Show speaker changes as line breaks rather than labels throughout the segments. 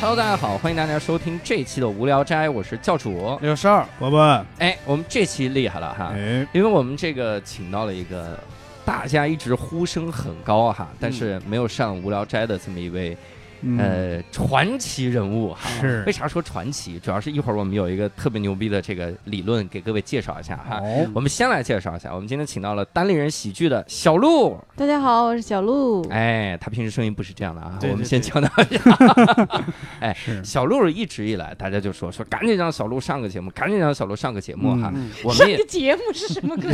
Hello，大家好，欢迎大家收听这期的无聊斋，我是教主。
六十二，
伯伯，
哎，我们这期厉害了哈，
哎，
因为我们这个请到了一个大家一直呼声很高哈，但是没有上无聊斋的这么一位、
嗯，
呃传奇人物哈。
是
为啥说传奇？主要是一会儿我们有一个特别牛逼的这个理论给各位介绍一下哈。
哦，
我们先来介绍一下，我们今天请到了单立人喜剧的小鹿，
大家好，我是小鹿。
哎，他平时声音不是这样的啊，
对对
我们先
对
强调一下。
是
哎小鹿一直以来，大家就说说赶紧让小鹿上个节目，赶紧让小鹿上个节目哈。
嗯
我
上
们也
个节目是什么 歌？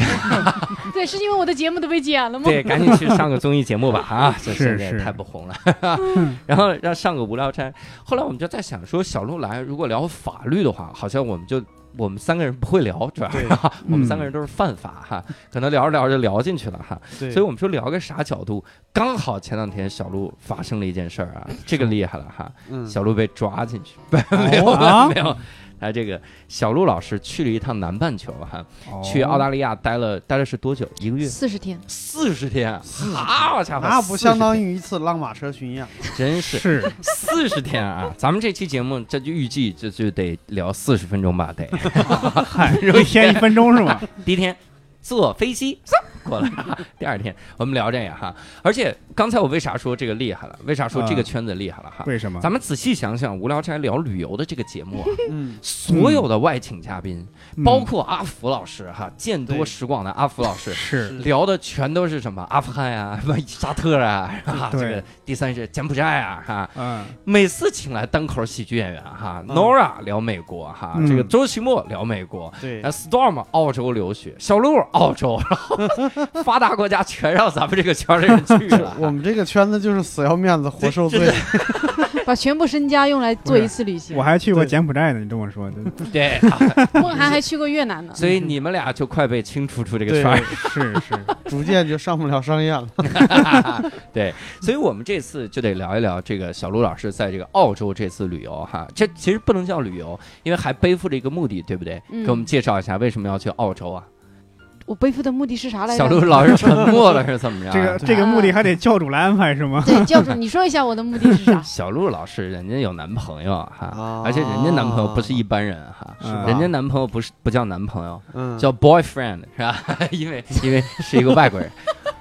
对，是因为我的节目都被剪了吗？
对，赶紧去上个综艺节目吧啊！这现
是
在
是嗯
太不红了。 然后让上个无聊斋。后来我们就在想说，小鹿来如果聊法律的话，好像我们就我们三个人不会聊，主要
对
我们三
嗯
个人都是犯法哈，可能聊着聊着聊进去了哈。
对，
所以我们说聊个啥角度？刚好前两天小鹿发生了一件事儿啊，这个厉害了哈，
嗯
小鹿被抓进去，
没
没有
啊
没，有。他这个小鹿老师去了一趟南半球哈，
哦
去澳大利亚待了待了是多久？一个月，
四十天，
四十天啊！我操，
那不相当
于
于一次浪马车巡演，
真是
哦是
四十天啊！咱们这期节目这就预计这就得聊四十分钟吧，得。哎
嗨，一天一分 钟是吗？
第一天坐飞机嗖过来， 第二天我们聊这个哈。而且刚才我为啥说这个厉害了？为啥说这个
嗯
圈子厉害了哈？
为什么？
咱们仔细想想，无聊斋聊旅游的这个节目啊，
嗯，
所有的外请嘉宾，
嗯
包括阿福老师哈，见多识广的阿福老师，
是
聊的全都是什么阿富汗呀、什么沙特啊，啊这
对
个第三是柬埔寨啊，哈，
嗯，
每次请来单口喜剧演员哈
嗯
，Nora 聊美国哈，
嗯
这个周奇墨聊美国。
对
啊，Storm 澳洲留学，小鹿澳洲，然后发达国家全让咱们这个圈儿的人去了
我
哈。
们这个圈子就是死要面子活受
这
罪
这，
把全部身家用来做一次旅行
我。还去过
对
柬埔寨呢，你这么说的，
对、啊
梦涵还去过越南呢。
所以你们俩就快被清除出这个
对
圈儿
是 是，
逐渐就上不了商业了。
对，所以我们这次就得聊一聊这个小卢老师在这个澳洲这次旅游哈，这其实不能叫旅游，因为还背负着一个目的，对不对？
嗯
给我们介绍一下为什么要去澳洲啊？
我背负的目的是啥来着？
小卢老师沉默了是怎么着啊？？
这个这个目的还得教主来安排是吗？
对，教主，你说一下我的目的是 啥
小鹿老师人家有男朋友哈
啊，
而且人家男朋友不是一般人哈。
是吧
人家男朋友不是不叫男朋友，
嗯，
叫 boyfriend 是吧？因为因为是一个外国人，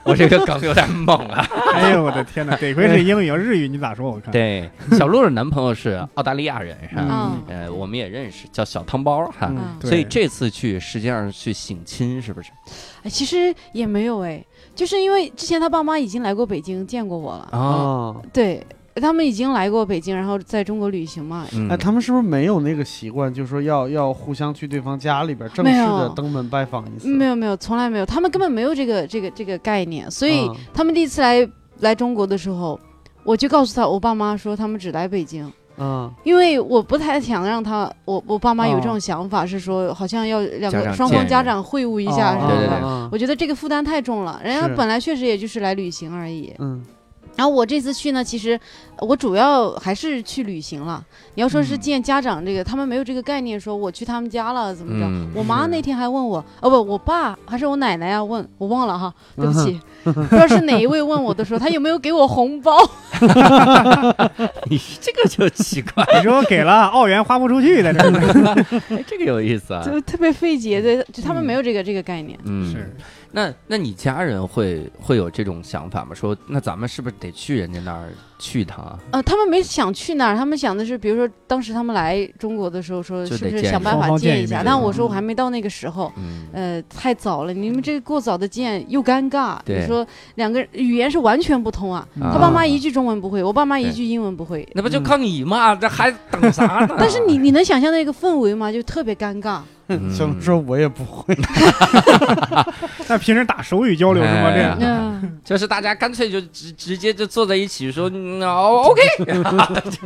我这个梗有点猛啊。
哎呦我的天哪，得亏是英语，日语你咋说？我 看
对，小鹿的男朋友是澳大利亚人是吧？
嗯
呃，我们也认识，叫小汤包哈。
嗯
啊
对
所以这次去实际上去省亲，是不是？
哎，其实也没有哎，就是因为之前他爸妈已经来过北京见过我了，
啊，
啊，
对他们已经来过北京，然后在中国旅行嘛。
嗯
哎，他们是不是没有那个习惯，就是说要要互相去对方家里边正式
没
的
有
登门拜访一次？
没有没有，从来没有，他们根本没有这个这个这个概念，所以
嗯
他们第一次来来中国的时候，我就告诉他，我爸妈说他们只来北京，
嗯，
因为我不太想让他，我我爸妈有这
哦
种想法，是说好像要两
家
个
长
双
见
方
一
家
面
长会晤一下
哦
什
对
么
对
的。
对，
我觉得这个负担太重了，人家
是
本来确实也就是来旅行而已。
嗯，
然后我这次去呢，其实呃我主要还是去旅行了。你要说是
嗯
见家长这个，他们没有这个概念，说我去他们家了怎么着。
嗯
我妈
是
那天还问我，哦不，我爸还是我奶奶啊，问我忘了哈，对不起，不知道是哪一位问我的时候，他有没有给我红包？
你这个就奇怪，
你说给了澳元花不出去，在这儿
这个有意思啊。
就特别费解，对，就他们
嗯
没有这个这个概念。
嗯，
是。
那那你家人会会有这种想法吗？说那咱们是不是得去人家那儿去一趟啊？
呃，他们没想去那儿，他们想的是，比如说当时他们来中国的时候，说
就是得
不是
见
想
一
办
面
法
双方见
见
一
一下？
面
但我说
嗯
我还没到那个时候，
嗯，
呃，太早了，你们这过早的见又尴尬。
对
你说两个人语言是完全不通啊，
嗯
啊
他爸妈一句中文不会，我爸妈
对
一句英文不会。
那不就抗议嘛？这还等啥呢？
嗯 但是你你能想象那个氛围吗？就特别尴尬。
嗯
小鹿说我也不会，
那平时打手语交流是吗？
哎
这
呀
样
嗯，
就是大家干脆就直直接就坐在一起说，嗯哦，OK，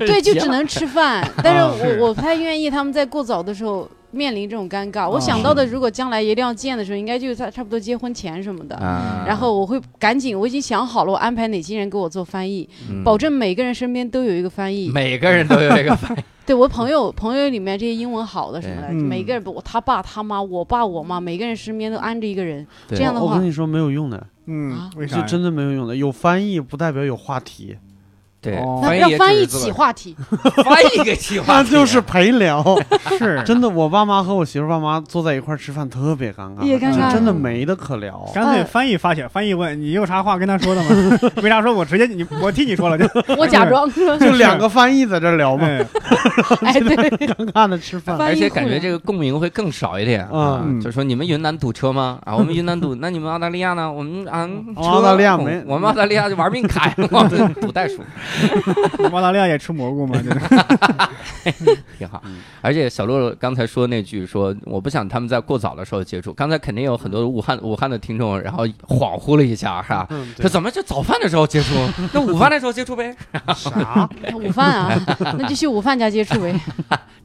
对，就只能吃饭。但是
是
我我不太愿意他们在过早的时候面临这种尴尬。我
啊
想到的，如果将来一定要见的时候，应该就是差差不多结婚前什么的。
嗯
啊
然后我会赶紧，我已经想好了，我安排哪些人给我做翻译，
嗯
保证每个人身边都有一个翻译。
每个人都有一个反应，
对我朋友朋友里面这些英文好的什么的，
嗯
每个人我他爸他妈我爸我妈，每个人身边都安着一个人，
对
这样的
我
话
跟你说没有用的，
嗯
啊，
为啥
就
呀？
真的没有用的。有翻译不代表有话题，
对，
哦
翻译
让
也
翻
只
译
是这么
起话题，
翻译给企划
那
题，啊
就是陪 聊。
是
真的，我爸妈和我媳妇儿爸妈坐在一块儿吃饭特别尴尬，
也尴
尬
就真的没得可聊。
干脆翻译发起来，翻译问你有啥话跟他说的吗？ 为啥说我直接你我替你说了就？
我假装说，
就两个翻译在这聊嘛，
哎
哎，对，
尴尬的吃饭。
而
翻译
且
互
感觉
联
这个共鸣会更少一点啊
嗯，
就说你们云南堵车吗？啊，我们云 南堵，那你们澳大利亚呢？我们啊，车
哦澳大利亚没
我们澳大利亚就玩命 开，我们堵袋鼠
澳大利亚也吃蘑菇嘛，就是
挺好
嗯。
而且小洛刚才说那句说我不想他们在过早的时候接触，刚才肯定有很多武汉武汉的听众，然后恍惚了一下哈。
嗯，对
说怎么就早饭的时候接触？ 那午饭的时候接触呗，
啥？
午饭啊，那就去午饭家接触呗。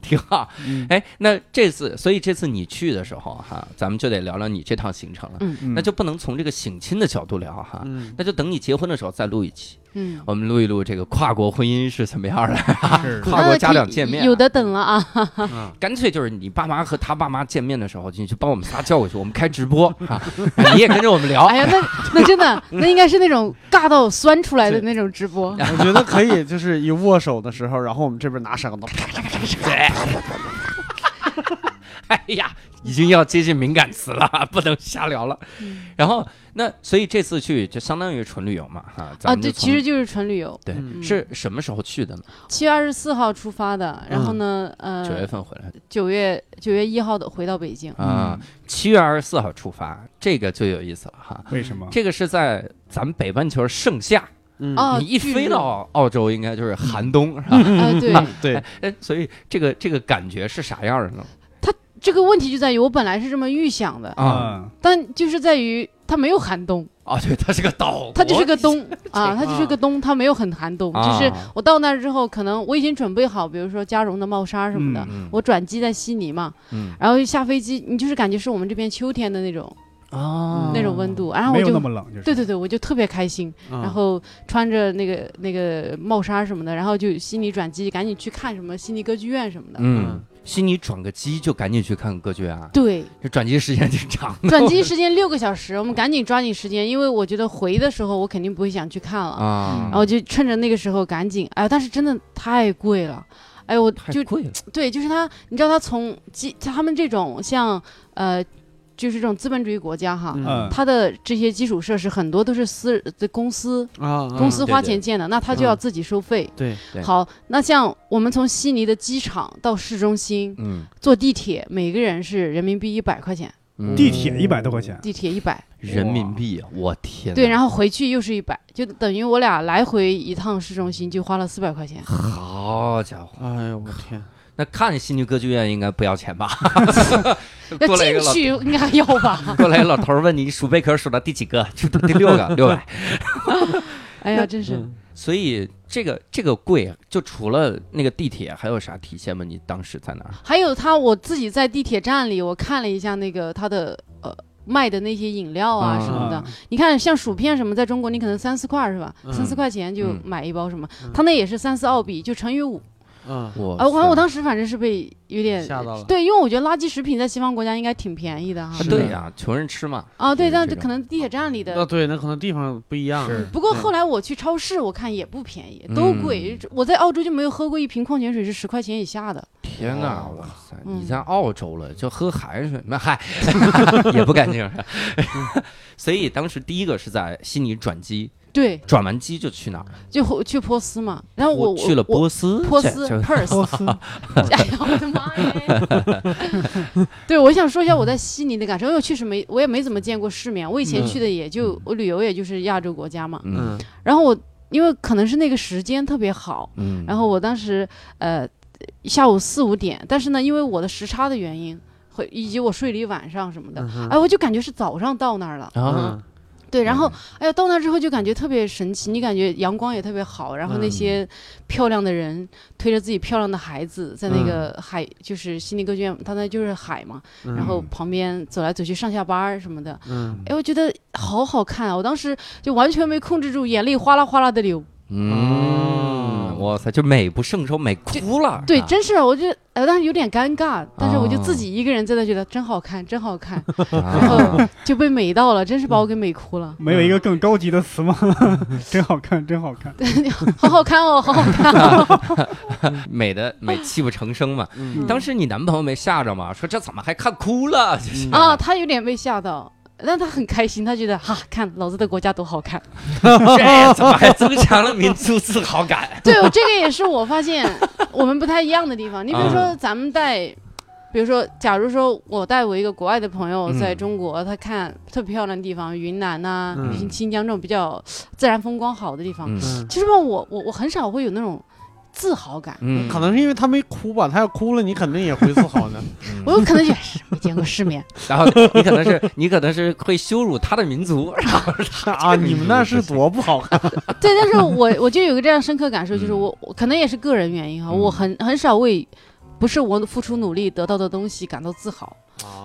挺好。
嗯
哎，那这次，所以这次你去的时候哈，咱们就得聊聊你这趟行程了。
嗯
那就不能从这个省亲的角度聊哈，
嗯，
那就等你结婚的时候再录一期，
嗯，
我们录一录这个跨国婚姻是怎么样 的，
嗯
啊
是
跨国家长见面、
嗯有，的等了啊，
嗯
干脆就是你爸妈和他爸妈见面的时候，你就把我们仨叫过去，我们开直播啊， 你也跟着我们聊
哎。呀，那那 真的，那应该是那种尬到酸出来的那种直播。
我觉得可以，就是一握手的时候，然后我们这边拿闪光灯，
哎呀，已经要接近敏感词了， 不能瞎聊了。
嗯
然后那所以这次去就相当于纯旅游嘛，哈、咱
啊，
们就
对，
从
其实就是纯旅游，
对、
嗯
是什么时候去的呢？
七月二十四号出发的，然后呢，
嗯九月
呃，
份回来的
九月九月一号的回到北京。
啊，
嗯
嗯
七、月二十四号出发，这个就有意思了哈。
为什
嗯
么？
这个是在咱们北半球盛夏，
嗯，
哦，
你一
巨
飞
热
到澳洲应该就是寒冬，是吧？
啊，对，
嗯对
哎， 哎，所以这个这个感觉是啥样的呢？
这个问题就在于我本来是这么预想的，
啊，
嗯
但就是在于它没有寒冬，
啊，对，它是个岛，
它就是个冬 啊，它就是个冬，它没有很寒冬，
啊
就是我到那儿之后，可能我已经准备好，比如说加绒的帽衫什么的，
嗯嗯
我转机在悉尼嘛，
嗯
然后一下飞机，你就是感觉是我们这边秋天的那种、
啊
那种温度，然后
哦没有
我
那
就。
么冷，嗯就是
对对对，我就特别开心，然
然
后穿着那个那个帽衫什么的，然后就悉尼转机，赶紧去看什么悉尼歌剧院什么的。
嗯，悉尼转个机就赶紧去看歌剧啊，
对，
这转机时间挺长的
转机时间六个小时，我们赶紧抓紧时间，因为我觉得回的时候我肯定不会想去看了，
啊
然，后就趁着那个时候赶紧，哎，但是真的太贵了，哎，我
太
就
贵了，
对，就是他，你知道他从机他们这种像呃，就是这种资本主义国家哈，
嗯
他的这些基础设施很多都是私的公司
啊，
公司
对
花
嗯对嗯
钱建的，那他就要自己收费。
对，
对
好，那像我们从悉尼的机场到市中心
嗯，
坐地铁，每个人是人民币一百块钱，
嗯
地铁一百多块钱，
地铁一百，
人民币，啊我天哪，
对，然后回去又是一百，就等于我俩来回一趟市中心就花了四百块钱。
好家伙，
哎呦我天，
那看悉尼歌剧院应该不要钱 吧？
要
过来一个
进
老
去应该要吧？
过来，老头儿问你数贝壳数到第几个？数到第六个， 六百。
哎呀，真是。
所以这个这个贵，啊就除了那个地铁，还有啥体现吗？你当时在哪儿？
还有他，我自己在地铁站里，我看了一下那个他的呃卖的那些饮料啊
嗯
什么的。
啊
你看，像薯片什么，在中国你可能三四块儿是吧？
嗯
三四块钱就
嗯
买一包什么，
嗯
他那也是三四澳币，就乘以五。
嗯，
哦我
啊，我我当时反正是被有点
吓到了
对，因为我觉得垃圾食品在西方国家应该挺便宜的哈
啊。
是
对呀、穷人吃嘛。
啊，对，
是
但
这
就
种
可能地铁站里
那嗯
的。
哦对，那可能地方不一样，
啊是
不过
对
后来我去超市，我看也不便宜，都
嗯
贵。我在澳洲就没有喝过一瓶矿泉水是十块钱以下的。
天哪，
哦
哇塞！
嗯
你在澳洲了，就喝海水，那嗨也不干净。 所以当时第一个是在悉尼转机，
对，
转完机就去哪儿？
就后去波斯嘛。然后哦我
去了
我
波斯，
波
嗯这
斯
这
Perth，
斯
哎呀，我的妈呀！对，我想说一下我在悉尼的感受，因为我确实没，我也没怎么见过世面。我以前去的也就、我旅游，也就是亚洲国家嘛。
嗯
嗯
然后我因为可能是那个时间特别好，
嗯，
然后我当时呃下午四五点，但是呢，因为我的时差的原因，和以及我睡了一晚上什么的，
嗯哼
哎，我就感觉是早上到那儿了。
嗯
啊，
对，然后哎呀，到那之后就感觉特别神奇，你感觉阳光也特别好，然后那
嗯
些漂亮的人推着自己漂亮的孩子，在那个海，就是悉尼歌剧院，它那就是海嘛，
嗯
然后旁边走来走去上下班儿什么的，
嗯，
哎，我觉得好好看啊！我当时就完全没控制住，眼泪哗啦哗啦的流。
嗯，
哦
哇塞，就美不胜收，美哭了。
对，
啊
真是我就呃，当时有点尴尬，但是我就
哦
自己一个人在那觉得真好看，真好看，
啊
就被美到了，真是把我给美哭了。
没有一个更高级的词吗？真好看，真好看。
好好看哦，好好看哦。
美的美泣不成声嘛。
嗯
当时你男朋友没吓着吗？说这怎么还看哭了？就是
啊，，他有点被吓到，但他很开心，他觉得哈、 看老子的国家多好看。
这怎么还增强了民族自豪感？
对，这个也是我发现我们不太一样的地方。你比如说，咱们带，比如说，假如说我带我一个国外的朋友
嗯
在中国，他看特别漂亮的地方，云南呐、
嗯
新新疆这种比较自然风光好的地方，
嗯
嗯，
其实吧，我我我很少会有那种自豪感。
嗯
可能是因为他没哭吧，他要哭了，你肯定也会自豪 呢。
嗯
我有可能也是没见过世面，
然后你可能是你可能是会羞辱他的民族，然后
啊，你们那是多不好 看，
对，但是我我就有个这样深刻感受，就是我我可能也是个人原因哈，
嗯
我很很少为不是我付出努力得到的东西感到自豪。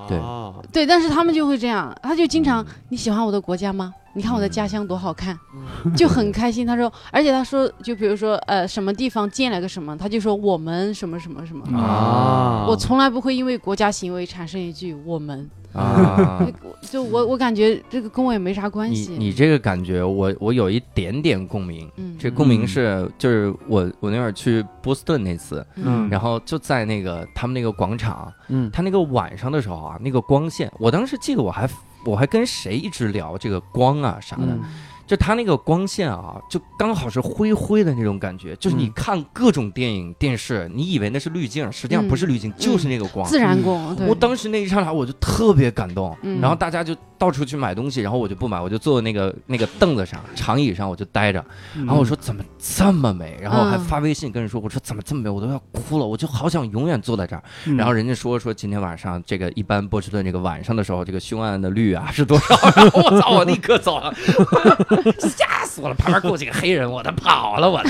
对
啊
对，但是他们就会这样，他就
嗯
经常你喜欢我的国家吗？你看我的家乡多好看，
嗯
就很开心。他说，而且他说，就比如说呃什么地方建了个什么，他就说我们什么什么什么。
啊
我从来不会因为国家行为产生一句我们，
啊。
就我我感觉这个跟我也没啥关
你
系。
你这个感觉，我我有一点点共鸣。
嗯，
这共鸣
嗯
是，就是我我那会儿去波士顿那次，
嗯
然后就在那个他们那个广场，
嗯
他那个晚上的时候啊，那个光线，我当时记得我还我还跟谁一直聊这个光啊啥的，
嗯
就他那个光线啊，就刚好是灰灰的那种感觉，就是你
嗯
看各种电影电视，你以为那是滤镜，实际上不是滤镜，就是那个光。
自然光，
嗯
对
我当时那一刹那我就特别感动，
嗯
然后大家就到处去买东西，然后我就不买，我就坐那个那个凳子上长椅上我就待着，
然
然后我说怎么这么美，然后我还
嗯
发微信跟人说，我说怎么这么美，我都要哭了，我就好想永远坐在这儿。
嗯
然后人家说说今天晚上这个一般波士顿这个晚上的时候，这个凶案的率啊 是多少？然后我操，我立刻走了，吓死我了！旁边过几个黑人，我的跑了，我的。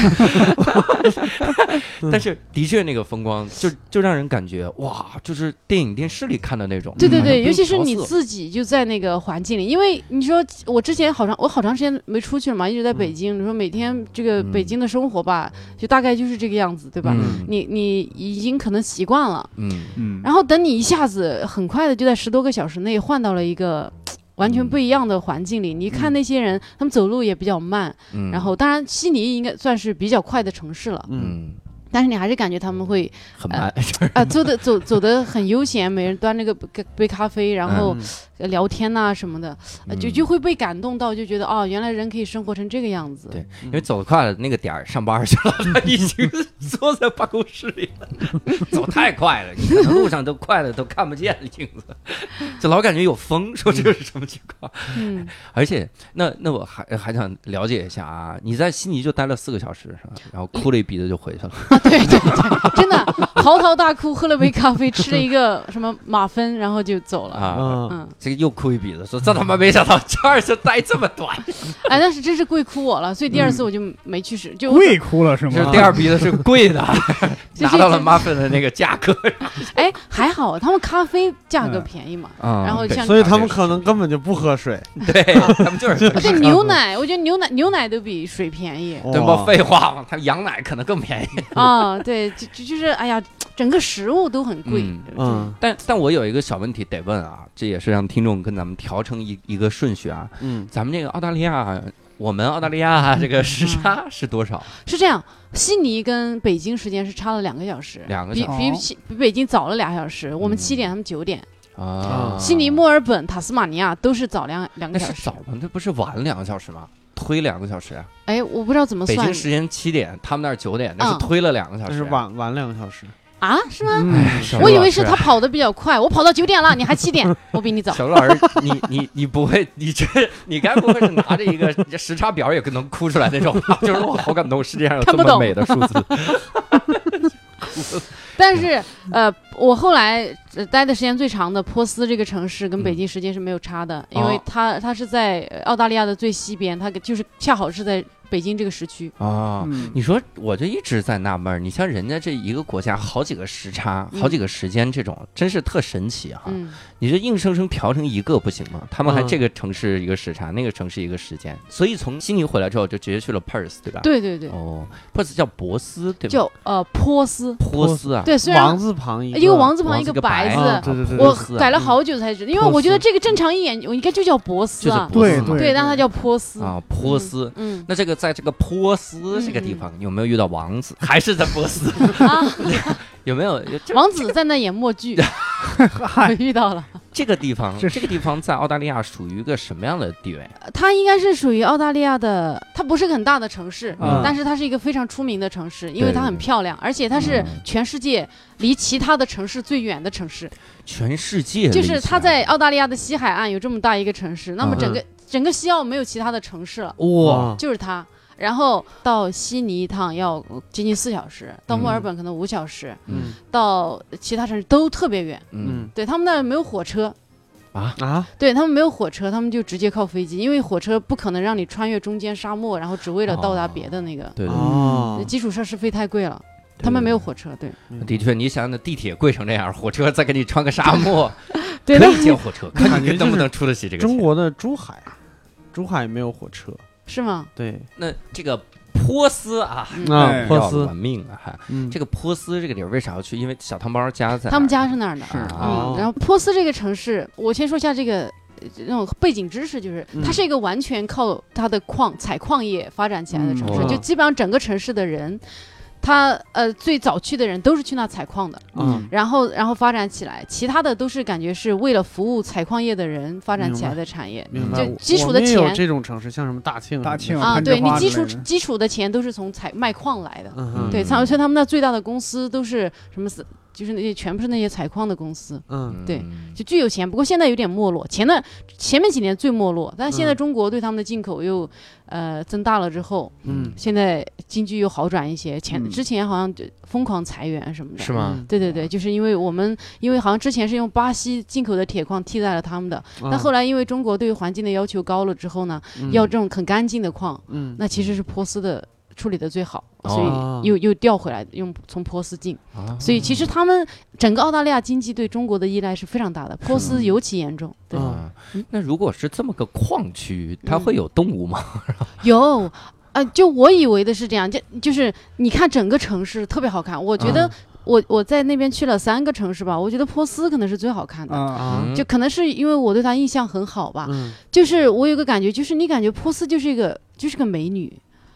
但是的确那个风光就就让人感觉哇，就是电影电视里看的那种。
对对
嗯
对，
不
尤其是
用
你
调色
自己就在那个环境里，因为你说我之前好长我好长时间没出去了嘛，一直在北京。你说每天这个
嗯
北京的生活吧，就大概就是这个样子，对吧？
嗯
你你已经可能习惯了，
嗯
嗯，
然后等你一下子很快的就在十多个小时内换到了一个。完
嗯
全不一样的环境里，你看那些人，他们走路也比较慢，
嗯，
然后当然悉尼应该算是比较快的城市了，
嗯
嗯
但是你还是感觉他们会
很慢，就是
啊，走的走走的很悠闲，每人端了个杯杯咖啡，然后
嗯
呃聊天呐、什么的，呃就
嗯
就会被感动到，就觉得哦，原来人可以生活成这个样子。
对因为走得快了，那个点儿上班去了，他 已经坐在办公室里了，走太快了，你可能路上都快的都看不见影子，就老感觉有风，说这是什么情况？
嗯，
而且，那那我还还想了解一下啊，你在悉尼就待了四个小时是吧？然后哭了一鼻子就回去了，
啊，对对对，真的嚎啕大哭，喝了杯咖啡，吃了一个什么马芬，然后就走了。
啊，
嗯
嗯，
这个又哭一鼻子，说这他妈没想到这儿就待这么 短，
哎，但是真是跪哭我了，所以第二
嗯
次我就没去试，就
跪哭了是
这
吗？
第二鼻子是贵的，
这
拿到了马粉的那个价格
哎还好，他们咖啡价格便宜嘛，
啊
然后
对
像
所以他们可能根本就不喝水，
嗯对他们 就是
啊对牛奶，我觉得牛奶牛奶都比水便宜。
对
哇
不？废话嘛，他羊奶可能更便宜。
啊、对，就就就是，哎呀，整个食物都很贵，
嗯
就是
嗯
但但我有一个小问题得问啊，这也是让听众跟咱们调成一一个顺序啊。
嗯
咱们这个澳大利亚，我们澳大利亚这个时差
嗯
是多少？
是这样，悉尼跟北京时间是差了两个小时，
两个
比
小
时
比
哦
起比北京早了俩小时。我们
嗯
七点，他们九点。
啊？
悉尼、墨尔本、塔斯马尼亚都是早两两
那
个小
是
时
早。吗？那不是晚两个小时吗？推两个小时啊，
哎，我不知道怎么
北
算
京时间七点，他们那儿九点，那是
嗯
推了两个小
但
时。啊
是晚晚两个小 时，
啊？是吗？
嗯
小
我
鹿
以
老
为是
师
他跑得比较快，我跑到九点了，你还七 点，我比你早。
小鹿老师，你你 你不会，你这你该不会是拿着一个时差表也能哭出来那种吧？ 就是我好感动，世界上有这
看不
么
懂
美的数 字。
但是呃，我后来、呃待的时间最长的波斯这个城市跟北京时间是没有差的，因为
嗯哦
它它是在呃澳大利亚的最西边，它就是恰好是在北京这个时区，
啊。
嗯
你说，我就一直在纳闷儿，你像人家这一个国家好几个时差、好几个时间，这种真是特神奇哈、
嗯，
你这硬生生调成一个不行吗？他们还
嗯
这个城市一个时差，那个城市一个时间，所以从悉尼回来之后就直接去了 Perth，对吧？。
对对对，
哦，Perth 叫博斯，对吧？
叫呃波斯，
波斯啊，
对， 虽然
王字旁一
一个王字
王
旁一
字
个
个
白
白
字嗯
啊，对对对，
我
波斯啊
改了好久才知道，因为我觉得这个正常一眼我应嗯该就叫波斯
就是
啊，
波斯
对
嘛
对
对，但它叫波斯，
啊，波斯。
嗯
那这个在这个波斯这个地方，有没有遇到王子？还是在波斯？
啊，
有没有有这
王子在那演默 剧，我遇到了，
这个地方？
这
这个地方在澳大利亚属于一个什么样的地位？啊
它应该是属于澳大利亚的，它不是个很大的城市，
嗯
啊
但是它是一个非常出名的城市，因为它很漂亮，而且它是
嗯
全世界离其他的城市最远的城市，
全世界
就是
立起
它
来
在澳大利亚的啊西海岸有这么大一个城市，那么
嗯
整个整个西澳没有其他的城市了，
哇，
就是它。然后到悉尼一趟要接近四小时，到墨尔
嗯
本可能五小时，
嗯
嗯
到其他城市都特别远。
嗯
嗯
对他们那儿没有火车，
啊，
对他们没有火车，他们就直接靠飞机，因为火车不可能让你穿越中间沙漠，然后只为了到达别的那个，
对对
哦嗯
那，基础设施费太贵了。
对
他们没有火车，对
嗯的确，你想想，地铁贵成这样，火车再给你穿个沙漠，
对
可
那
以建火车，看你能不能出得起这个
中
钱。
国的珠海，珠海没有火车，
是吗？
对，
那这个波斯啊，
哎
啊，波
要
斯
玩，命啊！还
嗯，
这个波斯这个地儿为啥要去？因为小汤包家在
他们
哪儿
家是那儿的，
是
嗯
啊，
哦
然后波斯这个城市，我先说一下这个呃那种背景知识，就是
嗯
它是一个完全靠它的矿采矿业发展起来的城市，
嗯
就基本上整个城市的人，他呃最早去的人都是去那采矿的，
嗯
然后然后发展起来，其他的都是感觉是为了服务采矿业的人发展起来的产业。
明白
就
我
基础
我
的
们也有
钱
这种城市，像什么大庆什么的，
大庆
啊，
攀枝
对你
花
基
之
础
类的
基础的钱都是从采卖矿来的，
嗯哼，
对，
嗯
像像他们那最大的公司都是什么死，就是那些全部是那些采矿的公司，
嗯
嗯
对就巨有钱，不过现在有点没落。前段前面几年最没落，但是现在
嗯
中国对他们的进口又、呃增大了之后，
嗯，
现在经济又好转一些。前、
嗯
之前好像就疯狂裁员什么的，
是吗？
嗯
对对对，就是因为我们因为好像之前是用巴西进口的铁矿替代了他们的，但后
来
来因为中国对环境的要求高了之后呢，要这种很干净的矿，
嗯
那其实是波斯的处理的最好，
哦
所以又又调回来用从波斯进。
啊，
所以其实他们整个澳大利亚经济对中国的依赖是非常大的，波斯尤其严重。对，嗯
嗯
啊那如果是这么个矿区，它会有动物吗？
有。呃，就我以为的是这样，就就是你看整个城市特别好看，我觉得我、我在那边去了三个城市吧，我觉得波斯可能是最好看的，
啊，
啊
嗯
就可能是因为我对她印象很好吧，
嗯
就是我有个感觉，就是你感觉波斯就是一个就是个美女，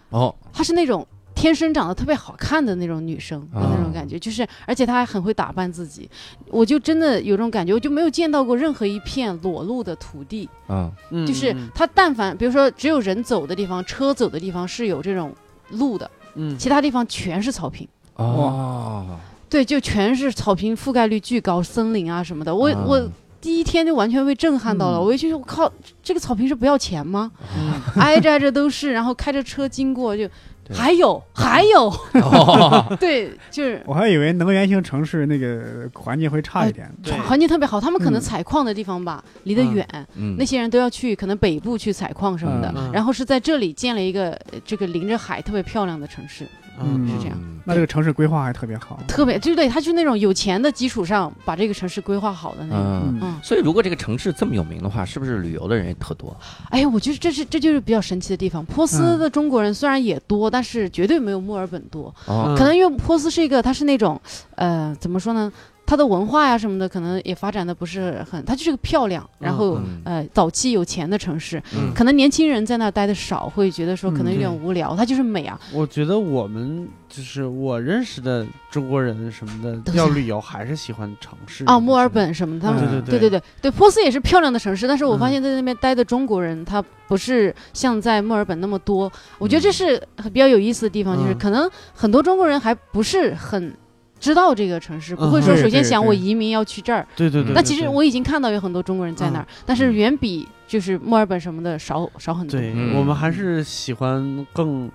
哦，
她是那种天生长得特别好看的那种女生的
啊
那种感觉，就是而且她还很会打扮自己，我就真的有种感觉，我就没有见到过任何一片裸露的土地，
嗯
嗯，
就是
嗯
她但凡比如说只有人走的地方、车走的地方是有这种路的，
嗯
其他地方全是草坪。
哦，
对，就全是草坪，覆盖率巨高，森林啊什么的。我、我第一天就完全被震撼到了，
嗯
我一去，我靠，这个草坪是不要钱吗？
嗯
挨着挨着都是，然后开着车经过就，
对
还有还有，
哦
对，就是
我还以为能源型城市那个环境会差一点，
对
环境特别好。他们可能
嗯
采矿的地方吧，离得
嗯
远，
嗯
那些人都要去可能北部去采矿什么的，
嗯嗯
然后是在这里建了一个呃这个临着海特别漂亮的城市，
嗯
是
这样
嗯
那这个城市规划还特别好。
特别对对，他就那种有钱的基础上把这个城市规划好的那种。
嗯。
嗯
所以，如果这个城市这么有名的话，是不是旅游的人也特 多？
哎呀，我觉得这是这就是比较神奇的地方。波斯
嗯
的中国人虽然也多，但是绝对没有墨尔本多。
哦
嗯
可能因为波斯是一个，它是那种，呃，怎么说呢？它的文化呀什么的，可能也发展的不是很，它就是个漂亮，然后、
嗯
呃早期有钱的城市，
嗯
可能年轻人在那儿待的少，会觉得说可能有点
嗯
无聊。它就是美啊，
我觉得我们就是我认识的中国人什么
都
的，
是
要旅游还是喜欢城市
啊，墨尔，本什么的，他
对对
们、对
对
对对对，波斯也是漂亮的城市，但是我发
嗯
现在那边待的中国人，他不是像在墨尔本那么多。我觉得这是很比较有意思的地方，就是
嗯
可能很多中国人还不是很知道这个城市，不会
嗯
说
对
首
对
先想
对
我移民要去这儿。
对嗯对对。
那
对
其实
对嗯
我已经看到有很多中国人在那儿，但是远比就是墨尔本什么的少少很多。
对
嗯
我们还是喜欢更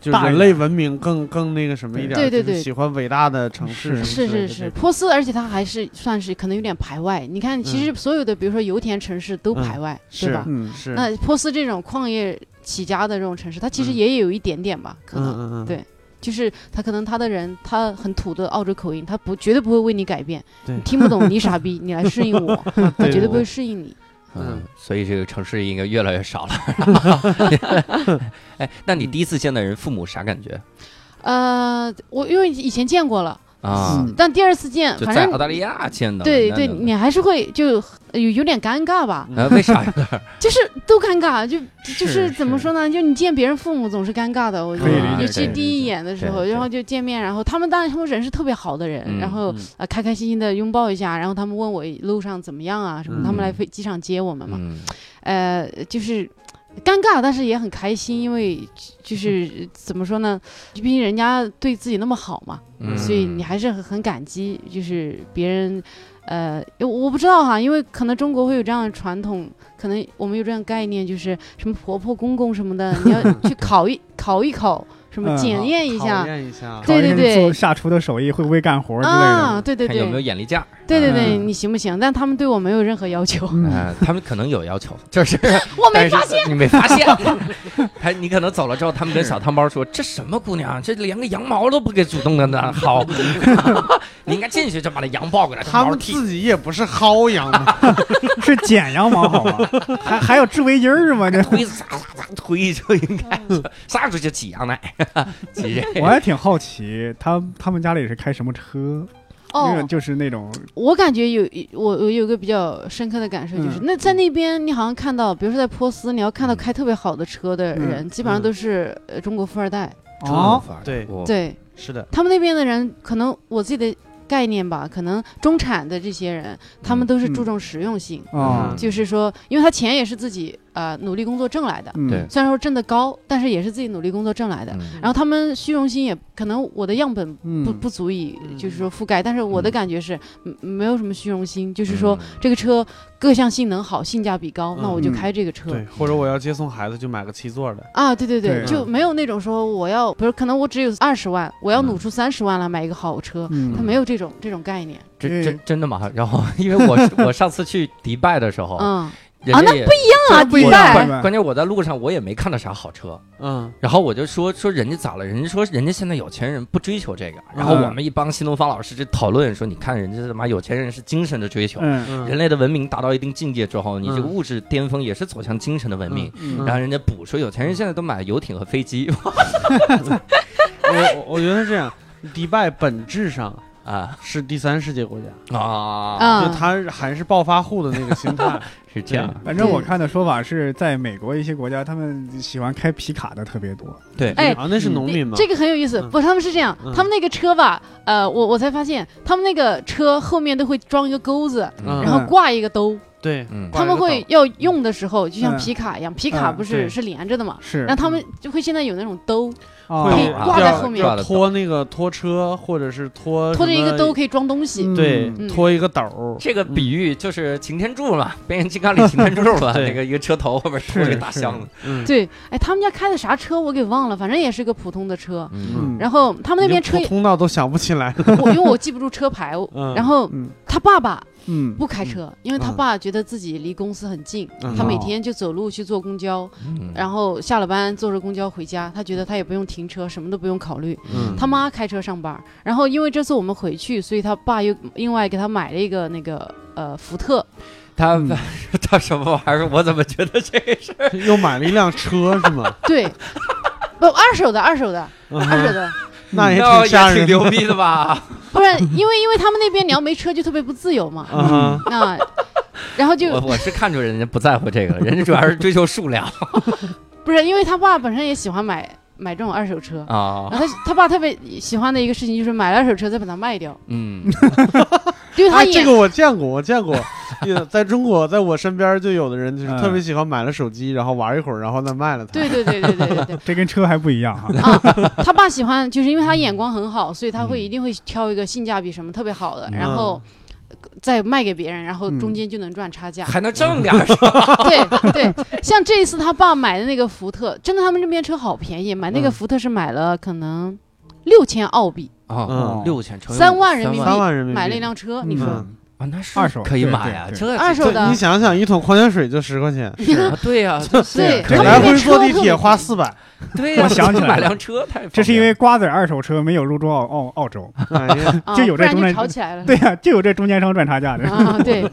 就
大一
人
点
类文明更更那个什么一点，
对对
就是
对
喜欢伟大的城市
是
什
是
么之类
是
的
是，波斯，而且它还是算是可能有点排外。你看，其实所有的，比如说油田城市都
嗯
排外，对
这种
吧？
嗯是，
那波斯这种矿业起家的这种城市，它其实
嗯
也有一点点吧，可能
嗯嗯嗯
对就是他可能他的人他很土的澳洲口音，他不绝对不会为你改变。
对
你听不懂你 傻逼，你来适应嗯我，他绝对不会适应你。
嗯
嗯，
所以这个城市应该越来越 少了。 哎，那
嗯
你第一次见到人父母啥感觉
呃，我因为以前见过了，
啊？
嗯
但第二次见，
就
反
在澳
正
大利亚见到的，
对
那
对，
那
你还是会就有有点尴尬吧，
啊，为啥 呀？
就是都尴尬，就就是
是
怎么说呢？就你见别人父母总是尴尬的，我觉
可以
得，
理解
尤
可以
其
理
第一眼的时候，
对对
然后就见面，然后他们当然他们人是特别好的人，
嗯
然后
嗯
呃开开心心的拥抱一下，然后他们问我路上怎么样啊什么，
嗯
他们来飞机场接我们嘛，
嗯，
呃，就是尴尬，但是也很开心，因为就是怎么说呢，毕竟人家对自己那么好嘛，
嗯
所以你还是很很感激，就是别人。呃，我我不知道哈，因为可能中国会有这样的传统，可能我们有这样的概念，就是什么婆婆公公什么的， 你要去考一考一考，什么
嗯
检
考
验一下
考验一下，
对对
考验做
对
下厨的手艺会不会干活之类
啊，
的。
对对
看有没有
对，
眼力见儿。
对对对，
嗯
你行不行？但他们对我没有任何要求，
哎，他们可能有要求，就是
嗯 我没
但是
发现，
你没发现， 他你可能走了之后，他们跟小汤包说：“这什么姑娘，这连个羊毛都不给主动的呢。” 好，你应该进去就把那羊抱过来，
他
毛
们
剃。
自己也不是薅羊嘛，
是剪羊毛好吗？还还有织围巾儿吗？这
推撒撒撒推就应该
嗯
是撒出去挤羊奶， 挤这
我还挺好奇，他他们家里是开什么车？那
哦
种，就是那种
我感觉有我我有个比较深刻的感受，就
嗯
是、那在那边你好像看到，比如说在波斯，你要看到开特别好的车的人，基本上
嗯
都是、呃中国富二代。
哦，
对
我
对
是的，
他们那边的人，可能我自己的概念吧，可能中产的这些人，他们都是注重实用性，
啊
嗯，
就是说，因为他钱也是自己呃努力工作挣来的，
嗯
对
虽然说挣得高，但是也是自己努力工作挣来的。
嗯
然后他们虚荣心也可能我的样本
嗯
不不足以
嗯
就是说覆盖，但是我
嗯
的感觉是嗯没有什么虚荣心，就是说这个车各项性能好，性价比高，那
嗯
我就
嗯
开这个车。
对，或者我要接送孩子就买个七座的，
啊，对对对，
对
就
嗯
没有那种说我要，比如可能我只有二十万，我要努出三十万来买一个好车，
嗯
他没有这种这种概念。
真
嗯
真真的吗？ 然后因为我我上次去迪拜的时候，
嗯，
人家
那
也
啊，
这不一
迪
样
拜，
拜拜
关键我在路上我也没看到啥好车，
嗯，
然后我就说说人家咋了？人家说人家现在有钱人不追求这个。然后
嗯
我们一帮新东方老师就讨论说，你看人家他妈有钱人是精神的追求，
嗯
嗯
人类的文明达到一定境界之后，你这
嗯
个物质巅峰也是走向精神的文明。
嗯
然后人家补说，有钱人现在都买游艇和飞机
我 我我觉得是这样，迪拜本质上
啊
是第三世界国家，
啊，
啊
就它还是暴发户的那个心 态，
是这样。
反正我
对
看的说法是在美国一些国家，他们喜欢开皮卡的特别多。
对，
哎
啊，那是农民嘛，
这个很有意思，
嗯
不，他们是这样，
嗯
他们那个车吧，呃，我我才发现，他们那个车后面都会装一个钩子，
嗯
然后
嗯
挂一个兜，
对，
嗯
挂
他
一个
们会要用的时候，就像皮卡一样，皮卡
嗯
不是
对
是连着的嘛，
是，
然后他们就会现在有那种兜，
啊
会
可以挂在后面
斗拖那个拖车或者是拖
拖着一个兜
都，
可以装东西，
对，
嗯
拖一个斗儿，
这个比喻就是擎天柱嘛，变形金刚里擎天柱嘛，
对
那个一个车头后边拖一个大箱子。
嗯，
对，哎，他们家开的啥车我给忘了，反正也是个普通的车。
嗯
嗯
然后他们那边车
已经，普通道都想不起来了，
我因为我记不住车牌，我
嗯
然后
嗯
他爸爸
嗯
不开车，因为他
嗯
爸觉得自己离公司很近，
嗯
他每
哦
天就走路去坐公交，
嗯
然后下了班坐着公交回家，他觉得他也不用停车，什么都不用考虑。
嗯
他妈开车上班儿，然后因为这次我们回去，所以他爸又另外给他买了一个那个呃福特，
他
嗯
他什么玩意儿？我怎么觉得这个是？
又买了一辆车是吗？
对，不二手的，二手的，
嗯
二手的，
那也
那
挺吓
哦挺
人的，
牛逼的吧？
不然因为因为他们那边你要没车就特别不自由嘛，
啊
嗯
哈，
啊，然后
我
就
我是看出人家不在乎这个了，人家主要是追求数量
不是因为他爸本身也喜欢买买这种二手车。
啊。
然后他他爸特别喜欢的一个事情就是买了二手车再把它卖掉，
嗯，
因为他
哎，
也、
这个我见过，我见过，也在中国，在我身边就有的人就是
嗯
特别喜欢买了手机，然后玩一会儿，然后再卖了它。
对对对对对对对，
这跟车还不一样哈。
啊，他爸
嗯
喜欢，就是因为他眼光很好，所以他会一定会挑一个性价比什么特别好的，
嗯
然后。再卖给别人，然后中
嗯
间就能赚 差价。
还能挣点儿是吧？
对对，像这一次他爸买的那个福特，真的他们这边车好便宜，买那个
嗯
福特是买了可能六千澳币，
啊，
哦
嗯嗯，
六千乘以
三万人民币
三万人民币
买了一辆车，哦你说
嗯
啊，那是
二手
可以
对
买
对
啊，
对
这
二手
对
的
你，想想，一桶矿泉水就十块钱，
是啊对呀，
对，
对
来
他们那
回
边
坐
车
地
特
铁
别
花
便 宜
四百。
对呀，
我想起来
买
了
辆车太方便了，
这是因为瓜子二手车没有入驻澳澳澳洲，
哎呀，
啊
就有
不
这
然
中
就
间
吵起来了。
对呀、就有这中间商赚差价的，。
啊，对，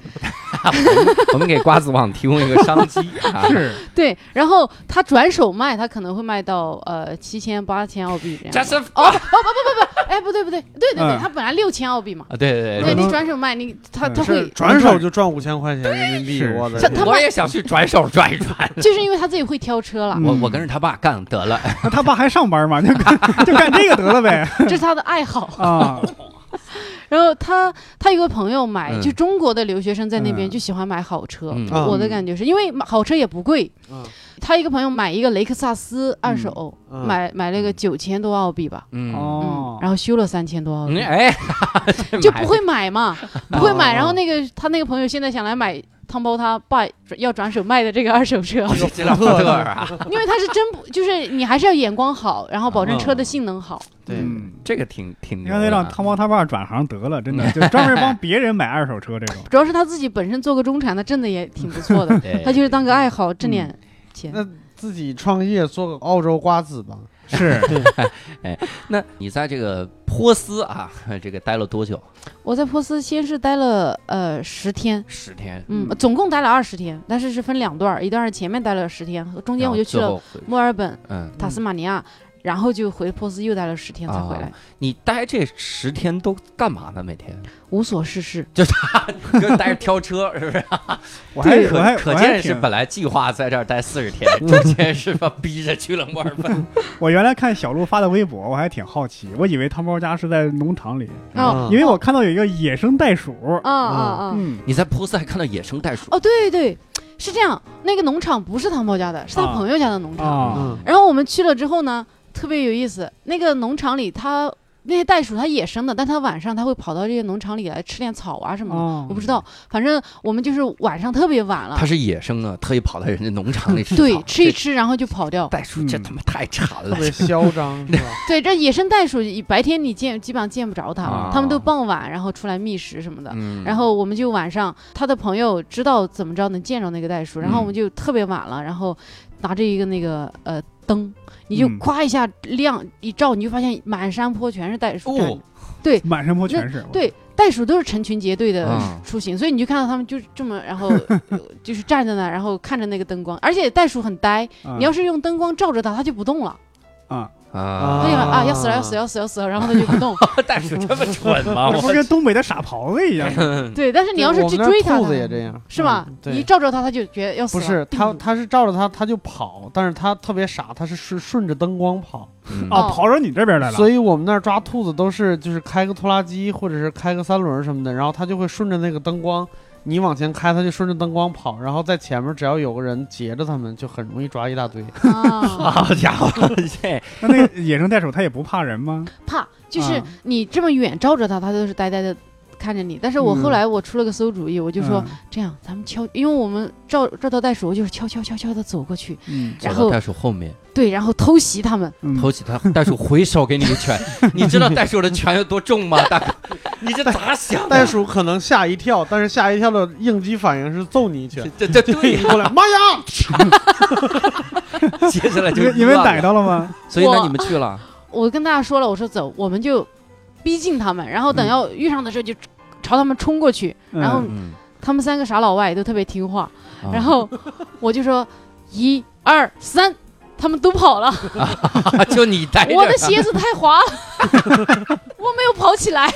我们给瓜子网提供一个商机啊
是
对，然后他转手卖，他可能会卖到呃七千八千澳币这
这
样。
是
哦，不不不不不，哎，不对不对，对对对，
嗯
他本来六千澳币嘛，
啊，对对对，
对你转手卖，你他
嗯
他
是
会，
转手就赚五千块钱人民币，
是
我的
是
天，
他
我
卖
也想去转手转一转。
就是因为他自己会挑车了，
嗯
我我跟着他爸干得了，
那他爸还上班吗？就干就干这个得了 呗
这是他的爱好。
啊！
然后他他有个朋友买，
嗯
就中国的留学生在那
嗯
边就喜欢买好车。
嗯
啊
我的感觉是因为好车也不贵，
嗯
他一个朋友买一个雷克萨斯二手，
嗯
买买了个九千多澳币吧，
嗯，
哦
嗯，，然后修了三千多澳
嗯
币，
哎，
就不会买嘛，不会买。
哦
然后那个他那个朋友现在想来买汤包他爸要转手卖的这个二手 车，
这辆福特啊，
因为他是真不就是你还是要眼光好，然后保证车
哦
的性能好。
对，
嗯，
这个挺挺
你
牛
看那
的
让
啊。，
汤包他爸转行得了，真的就专门帮别人买二手车这种
主要是他自己本身做个中产，他挣的也挺不错的
对
他就是当个爱好
嗯
挣点钱。
那自己创业做个澳洲瓜子吧，
是
那你在这个波斯啊， 这个待了多久？
我在波斯先是待了呃十天，
十天。
嗯
嗯，
总共待了二十天，但是是分两段儿，一段是前面待了十天，中间我就去
然
了
后最后回，
墨尔本、
嗯，
塔斯马尼亚，然后就回波斯又待了十天才回来，
哦你待这十天都干嘛呢？每天
无所事事。
就待着挑车，是不是？
我还
可
我还
可
我还
见是
挺
本来计划在这儿待四十天，中间是吧逼着去了墨尔本。
我原来看小鹿发的微博，我还挺好奇，我以为汤包家是在农场里，
哦
嗯
因为我看到有一个野生袋鼠，
啊啊啊！
嗯，
你在波斯还看到野生袋鼠
哦，对对，是这样，那个农场不是唐包家的，是他
啊
朋友家的农场。
啊，
嗯
然后我们去了之后呢，特别有意思。那个农场里它，那些袋鼠它野生的，但它晚上它会跑到这些农场里来吃点草啊什么的。
哦
我不知道，反正我们就是晚上特别晚了
它，是野生啊，特意跑到人家农场里吃草。
对，吃一
这
吃然后就跑掉。
袋鼠，这
嗯
他妈太馋
特
了。
别嚣张是吧？
对，这野生袋鼠白天你见基本上见不着它，
啊
它们都傍晚然后出来觅食什么的。
嗯
然后我们就晚上，他的朋友知道怎么着能见着那个袋鼠，然后我们就特别晚了，然后拿着一个那个呃灯，你就
嗯
夸一下亮一照，你就发现满山坡全是袋鼠站着。
哦，
满山坡全是，
对，袋鼠都是成群结队的
嗯
出行，所以你就看到它们就这么，然后呃就是站在那儿，然后看着那个灯光。而且袋鼠很呆，
啊，
你要是用灯光照着它，它就不动了。
啊，
啊，
它就啊
啊
要死了要死了要死了要死了，然后它就不动。
袋鼠这么蠢吗？
这不
啊我嗯
是跟东北的傻狍子一样吗？
对，但是 你要是
我
去
们那
追它，
兔
它
子也这样，
是吧
嗯？对
你一照着它，它就觉得要死
不
了。
嗯
是
定
他，
住
他是照着他，他就跑，但是他特别傻，他是顺顺着灯光跑，
嗯
哦
啊，跑到你这边来了，
所以我们那儿抓兔子都是就是开个拖拉机或者是开个三轮什么的，然后它就会顺着那个灯光，你往前开，它就顺着灯光跑，然后在前面只要有个人截着它们，就很容易抓一大 堆。
啊，
好家伙，这
那那个野生袋鼠它也不怕人吗？
怕就是
啊
你这么远照着它，它都是呆呆的看着你。但是我后
嗯
来我出了个馊主意，我就说
嗯，
这样，咱们悄，因为我们照照到袋鼠，我就是悄悄悄悄的走过去，
嗯
走
然
到
后
袋鼠后面，
对，然后偷袭它们。
嗯，
投起它，袋鼠回手给你一拳。你知道袋鼠的拳有多重吗，大哥？你这咋想的？
袋鼠可能吓一跳，但是吓一跳的应激反应是揍你一拳，
这这
就 你
对，
过来，妈呀！
接下来
你
就
们你们逮到了吗？
所以呢，
我
你们去了，
我跟大家说了，我说走，我们就逼近他们，然后等
嗯
要遇上的时候就朝他们冲过去。
嗯
然后
嗯，
他们三个傻老外都特别听话，
啊
嗯然后我就说一二三。他们都跑了，
啊就你待啊着，
我的鞋子太滑了， 我没有跑起来。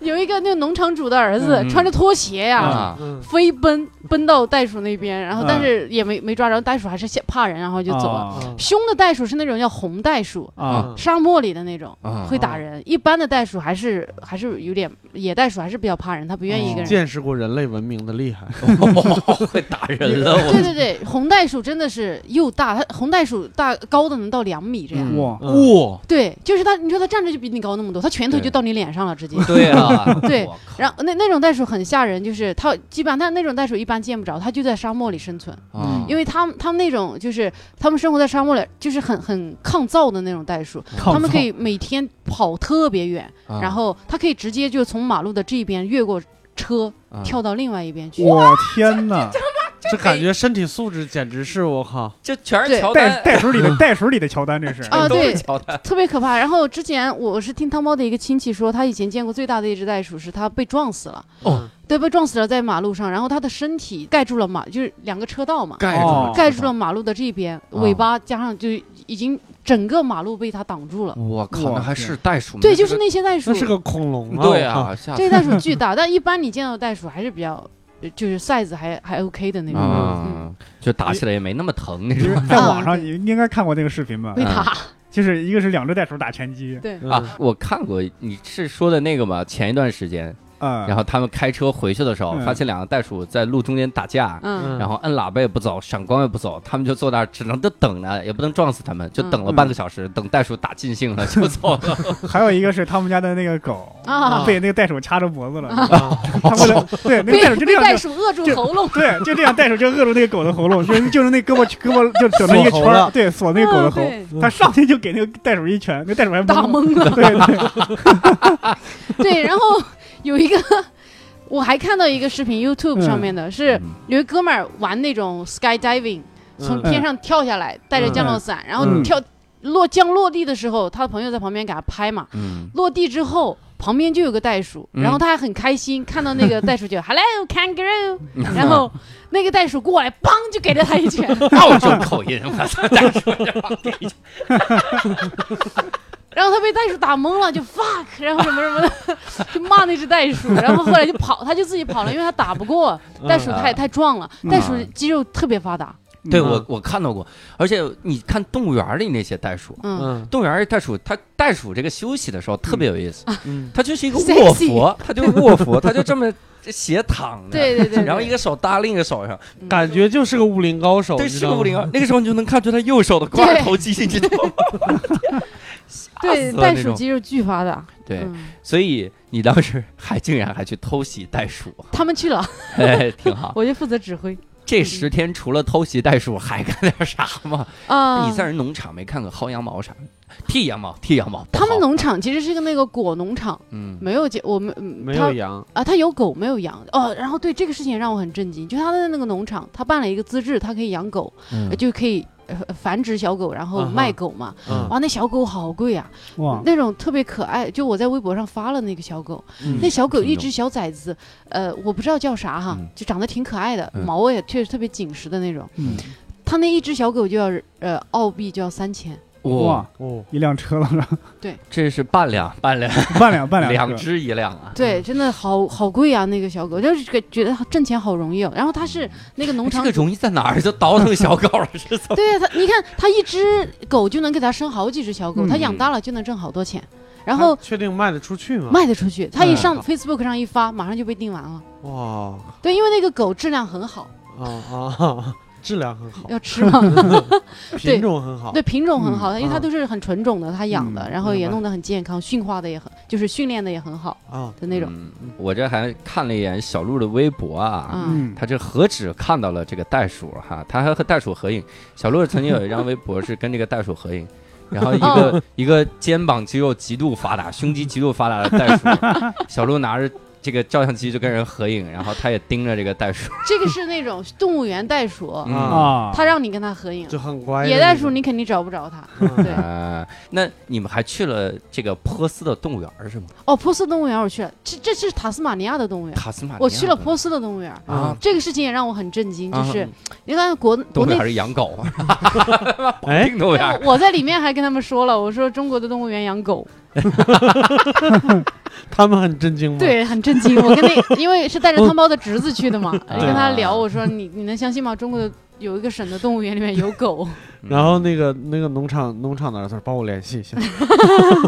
有一个那个农场主的儿子
嗯
穿着拖鞋呀、
啊，
嗯，
飞奔奔到袋鼠那边，然后
嗯
但是也没没抓着，袋鼠还是吓怕人，然后就走了。
嗯
啊
凶的袋鼠是那种叫红袋鼠，
嗯
啊
沙漠里的那种。
啊
会打人，一般的袋鼠还是还是有点野袋鼠还是比较怕人，它不愿意
啊
跟人。
见识过人类文明的厉害，
哦会打人了，我
对对对，红袋鼠真的是又大，它红袋鼠大高的能到两米这样。
嗯
哇
哇，
对，就是它，你说它站着就比你高那么多，它拳头
对
就到你脸上了直接。
对啊，
对
我靠
然后那那种袋鼠很吓人，就是它基本上，但那种袋鼠一般见不着，它就在沙漠里生存，
啊
因为它们它们那种就是它们生活在沙漠里，就是很很抗造的那种袋鼠，
靠
它们可以每天跑特别远，
啊
然后它可以直接就从马路的这边越过车
啊
跳到另外一边去。
我天 哪！
这
哎
感觉身体素质简直是我靠，
这全是
对
乔
袋
丹，
袋鼠里的袋鼠里的乔丹，这是
啊
都是
对
乔丹
特别可怕。然后之前我是听汤猫的一个亲戚说，他以前见过最大的一只袋鼠是他被撞死了，
哦
对，被撞死了在马路上，然后他的身体盖住了马，就是两个车道嘛，
盖住
哦
了，
盖住了马路的这边，尾巴加上就已经整个马路被它挡住
嗯
了。
我靠，
哇
那还是袋鼠吗？
对，就是那些袋鼠
那，是个恐龙啊！
对
我靠，
啊，吓死
这些袋鼠 巨大，但一般你见到的袋鼠还是比较，呃就是 size 还还 OK 的那种。嗯，
啊，就打起来也没那么疼那
就
种
是在网
啊
上
对
你应该看过那个视频吧
被？打，
就是一个是两只袋鼠打拳击
对，嗯
啊。我看过，你是说的那个吗？前一段时间，
啊，
然后他们开车回去的时候，
嗯
发现两个袋鼠在路中间打架，
嗯，
然后摁喇叭也不走，闪光也不走，他们就坐那儿，只能就等着，也不能撞死他们，就等了
嗯
半个小时，等袋鼠打尽兴了就走了。
还有一个是他们家的那个 狗
啊
被那个袋鼠掐着脖子了，
啊
他为 了对那个袋
哦被
鼠就这样
被
就
袋鼠扼住
就
喉咙，
对就这样袋鼠就扼住那个狗的喉咙，就是就是那胳膊胳膊就整了一个圈
锁喉
儿，
了
对，锁那个狗的
啊
喉。
对
他上去就给那个袋鼠一拳，那袋鼠还
打懵了。
对对，
对，然后有一个， 我还看到一个视频，YouTube 上面的是
嗯
有一哥们儿玩那种 skydiving，从
嗯
天上跳下来，带着降落伞，然后
嗯
跳落降落地的时候，他的朋友在旁边给他拍嘛。
嗯，
落地之后，旁边就有个袋鼠，
嗯
然后他还很开心，看到那个袋鼠就 Hello kangaroo，然后那个袋鼠过来，梆就给了他一拳。
澳洲口音，我操，袋鼠
然后他被袋鼠打懵了，就 fuck，然后什么什么的，就骂那只袋鼠，然后后来就跑，他就自己跑了，因为他打不过
嗯
袋鼠太，太壮了，
嗯
袋鼠肌肉特别发达，
对
嗯
我我看到过，而且你看动物园里那些袋鼠，
嗯，
嗯
动物园里袋鼠它袋鼠这个休息的时候特别有意思，
嗯，
它就是一个
啊 Sexy
卧佛，它就卧佛， 它就这么斜躺着，
对对对，
然后一
个
个手搭另一个手上，
感觉就是个武林高手，
对，
你知
是个
道吗
五零二，那个时候你就能看出它右手的肱二头肌，你知 道吗？
对
死了
袋
那
鼠
种
肌肉巨发达，
对，
嗯
所以你当时还竟然还去偷袭袋 鼠，
他们去 了，
哎，挺好。
我就负责指挥
这十天除了偷袭袋鼠，还干点啥吗？
啊。
你在人农场没看过薅羊毛啥的？剃羊毛，剃羊毛。不
他们
薅
农场其实是个那个果农场，
嗯
没有结，我们
没
他
有羊，
啊，他有狗没有羊哦。然后对这个事情让我很震惊，就他的那个农场，他办了一个资质，他可以养狗，
嗯啊
就可以呃繁殖小狗，然后
嗯哼
卖狗嘛。
嗯
哇，那小狗好贵啊！
哇，
那种特别可爱，就我在微博上发了那个小狗，
嗯
那小狗
品种
一只小崽子，呃，我不知道叫啥哈，
嗯
就长得挺可爱的，
嗯
毛也确实特别紧实的那种。
嗯，
它那一只小狗就要呃澳币就要三千，
哇
哇，，
哦，
一辆车了，
这是半两半两，
半辆半辆
两
车，
只一辆啊。
嗯
对，真的好好贵啊！那个小狗就是觉觉得挣钱好容易哦。然后它
嗯
是那个农
这
场
个，
哎
容易在哪儿就倒腾小狗了，是怎么？
对啊它，你看它一只狗就能给它生好几只小狗，
嗯
它养大了就能挣好多钱，
然
然后
确定卖得出去吗？
卖得出去。它一上
嗯
Facebook 上一发，马上就被订完了。
哇
对，因为那个狗质量很好，
啊啊，质量很好，
要吃嘛。嗯 对
品种很好，
对品种很好，
嗯
因为它都是很纯种的，它养的，
嗯
然后也
明白
弄得很健康，驯化的也很，就是训练的也很好
啊，
的那种。
嗯我这还看了一眼小鹿的微博啊，
嗯
嗯，
他这何止看到了这个袋鼠哈，他还和袋鼠合影。小鹿曾经有一张微博是跟这个袋鼠合影，然后一
哦
个一个肩膀肌肉极度发达、胸肌极度发达的袋 鼠，小鹿拿着这个照相机就跟人合影，然后他也盯着这个袋鼠。
这个是那种动物园袋鼠，
嗯
啊，
它让你跟它合影。
就很乖的那种。
野袋鼠你肯定找不着它。
嗯
对
啊，那你们还去了这个波斯的动物园儿是吗？
哦，波斯动物园我去了，这这是塔斯马尼亚的动物园，
塔斯马尼亚的
我去了波斯的动物园。
啊，
这个事情也让我很震惊，就
啊
是你看国
动
国
物
内
园，是养狗，啊
哎，
定动物园儿
我我在里面还跟他们说了，我说中国的动物园养狗，
他们很震惊吗？，
对，很震惊。我跟那因为是带着汤包的侄子去的 嘛，
哦啊
跟他聊，我说你你能相信吗？中国的有一个省的动物园里面有 狗，
然后那个那个农场农场的儿子说帮我联系 一下，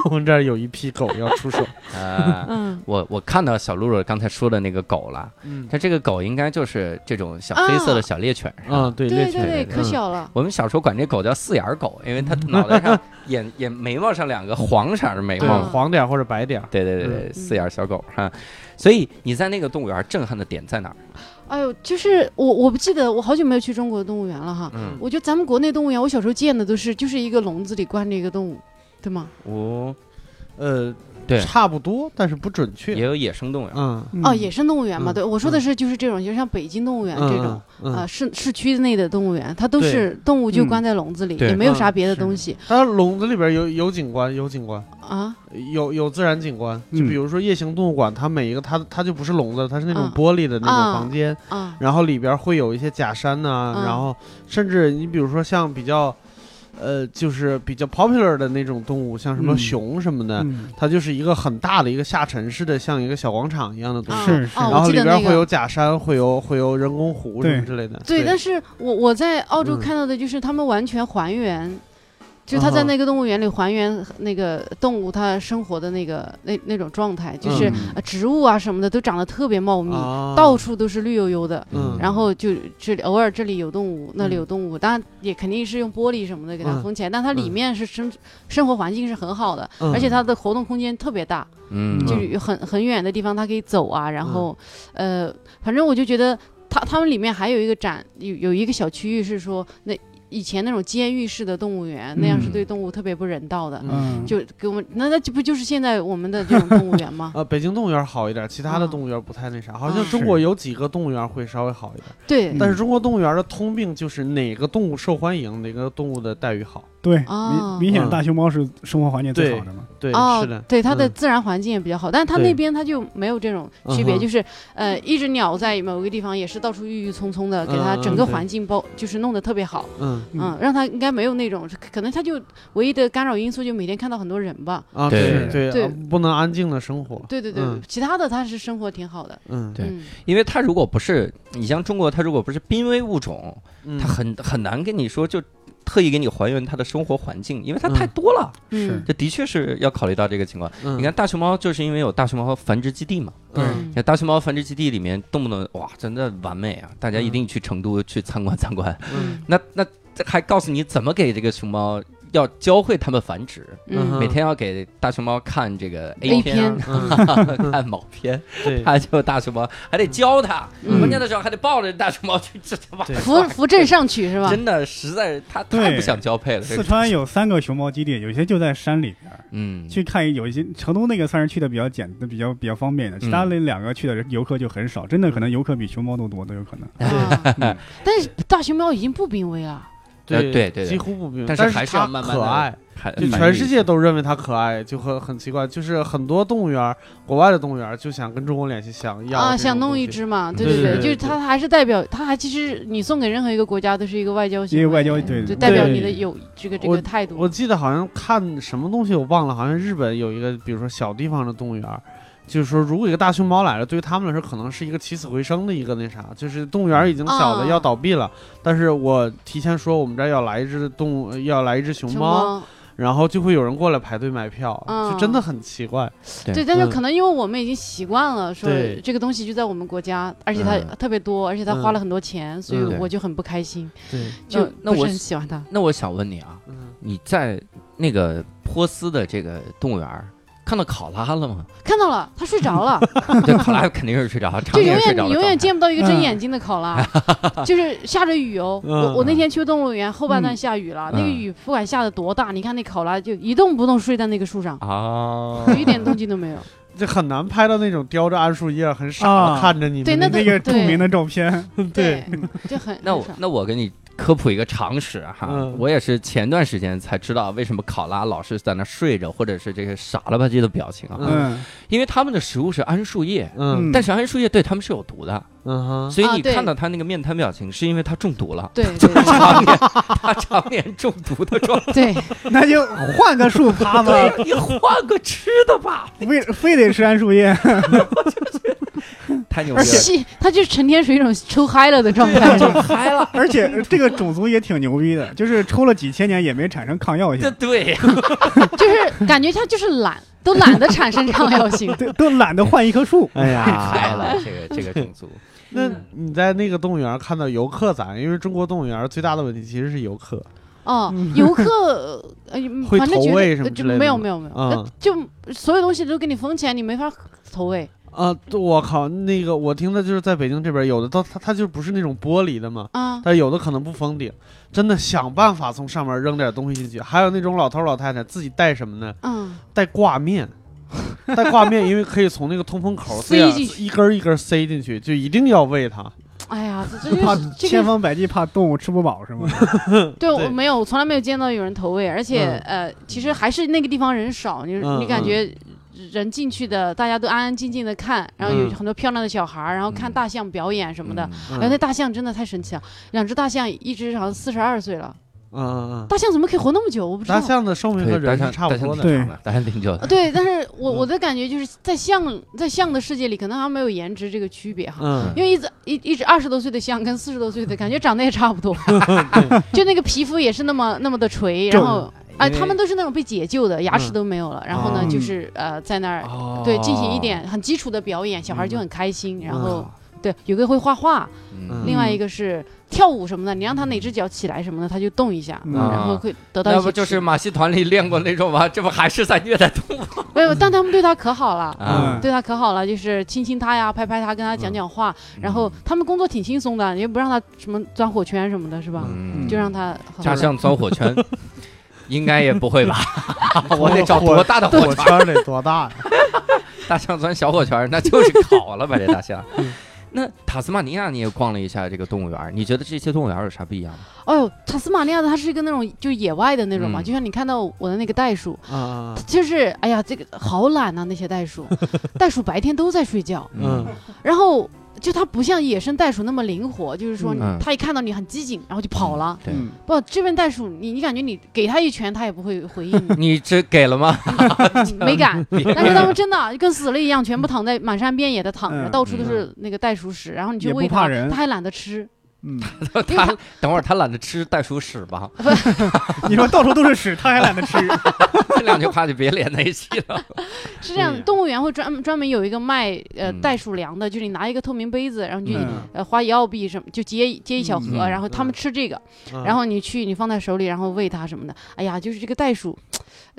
我们这儿有一批狗要出手。
啊，
嗯，
我我看到小露露刚才说的那个狗了，
嗯
它这个狗应该就是这种小黑色的小猎犬是吧
啊，对，猎
对
犬
对，可
嗯
小了。
我们小时候管这狗叫四眼狗，因为 它脑袋上眼眼眉毛上两个黄色的眉
对
毛
嗯
嘛。
黄点儿或者白点儿。
对对对
嗯
对，四眼小狗哈。所以你在那个动物园震撼的点在哪儿？
哎呦，就是我我不记得，我好久没有去中国的动物园了哈。
嗯，
我觉得咱们国内动物园，我小时候见的都是就是一个笼子里关着一个动物，对吗？
哦
我
呃，
对
差不多，但是不准
也
确。
有野生动物园。
嗯，
嗯
哦，野生动物园嘛，
嗯
对，我说的是就是这种，就像北京动物园这种。
嗯，嗯
啊，市市区内的动物园，它都
对
是动物就
嗯
关在笼子里，
对
也没有
嗯
啥别的
是
东西
它笼子里边有有景观，有景观，
啊。
有有自然景观。就
嗯
比如说夜行动物馆，它每一个它它就不是笼子，它是那种
嗯
玻璃的那种
啊
房间，
啊，
然后里边会有一些假山呐、
嗯
然后甚至你比如说像比较，呃，就是比较 popular 的那种动物，像什么
嗯
熊什么的，
嗯
它就是一个很大的一个下沉式的，像一个小广场一样的东西。
啊
是是
哦
然
我
后
记
里
得
边
那
会
个
有假山，会有会有人工湖什
对
么之类的。
对，但
是
是我我在澳洲
嗯
看到的就是他们完全还原，就他
啊哈
在那个动物园里还原那个动物它生活的那个那那种状态，就是
嗯
呃植物啊什么的都长得特别茂密，
啊，
到处都是绿油油的。
嗯
然后就这里偶尔这里有动物，那里有动物，当然也肯定是用玻璃什么的给它
嗯
封起来，但它里
嗯
面是生生活环境是很好的，
嗯
而且它的活动空间特别大，
嗯，
就是有很很远的地方它可以走啊，
嗯
然后，呃，反正我就觉得它它们里面还有一个展，有有一个小区域是说那以前那种监狱式的动物园，那样是
嗯
对动物特别不人道的，
嗯
就给我们那那这不就是现在我们的这种动物 园吗？
啊，北京动物园好一点，其他的
嗯
动物园不太那啥。好像
啊
嗯
中国有几个动物园会稍微好一点，
对，
但是中国动物园的通病就是哪个动物受欢迎，哪个动物的待遇好。
对，
哦
明明显大熊猫是生活环境最
对
好的嘛。
对，
哦
是的，，
对，它的
嗯
自然环境也比较好，但是它
对
那边它就没有这种区别，
嗯哼
就是呃，一只鸟在某个地方也是到处郁郁葱葱的，给它
嗯嗯
整个
对
环境包就是弄得特别好，
嗯
嗯，让它应该没有那种，可能它就唯一的干扰因素就每天看到很多人吧，
啊，
对
对
对
啊不能安静的生活。
对对对，
嗯
其他的它是生活挺好的，
嗯，
对
嗯
因为它如果不是你像中国，它如果不是濒危物种，
嗯
它很很难跟你说就特意给你还原它的生活环境，因为它
嗯
太多了。
是
嗯
这的确是要考虑到这个情况。
嗯
你看大熊猫就是因为有大熊猫繁殖基地嘛，
对
嗯
那大熊猫繁殖基地里面动不动哇，真的完美啊！大家一定去成都去参观参观。
嗯
那那这还告诉你怎么给这个熊猫要教会它们繁殖，
嗯
每天要给大熊猫看这个
A
片啊。
嗯，
看毛片，
对，
还有大熊猫，还得教它。
嗯
关键的时候还得抱着大熊猫去，这他妈
对
扶扶正上去是吧？
真的实在是它
对
太不想交配了。这
四川有三个熊猫基地，有些就在山里边儿。
嗯，
去看有一些成都那个算是去的比较简单、比较比较方便的，其他那两个去的人游客就很少，真的可能游客比熊猫都多都有可能。
啊
嗯
但是大熊猫已经不濒危了，
呃对对对
几乎不明，
但是
是
还是要
它
慢慢
可
地
爱。
还
就
蛮
全
呃有意
世
思
界都认为它可爱，就很很奇怪。就是很多动物园儿，国外的动物园儿就想跟中国联系，想要
啊，
这种
想弄
东
一
西。
只嘛，对
对
对
对对
就
对
是它还是代表，它还其实你送给任何一个国家都是一个外交行为，
一个外交对
就代表
对
你的有这个这
我
个态度。
我记得好像看什么东西我忘了，好像日本有一个，比如说小地方的动物园儿，就是说如果一个大熊猫来了，对于他们来说可能是一个起死回生的一个那啥，就是动物园儿已经小的
啊
要倒闭了，但是我提前说我们这儿要来一只动物，呃要来一只熊
熊
猫，
猫，
然后就会有人过来排队买票，
嗯
就真的很奇怪。
对
对，但是
嗯
可能因为我们已经习惯了，说
对
这个东西就在我们国家，而且它
嗯
特别多，而且它花
嗯
了很多钱，所以
嗯
我就很不开心，
对，
就
那
不是
我
很喜欢它。
那我想问你啊，
嗯，
你在那个波斯的这个动物园儿看到考拉了 吗？
看到了，它睡着了，
对，考拉肯定是睡 着，常
就永
年睡
远
着
你
的
永
状
远
态
见不到一个睁
嗯
眼睛的考拉，就是下着雨哦。我我那
嗯
天去动物园，后半段
嗯
下雨了，那个
嗯
雨不管下的多大，你看那考拉就一动不动睡在那个树上，
啊，
一点动静都没有。
这很难拍到那种叼着桉树叶很傻的
啊
看着你们
对
那个
那
那个著名的照片，
嗯对
就很
那
很
我
少
那我给你科普一个常识哈，
嗯
我也是前段时间才知道为什么考拉老是在那睡着，或者是这个傻了吧唧的表情啊，
嗯
因为他们的食物是桉树叶，
嗯
但是桉树叶对他们是有毒的，
嗯哼，
所以
啊
你
对
看到他那个面瘫表情，是因为他中毒了。
对对对
常年他常年中毒的 状态，
对，
那就换个树趴 吧，
你换个吃的吧，
为非得吃桉树叶，
太牛逼
对
了！
吸他就成天属于一种抽嗨了的状
对啊
态，
就嗨了，
而且这个种族也挺牛逼的，就是抽了几千年也没产生抗药
这
性，
对呀，
就是感觉他就是懒，都懒得产生抗药性。
都都懒得换一棵树。
哎
嗨
呀，
了， 这个这个种族，
那你在那个动物园看到游客咋样？因为中国动物园最大的问题其实是游客，
哦，游客呃，
会
反正
投
觉
喂
得
什么
呃
之
就
类的
没有
吗
没有没有，
嗯
呃就所有东西都给你封起来，你没法投喂。
啊、对我靠，那个我听的就是在北京这边有的，它它它就不是那种玻璃的嘛，
啊，
但有的可能不封顶，真的想办法从上面扔点东西进去。还有那种老头老太太自己带什么呢？
嗯，
带挂面， 带挂面，因为可以从那个通风口
塞
这样
进去
一根儿一根儿塞进去，就一定要喂它。
哎呀，这
就怕
这就是这
千
个，
方百计，怕动物吃不饱是吗？
对
对
我没有，我从来没有见到有人投喂，而且
嗯
呃，其实还是那个地方人少，你
嗯
你感觉人进去的，大家都安安静静的看，然后有
嗯
很多漂亮的小孩儿，然后看大象表演什么的。
嗯
嗯
哎，那大象真的太神奇了！两只大象，一只好像四十二岁了。
嗯嗯，
大象怎么可以活那么久？我不知道
大。象的寿命和
对，
人
单
是
向
差不多的。
对
嗯单向挺久
啊
的，
对，但是我
嗯
我的感觉就是在象在象的世界里，可能还没有颜值这个区别哈。
嗯
因为一只一一只二十多岁的象跟四十多岁的感觉长得也差不多， 就那个皮肤也是那么那么的垂，然后啊，他们
都
都是那种被解救的，牙齿
嗯
都没有了，然后呢
哦
就是呃在那
哦
儿对进行一点很基础的表演，小孩就
明白
很开心，然
嗯
后对有个会画画，
嗯
另外一个是跳舞什么的，你让他哪只脚起来什么的，他就动一下，
嗯
然后会得到一
那
些
不就
刺
是马戏团里练过那种吗？ 这不还是在虐待 动物
没有，但他们对他可好了。
嗯
啊？
对他可好了，就是亲亲他呀，拍拍他，跟他讲讲话，
嗯
然后他们工作挺轻松的，你又不让他什么钻火圈什么的，是吧？
嗯
就让他好好
家乡 钻火圈，应该也不 会吧？
嗯
我得找多大的火
火
圈？
圈儿得多大呀？
大象钻小火圈，那就是烤了吧？这大象。那塔斯马尼亚你也逛了一下这个动物园，你觉得这些动物园有啥不一样吗？
哦呦，塔斯马尼亚的它是一个那种就野外的那种嘛，
嗯
就像你看到我的那个袋鼠，
啊
就是哎呀，这个好懒呐、啊那些 袋鼠，袋鼠白天都在睡觉，
嗯
然后就它不像野生袋鼠那么灵活，就是说你
嗯
它一看到你很机警，然后就跑了。
对，
嗯
不，这边袋鼠你你感觉你给它一拳，它也不会回应你
你这给了吗？
嗯 没敢。但是它们真的啊跟死了一样，全部躺在满山遍野的躺着，
嗯
到处都是那个袋鼠屎，然后你去
也不
喂
怕
它，
人
它还懒得吃。
嗯，
因
他
为它
等会儿他懒得吃袋鼠屎吧？
你说到处都是屎，他还懒得吃。
这两句话就别连在一起了。
是这样
对，
动物园会专专门有一个卖呃
嗯
袋鼠粮的，就是你拿一个透明杯子，然后你就、
嗯
呃花一澳币什么，就接一接一小盒，
嗯
然后他们
嗯
吃这个，
嗯
然后你去你放在手里，然后喂它什么的。哎呀，就是这个袋鼠，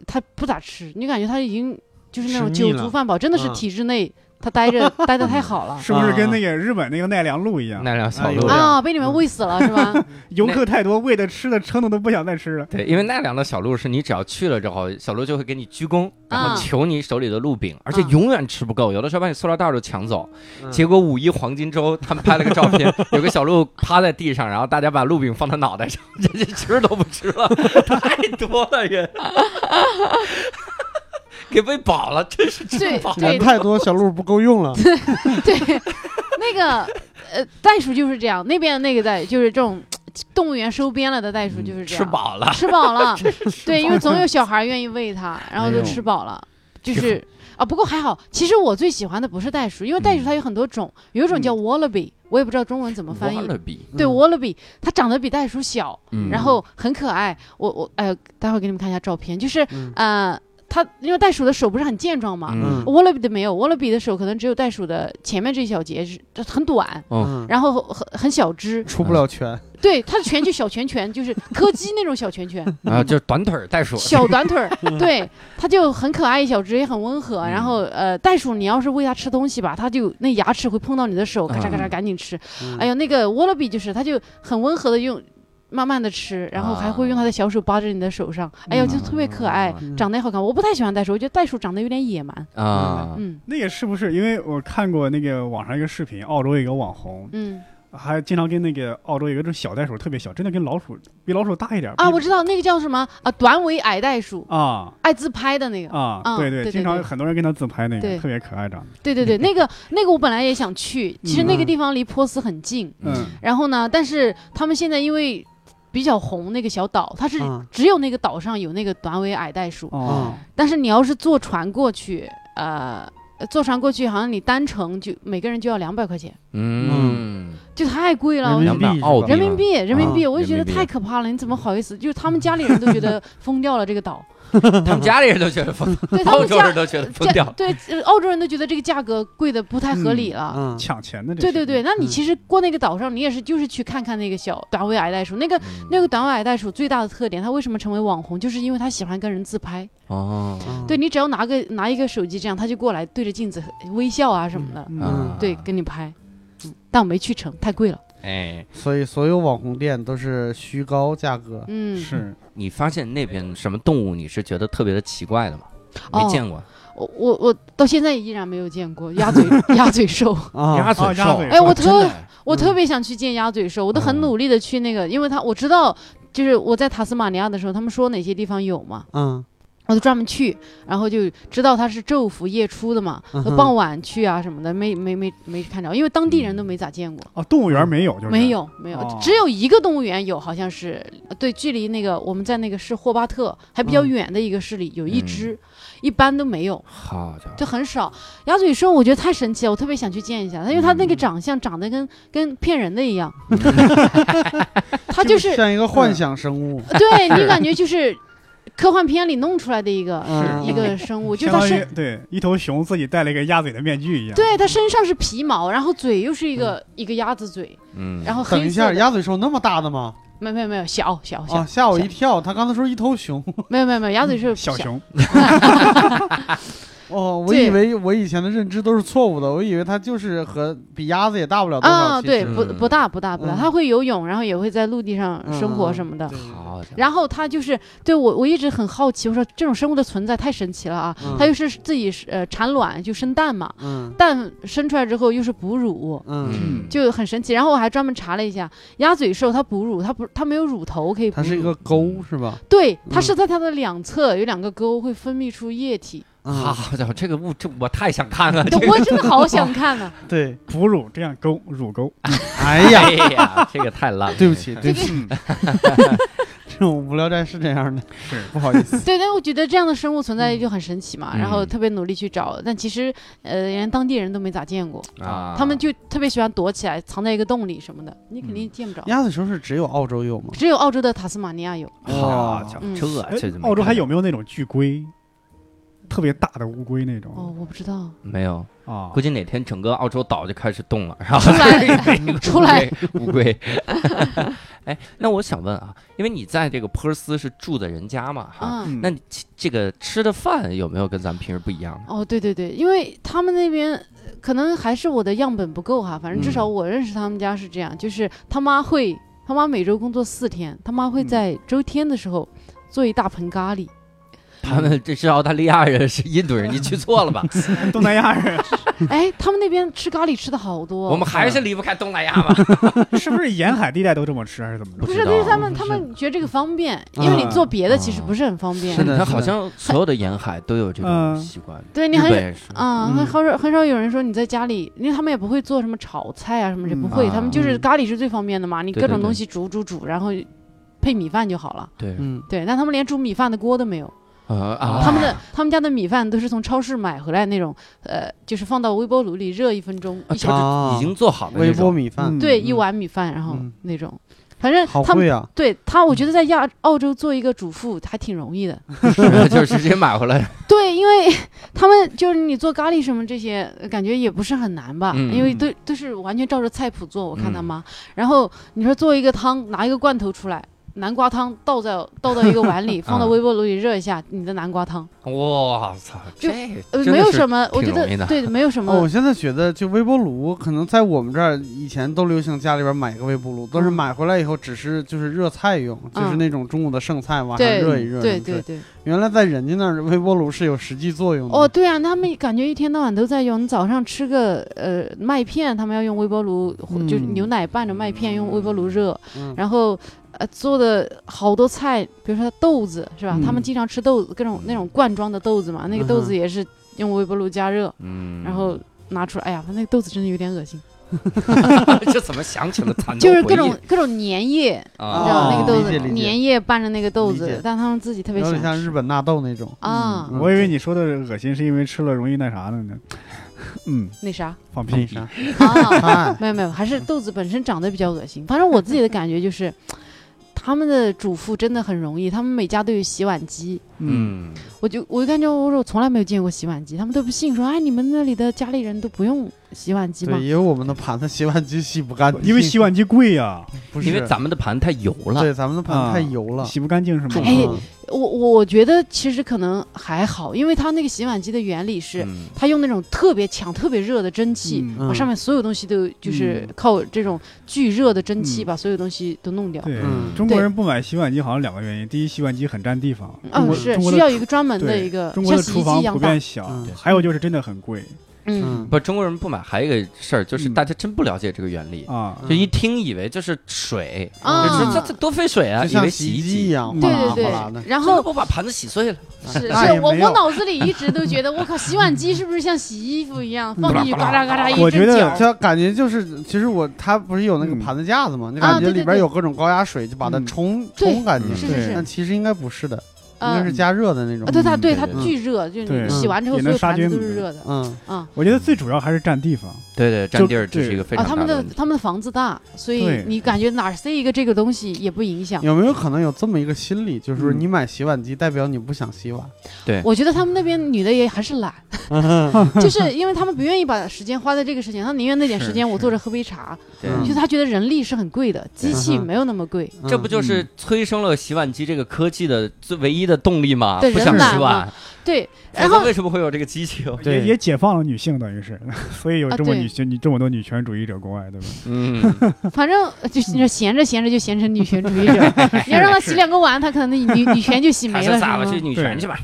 它不咋吃，你感觉它已经就是那种
吃腻
酒
了
足饭饱，真的是
嗯
体制内它待着待的太 好了
是不是跟那个日本那个奈良鹿一样？
那辆小
哎
鹿
呦。
啊，被你们喂死了是吧？
游客太多，喂的吃的撑的都不想再吃了。
对，因为奈良的小鹿是你只要去了之后，小鹿就会给你鞠躬，然后
啊
求你手里的鹿饼，而且
啊
永远吃不够，有的时候把你塑料袋儿都抢走。
嗯
结果五一黄金周，他们拍了个照片， 有个小鹿趴在地上，然后大家把鹿饼放他脑袋上， 人家吃都不吃了， 太多了人， 给喂饱了，真是吃不饱。
对
人太多，小鹿不够用了。
对，那个呃袋鼠就是这样，那边那个袋就是这种动物园收编了的袋鼠就是这
嗯吃
样。
饱了，
吃 饱了，对，因为总有小孩愿意喂它，然后
哎
就
呦
吃饱了，就是。啊，不过还好，其实我最喜欢的不是袋鼠，因为
嗯
袋鼠它有很多种，有一种叫 wallaby，我也不知道中文怎么翻译。
Wallaby，
对
嗯
wallaby，它长得比袋鼠小，
嗯
然后很可爱。我我哎、呦，待会儿给你们看一下照片，就是
嗯
呃，它因为袋鼠的手不是很健壮嘛、
嗯
w a l l a b y 的没有，wallaby 的手可能只有袋鼠的前面这一小节是这很短，
嗯，
然后很很小只，
出不了圈。
对，它的拳就小拳拳，就是柯基那种小拳拳。
啊，就是 短腿儿袋鼠，
小短 腿儿，对，它就很可爱，一小只也很温和。
嗯
然后呃，袋鼠你要是喂它吃东西吧，它就那牙齿会碰到你的手，咔嚓咔嚓，
嗯
赶紧吃。
嗯
哎呦，那个 wallaby 就是它就很温和的用。慢慢的吃，然后还会用它的小手扒着你的手上，哎呦，就特别可爱，
嗯
长得也好看。我不太喜欢袋鼠，我觉得袋鼠长得有点野蛮。
啊，
嗯
那个是不是？因为我看过那个网上一个视频，澳洲一个网红，
嗯
还经常跟那个澳洲有一种小袋鼠，特别小，真的跟老鼠比老鼠大一点
啊，
比
我知道那个叫什么啊，短尾矮袋鼠，
啊
爱自拍的那个。
啊，
嗯
对
对对
经常很多人跟它自拍那
对
个，特别可爱，长得
对对对，那个那个我本来也想去，其实那个地方离波斯很近。
嗯
然后呢，但是他们现在因为比较红那个小岛，它是
嗯
只有那个岛上有那个短尾矮袋鼠，
哦
但是你要是坐船过去，呃，坐船过去好像你单程就每个人就要两百块钱，
嗯，
就太贵了。
人
我
民
觉
两
得
百
币是吧
澳币吗，
人民币，人民币，
啊
我就觉得
人民币
太可怕了！你怎么好意思？就是他们家里人都觉得 疯掉了这个岛，
他们家里人都觉得疯，
对他
澳
们
洲
家
人都觉得疯
家
掉。
对呃澳洲人都觉得这个价格贵的不太合理了。
嗯，
抢钱的这
对
是
对对，，那你
嗯
其实过那个岛上，你也是就是去看看那个小短尾矮袋鼠。那个那
嗯
个短尾矮袋鼠最大的特点，它为什么成为网红，就是因为它喜欢跟人自拍。
哦，
嗯
对你只要拿个拿一个手机这样，它就过来对着镜子微笑啊什么
嗯
的，
啊
对，跟你拍。嗯但我没去成，太贵了。
哎，
所以所有网红店都是虚高价格。
嗯，
是
你发现那边什么动物你是觉得特别的奇怪的吗？没
哦
见过，
我我我到现在依然没有见过鸭嘴鸭嘴兽。
啊，
嘴
啊鸭
兽，
嘴
哎，我
真的
特我特别想去见鸭嘴兽，我都很
嗯
努力的去那个，因为它我知道，就是我在塔斯马尼亚的时候，他们说哪些地方有嘛，
嗯，
我就专门去，然后就知道它是昼伏夜出的嘛，
嗯
我
哼
傍晚去啊什么的，没没没没看着，因为当地人都没咋见过，
哦，动物园没有就是
没有没有，
哦
只有一个动物园有，好像是对，距离那个我们在那个市霍巴特还比较
嗯
远的一个市里有一
嗯
只，一般都没有，
好家伙，
就很少。鸭嘴兽我觉得太神奇了，我特别想去见一下它，因为它那
嗯
个长相长得跟跟骗人的一 样，它就是
像一个幻想生物，
对你感觉就是科幻片里弄出来的一个
嗯
一个生物，就
相当
是它身
于对一头熊自己戴了一个鸭嘴的面具一样，
对，它身上是皮毛，然后嘴又是一个、一个鸭子嘴，
嗯，
然后
等
黑
一
色
下，
的。
鸭嘴兽那么大的吗？
没有没有没有小小小
啊，，吓我一跳！他刚才说一头熊，
没有没有没有鸭嘴是
小熊
哦，我
对
以为我以前的认知都是错误的，我以为它就是和比鸭子也大不了多少。
啊，
其
对，
实
不不大不大不大，
嗯
它会游泳，然后也会在陆地上生活
嗯
什么的。
对
好家伙，
然后它就是对我，我一直很好奇，我说这种生物的存在太神奇了啊！
嗯
它又是自己呃产卵就生蛋嘛，
嗯
蛋生出来之后又是哺乳，
嗯，
嗯，
就很神奇。然后我还专门查了一下，鸭嘴兽它哺乳，它不它没有乳头可以哺
它
乳，
是一个沟是吧？
对，它
嗯
是在它的两侧有两个沟会分泌出液 体。
啊，
嗯好家伙，这个物这我太想看了，这
对
个
我真的好想看啊 呢、
对，
哺乳这样勾乳沟，
哎呀，
哎呀，这个太烂了，
对不起，对不起，
嗯
这种无聊斋是这样的，
是
不好意思。
对，但我觉得这样的生物存在就很神奇嘛，
嗯
然后特别努力去找，但其实呃，连当地人都没咋见过，
啊，
他们就特别喜欢躲起来，藏在一个洞里什么的，你肯
嗯
定见不着。
鸭嘴兽是只有澳洲有吗？
只有澳洲的塔斯马尼亚有，
好家伙，
嗯
这这
哎
怎么
澳洲还
看
有没有那种巨龟，特别大的乌龟那种
哦，我不 知道，
没有？
哦
啊
估？计哪天整个澳洲岛就开始动了，然后
出来出来，
乌龟。哎，那我想问啊，因为你在这个珀斯是住的人家嘛，哈，
嗯。
嗯
那你吃这个吃的饭有没有跟咱们平时不一样呢？
哦，对对对，因为他们那边呃可能还是我的样本不够哈，反正至少
嗯
我认识他们家是这样，就是他妈会，他妈每周工作四天，他妈会
嗯
在周天的时候做一大盆 咖喱，
他们这是澳大利亚人，是印度人，你去嗯 错了吧？
东南亚人
哎，他们那边吃咖喱吃的好多，
我们还是离不开东南亚嘛。
是不是沿海地带都这么吃还是怎么
不
着？
不
知
是，但是
道
他们
不
他
是
们觉得这个方便，
嗯
因为你
啊
做别的其
哦
实不是很方便。
是的
你看，好像所有的沿海都有这种
嗯
习惯，
对你
日
很
本
少
也是。
啊，
嗯
很很少很少有人说你在家里，因为他们也不会做什么炒菜啊什么也不
嗯
会，他们就是
嗯
咖喱是最方便的嘛，你
对
各
对
种
对
东西煮煮煮，然后配米饭就好了。
对，
嗯，
对，但他们连煮米饭的锅都没有，
呃啊，
他们的他们家的米饭都是从超市买回来那种，呃，就是放到微波炉里热一分钟，
啊
一
就是已经做好的
微
那
波
种，
米饭
嗯
对一碗米饭，然后
嗯
那种，反正
好
他们
贵啊！
对他，我觉得在亚澳洲做一个主妇还挺容易的，
就是直接买回来。
对，因为 他们就是你做咖喱什么这些，呃感觉也不是很难吧？
嗯
因为都都是完全照着菜谱做，我看他
嗯
妈。然后你说做一个汤，拿一个罐头出来，南瓜汤倒在倒到一个 碗里，放到
啊
微波炉里热一下，你的南瓜汤，
我操，
就
这
呃，
真的
没有
是
什么，我觉
挺
得
容易的
对，没有什么，
哦，我现在觉得就微波炉，可能在我们这儿以前都流行家里边买一个微波炉，都是
嗯
买回来以后只是就是热菜用，就是
嗯
那种中午的剩菜晚上
对
热一热。
对对。对，
原来在人家那儿微波炉是有实际作用的。
哦，，对啊，那他们感觉一天到晚都在用。你早上吃个呃麦片，他们要用微波炉，或 就是
嗯
牛奶拌着麦片用微波炉热，
嗯，
然后呃做的好多菜，比如说豆子是吧？他们
嗯
经常吃豆子，各种那种罐装的豆子嘛，那个
嗯
豆
哼
子也是用微波炉加热，
嗯，
然 后拿出来，哎呀，那个豆子真的有点恶心，
这怎么想起了
嗯
惨
就
痛
是
回
各
忆
种各种粘液，你知
啊，
道、那个豆
哦理解
子
理解
粘液拌着那个豆
理解
子，但他们自己特别
有
喜
点
欢
像日
吃
本纳豆那种。
啊，
嗯
我以为你说的恶心是因为吃了容易那啥的呢。嗯，
那啥
放
为
屁。嗯
啥？
啊。
哎，
没有没有，还是豆子本身长得比较恶心。反正我自己的感 觉就是，他们的主妇真的很容易，他们每家都有洗碗机。
嗯，
嗯，
我就我就感觉我说我从来没有见过洗碗机，他们都不信说，哎，你们那里的家里人都不用洗碗机吗
对，？因为我们的盘子洗碗机洗不干净，
啊因为洗碗机贵呀，
不是
因为咱们的盘太油了，
对咱们的盘子太油了。
洗不干净是吗？
哎
啊
嗯
我我我觉得其实可能还好，因为它那个洗碗机的原理是，
嗯
它用那种特别强、特别热的蒸汽。
嗯
嗯
把上面所有东西都就是
嗯
靠这种巨热的蒸汽
嗯
把所有东西都弄掉。
对，
嗯
中国人不买洗碗机好像两个原因：第一，洗碗机很占地方，中
嗯，
国
是
中国
需
的
要一个专门的
对
一个
中国
像
的
洗衣
厨
机
房
一样
普
大。
遍小
嗯，
还有就是真的很贵
嗯，
嗯，
不，中国人不买还有一个事儿，就是
嗯
大家真不了解这个原理，
啊。
就一听以为就是水，
啊
就是这这多费水啊，
就
以为
像
洗
洗衣机
机
一，样，
嗯
哗
对
啦
对
哗啦的
对，。然
然后
后
不把盘子洗碎了，
是是
那也
我
没有
我脑子里一直都觉得，我靠，洗碗机是不是像洗衣服一样放进去嘎啦嘎啦一
我觉
阵
得
搅？
就感觉就是，其实我它不是有那个
嗯
盘子架子嘛，就感
啊
觉
对对
里边
对
有各种高压水，就把它
嗯
冲
对
冲感觉
嗯。
是
对
是
但
是，
其实应该不是的，应该
呃
是加热的那
啊，
种。
对它
嗯
对
对
它
对
巨热，就是
对
你洗完之后
也
所
能
有
杀
盘子
菌
都
的
是热的
嗯，
啊
我觉得最主要还是占地方，
对对，占
就
地儿这是一个非
啊！
常
他
大
们
的
的
问题。
他们的房子大，所以
对
你感觉哪儿塞一个这个东西也不影响。
有没有可能有这么一个心理，就是
嗯
你买洗碗机代表你不想洗碗？
我觉得他们那边女的也 还是懒，就是因为他们不愿意把时间花在这个事情，他宁愿那点
是
时间我
是
坐着喝杯茶，
对
嗯
就他觉得人力是很贵的，机器
嗯哼
没有那么贵。
这不就是催生了洗碗机这个科技的最唯一的动力吗？
对
不
人
想
懒
洗碗
嘛，对，
否
然
则
后
为什么会有这个机器？
对
也也解放了女性，等于是， 所以有
啊
这么
对
女性，你这么多女权主义者，国外对吧？
嗯，
反正呃就是你说闲着闲着就闲成女权主义者， 你要让他洗两个碗，他可能女 女女权就洗
嗯还
没了，
是
是
咋
吗
吧？？去女权去吧。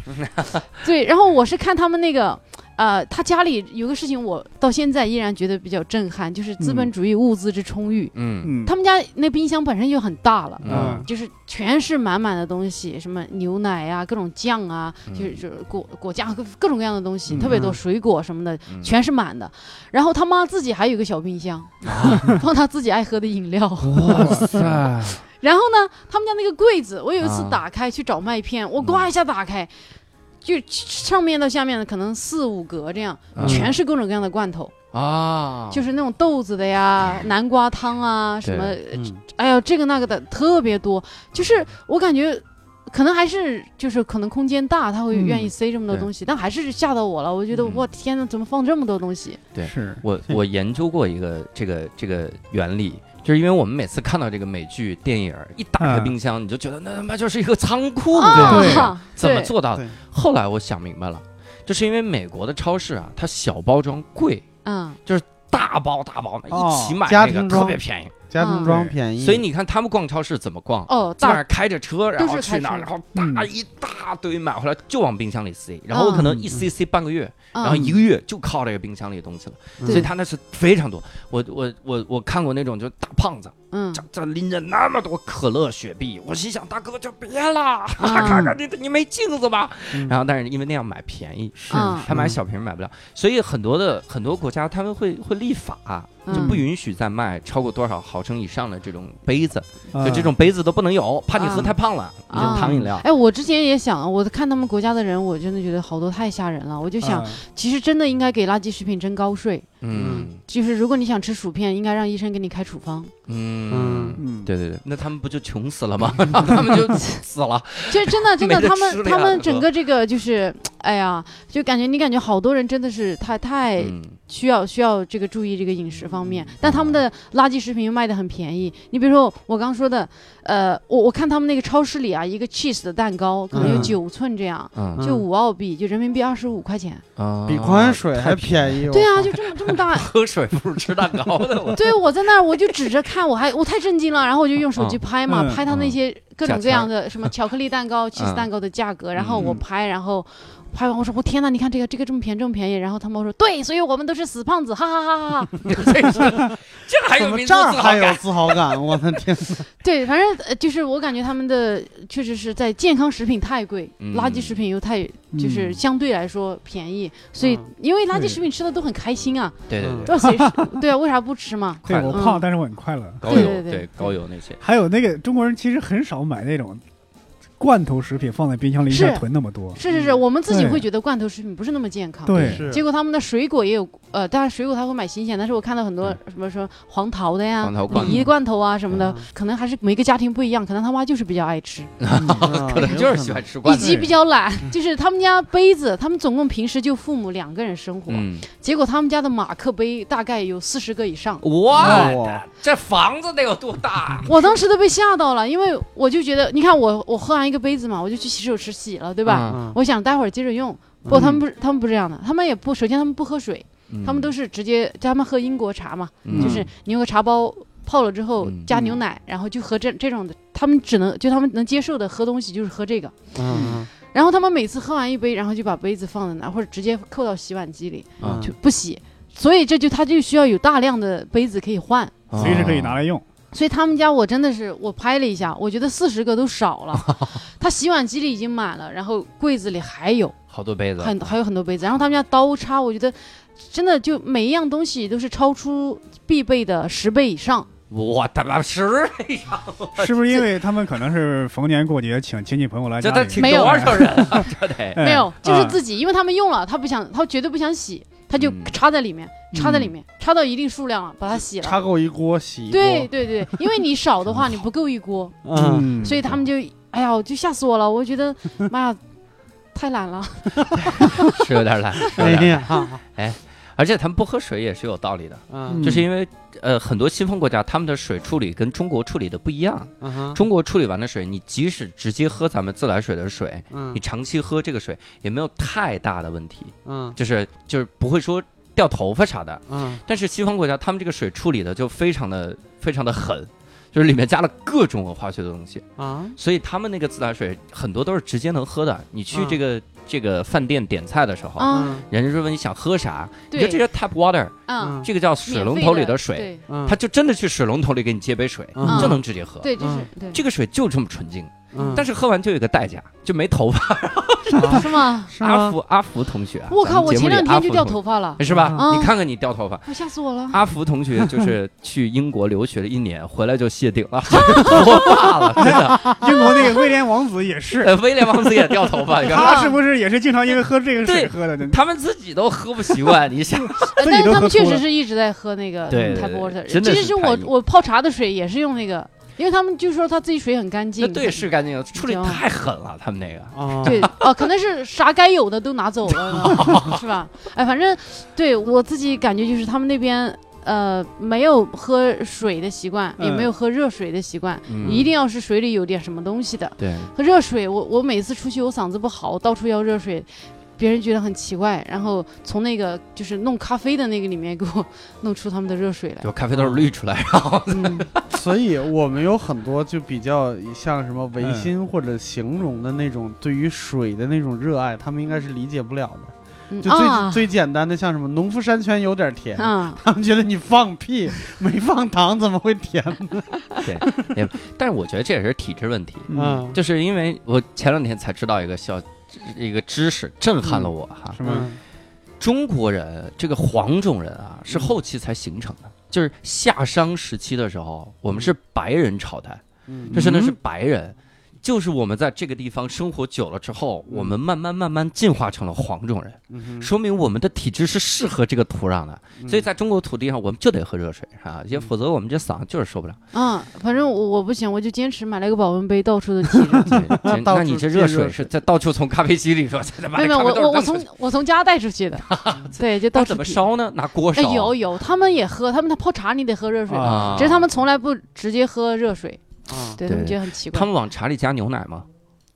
对，然后我是看他们那个。呃，他家里有个事情，我到现在依然觉得比较震撼，就是资本
嗯
主义物资之充裕。
嗯
嗯，
他们家那冰箱本身就很大了，
嗯
就是全是满满的东西，什么牛奶啊，各种酱啊，
嗯
就是就是果果酱各各种各样的东西，
嗯
特别多水果什么的，
嗯
全是满的。然后他妈自己还有一个小 冰箱，放他自己爱喝的饮料。
哇塞！
然后呢，他们家那个柜子，我有一
啊
次
嗯
打开去找麦片，我呱一下打开，就上面到下面的可能四五格这样，
嗯
全是各种各样的罐头，
啊，
就是那种豆子的呀、
哎
南瓜汤啊什么，
嗯
哎呀这个那个的特别多。就是我感觉，可能还是就是可能空间大，他会
嗯
愿意塞这么多
对
东西，但还是吓到我了。我觉得
嗯
我天呐，怎么放这么多东西？
对
是，
我我研究过一个这个这个原理，就是因为我们每次看到这个美剧电影儿，一打开
嗯
冰箱，你就觉得那他妈就是一个仓库，
啊
哦对吧
对
怎么做到的
对？
后来我想明白了，就是因为美国的超市啊，它小包装贵，
嗯，
大包大包的
哦
一起买
家
那个
庭
特
装嗯
别便宜，
家庭装便宜，
所以你看他们逛超市怎么逛？
哦，
基本
大
上开着车，然后
都是
去
开
那儿，
车
然后大
嗯
一大堆买回来就往冰箱里塞，然后我可能一塞塞半个月，然后
嗯，
一个月就靠这个冰箱里的东西了，
嗯
所以他那是非常多。我我我我看过那种就是大胖子，
嗯
这这拎着那么多可乐雪碧，我心想大哥就别了，
嗯
看看你你没镜子吧？
嗯
然后但是因为那样买便宜，
是
嗯
他买小瓶买不了，所以很多的很多国家他们会会立法，就
嗯
不允许再卖超过多少毫升以上的这种杯子，
啊
就这种杯子都不能有，怕你喝
啊
太胖了，你就
啊
糖饮料。
哎，我之前也想，我看他们国家的人，我真的觉得好多太吓人了。我就想，
啊
其实真的应该给垃圾食品征高税，
嗯
就是如果你想吃薯片，应该让医生给你开处方。
嗯。
嗯，
对对对，那他们不就穷死了吗？他们就死了。
这真的真的，
没得
他
吃
们
了
他
呀
们
哥
整个这个就是，哎呀，就感觉你感觉好多人真的是太太
嗯
需要需要这个注意这个饮食方面，但他们
啊
的垃圾食品又卖的很便宜。你比如说我刚说的，呃，我我看他们那个超市里啊，一个 cheese 的蛋糕可能有
嗯
九寸这样，
嗯
就五澳币，就人民币二十五块钱。
啊，
比矿泉水还
太宜。
便宜。
对
我
啊，
靠
就这么这么大
喝水不如吃蛋糕的， 我
对，我在那儿我就指着看，我还我太震惊了，然后我就用手机拍嘛，
嗯
拍他那些各种
价
各样的什么巧克力蛋糕、cheese 蛋糕的价格，然后我拍，然后拍完我说我天哪，你看这个这个这么便宜，这么便宜，然后他们说对，所以我们都是死胖子，哈哈哈哈哈。
这是 这还
怎
有
么
民族
这儿
自豪
还有
感，
自豪感？我的天！
对，反正呃就是我感觉他们的确实是在健康食品太贵，
嗯
垃圾食品又太就是
嗯
相对来说便宜，所以
嗯
因为垃圾
对
食品吃的都很开心啊，
对对
嗯
对，
对谁是对啊，为啥不吃嘛？
对
快乐
我
嗯
胖，但是我很快乐。
高油
对对对
高油那些，
还有那个中国人其实很少买那种罐头食品，放在冰箱里一下
是啊
囤那么多。
是是是，我们自己
对
会觉得罐头食品不是那么健康。
对，
结果他们的水果也有，呃，当然水果他会买新鲜，但是我看到很多什么说黄桃的呀
黄、桃罐
李
头
梨罐头啊什么的
嗯，
可能还是每个家庭不一样，可能他妈就是比较爱吃，
嗯
啊
可
可能就是喜欢吃
以
罐头，
及比较懒，就是他们家杯子，他们总共平时就父母两个人生活，
嗯，
结果他们家的马克杯大概有四十个以上。
哇，
哇，
这房子得有多大？啊
我当时都被吓到了，因为我就觉得，你看我我喝完一个杯子嘛，我就去洗手池洗了，对
对
吧？
嗯
我想待会儿接着用，不，他们不是，他们不是这样的，他们也不，首先他们不喝水，他们都是直接，他们喝英国茶嘛，
嗯
就是你用个茶包泡了之后
嗯
加牛奶，然后就喝这这种的，他们只能就他们能接受的喝东西就是喝这个，
嗯
然后他们每次喝完一杯，然后就把杯子放在那儿，或者直接扣到洗碗机里
嗯
就不洗，所以这就他就需要有大量的杯子可以换。
嗯
随时可以拿来用。
所以他们家我真的是，我拍了一下，我觉得四十个都少 了。他洗碗机里已经满了，然后柜子里还有
好多杯子，
很还有很多杯子，然后他们家刀叉，我觉得真的就每一样东西都是超出必备的十倍以上。
我他妈十，哦
是不是因为他们可能是逢年过节请亲戚朋友来家
这
里？
得请
没有
多少人啊？这得，
哎
没有，就是
啊
自己，因为他们用了，他不想，他绝对不想洗，他就
嗯
插在里面，插在里
嗯
面，插到一定数量了，把它洗
插
了。
够一锅洗一锅。
对，对对，因为你少的话你不够一锅，
嗯，
所以他们就，哎呀，我就吓死我了，我觉得妈呀，太懒了。
是有点懒，是有
哎
点懒。
呀，
而且他们不喝水也是有道理的，
嗯
就是因为呃，很多西方国家他们的水处理跟中国处理的不一样。
嗯哼
中国处理完的水，你即使直接喝咱们自来水的水，
嗯
你长期喝这个水也没有太大的问题，
嗯
就是就是不会说掉头发啥的。
嗯
但是西方国家他们这个水处理的就非常的非常的狠，就是里面加了各种化学的东西，
啊，
所以他们那个自来水很多都是直接能喝的。你去
嗯
这个、这个饭店点菜的时候，
啊
嗯
人家就问你想喝啥，你
对，
就直接 tap water，
嗯，
这个叫水龙头里的
免
水，
费
嗯，
他就真的去水龙头里给你接杯水，
嗯
就能直接喝。
的对对，就是
嗯
对，
这个水就这么纯净，
嗯
但是喝完就有一个代价，就没头发。
是吗？
是
阿
吗？
福阿福同学啊，
我
咱
靠，
们
我
节目
前
里
两
阿福
天就掉
同
头发了，
学，是吧？
嗯
你看看你掉头发，
我吓死我了。
阿福同学 就是去英国留学了一年，回来就谢顶了，脱发 了，真的。
英国那个威廉王子也是，
呃威廉王子也掉头发，你 看
他是不是也是经常因为喝这个
对
水喝的？
他们自己都喝不习惯， 你想？
呃
自己
但是
都
他
喝
们确
多
实
了
是一直在喝那个
对对
泰
对
波的，
真的
其
是
实
太
我
硬
我泡茶的水也是用那个，因为他们就说他自己水很干
那
净。
对是干净，处理
行
太狠了，他们那个。
啊，
对，哦，可能是啥该有的都拿走 了，是吧？哎，反正对我自己感觉就是他们那边呃没有喝水的习惯，也
嗯
没有喝热水的习惯，
嗯
一定要是水里有点什么东西的。
对，
喝热水，我我每次出去我嗓子不好，到处要热水，别人觉得很奇怪，然后从那个就是弄咖啡的那个里面给我弄出他们的热水 来。
就咖啡豆滤出来， 然后
嗯，
所以我们有很多就比较像什么唯心或者形容的那种对于水的那种热爱，他们应该是理解不了的。
嗯
就最、
啊
最简单的，像什么农夫山泉有点甜，
啊，
他们觉得你放屁没放糖怎么会甜呢？
但是我觉得这也是体质问题，
嗯，
嗯，
就是因为我前两天才知道一个小一个知识，震撼了
嗯
我哈。
是吗？
中国人这个黄种人啊，
嗯
是后期才形成的，就是夏商时期的时候，我们是白人朝代，
嗯？
就
嗯，
真的是白人。就是我们在这个地方生活久了之后，
嗯
我们慢慢慢慢进化成了黄种人，
嗯
说明我们的体质是适合这个土壤的。
嗯
所以在中国土地上，我们就得喝热水啊，也否则我们这嗓子就是受不 了。
嗯，反正我我不行，我就坚持买了一个保温杯，到处的挤着。
对
到
那你
处接
这热
热
水是在到处从咖啡机里说，再把
没有
那
没
咖
有，
啡豆
我我我
扔出
从
去
我从家带出去的，对，就 到
那
处
怎么
挤
烧呢？拿锅
哎
烧啊。
有有，他们也喝，他们他泡茶你得喝热水嘛，
啊，
只是他们从来不直接喝热水，
啊，
对他们
对
觉得很奇怪。
他们往茶里加牛奶吗？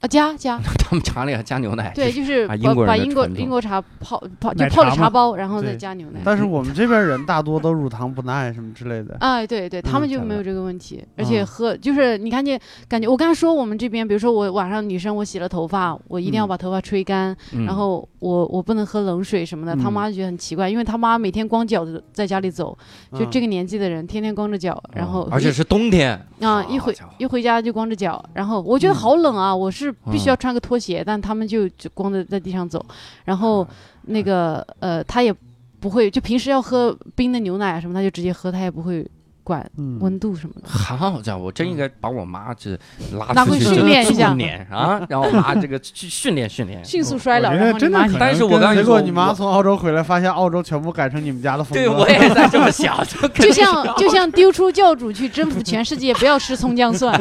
啊加 加，
他们茶里还加牛奶？
对，
这，
就是
啊
把
英国人
把
的
英国
传统
英国茶泡泡就
奶
泡着
茶
茶
嘛
包，然后再
对
加牛奶。
但是我们这边人大多都乳糖不耐什么之类的，
哎，对对，他们
嗯
就
太
没
棒
有这个问题，而且
嗯
喝就是你看见感觉，我刚才说我们这边，比如说我晚上女生我洗了头发，我一定要
嗯
把头发吹干，
嗯
然后我我不能喝冷水什么的，他
嗯
妈就觉得很奇怪，因为他妈每天光脚的在家里走，就这
个
个年纪的人天天光着脚，然后
嗯而且
一
是冬天
啊一
好
回
家伙
一回家就光着脚，然后我觉得
嗯
好冷啊，我是必须
嗯
要穿个拖鞋，但他们就就光着在地上走，然后那个呃他也不会，就平时要喝冰的牛奶啊什么，他就直接喝，他也不会管
嗯
温度什么的。
好家伙，我真应该把我妈这拉
拿
出
嗯回
去
训
这
练一下
助念啊，让我妈这个去训练训练。
迅速衰老，
我觉
然
得
后你
真的
妈
可
就
能
但是我
跟
刚才
结
就说
果你妈从澳洲回来，发现澳洲全部改成你们家的风格。
对我也在这么 想，就可能
就是像就像丢出教主去征服全世界，不要吃葱姜蒜。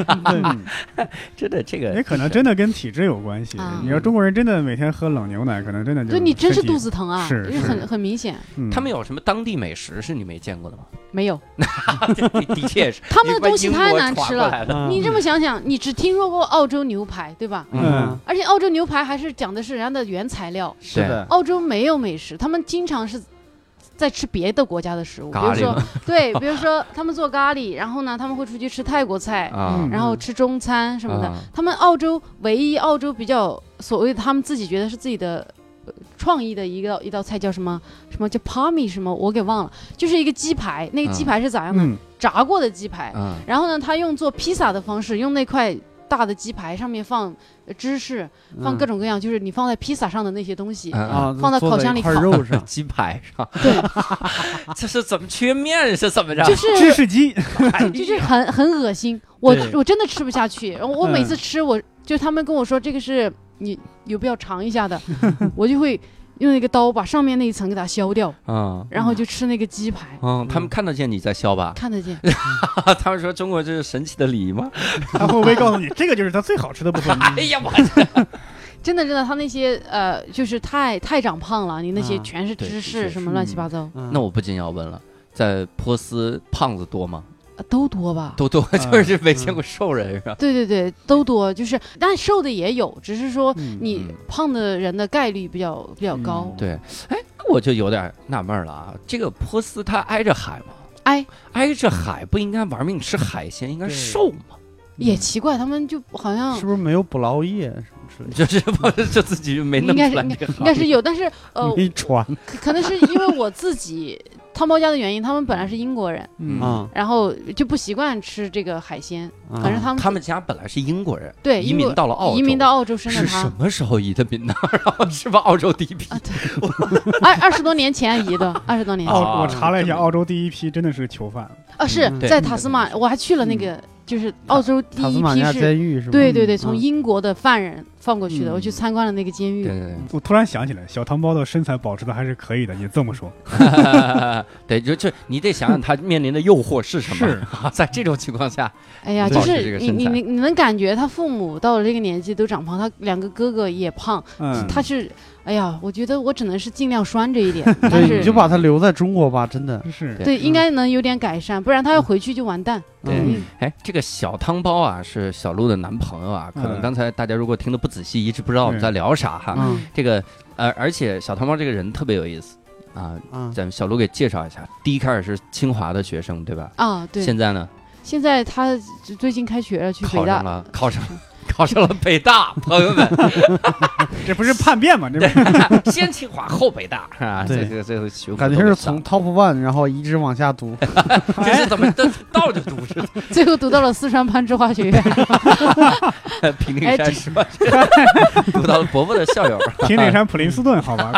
真的这
也
个
可能真的跟体质有关系
啊。
你要中国人真的每天喝冷牛奶，可能真的就
对你真是
身体
肚子疼啊，
是
就是很很明显。
嗯
他们有什么当地美食是你没见过的吗？
没有，
的的确是，
他们的东西太难吃了。
了。
嗯
你这么想想，你只听说过澳洲牛排，对吧？
嗯，
而且澳洲牛排还是讲的是人家的原材料，
是的，
澳洲没有美食，他们经常是在吃别的国家的食物，比
咖
如
喱
说
吗
对，比如说他们做咖喱，然后呢，他们会出去吃泰国菜，
啊
嗯
然后吃中餐什么的。
啊
他们澳洲唯一澳洲比较所谓他们自己觉得是自己的、呃创意的一个一道菜叫什么什么叫 palmy 什么我给忘了，就是一个鸡排，那个鸡
嗯
排是咋样的？
嗯，
炸过的鸡排。
嗯
然后呢，他用做披萨的方式，用那块大的鸡排上面放呃芝士，放各
种
种各样，就是你放在披萨上的那些东西。
嗯
嗯啊，
放到烤箱里
做在
。
烤
一块肉上
鸡排上，
对，
这是怎么缺面是怎么着？哎
就是
芝士鸡，
就是很很恶心，我
对
我真的吃不下去。然后我
嗯
每次吃，我就他们跟我说这个是你有必要尝一下的，我就会用一个刀把上面那一层给它削掉，
嗯
然后就吃那个鸡排，
嗯，他们看得见你在削吧？
看得见。
他们说中国这是神奇的礼仪吗？
他会不会告诉你这个就是他最好吃的 部分？
哎呀，我
真的真的，他那些呃，就是太太长胖了，你那些
啊
全是
嗯对
芝
的
士
确
什
是
么乱七八糟，
嗯
那我不禁要问了。在波斯，胖子多吗？
呃都多吧？
都多， 就是没见过瘦人是吧？
对对对，都多，就是但瘦的也有，只是说
嗯
你
嗯
胖的人的概率比较比较高。
对哎我就有点纳闷了啊，这个波斯它挨着海吗？
哎，
挨着海不应该玩命吃海鲜，应该
对
瘦吗？
也奇怪，他们就好像
是不是没有捕捞业什么之类的？
就是我就自己就没弄
应该
出
是
来
应
这个
应
行
该
业。
是有，但是呃，
没船
可可能是因为我自己 汤包家的原因，他们本来是英国人，
嗯
啊，
然后就不习惯吃这个海鲜，
啊
反正他们
他们家本来是英国人，
对
移
英国
民到了澳洲，
移民到澳洲生的
是什
他，
么时候移的民呢？ 然后是吧？澳洲第一 批
啊二二十多年前移的，二十多年前
哦
澳，我查了一下，
这么
澳洲第一批真的是囚犯，
啊，是
嗯
对
在塔斯马，我还去了那个，就是澳洲第
塔斯
一
马尼
批
亚
是，
监狱是吧？
对对对，
嗯
从英国的犯人放过去的，
嗯
我去参观了那个监
对
狱，
对
我突然想起来，小汤包的身材保持的还是可以的。你这么说，
对， 对，就就你得想想他面临的诱惑是什么。
是
啊在这种情况下，
哎呀，
保持
就
这
是
个
你
身
你
材
你你能感觉他父母到了这个年纪都长胖，他两个哥哥也胖，
嗯，
他是，哎呀，我觉得我只能是尽量拴着 一点，但
对，你
是
就把它留在中国吧，真的。
是
对
对，
嗯
应该能有点改善，不然他要回去就完蛋。
对
嗯
哎，这个小汤包啊是小鹿的男朋友啊，可能
嗯
刚才大家如果听得不仔细，一直不知道我们
嗯
在聊啥哈。
嗯
这个呃，而且小汤包这个人特别有意思啊，
嗯
咱们小鹿给介绍一下。第一开始是清华的学生对吧？
啊，对，
现在呢，
现在他最近开学了，去
考
北
上
大。
了，考上了，考上了北大，朋友们。
这不是叛变吗？这不是
先清华后北大啊，这
对
这这学府
感觉
都
是
得
从
上
top one 然后一直往下读，
啊
这是怎么这倒着读是
最后读到了四川攀枝花学院。
平顶
哎这
山是吧？读到了伯伯的校友，
平顶山普林斯顿，好吧？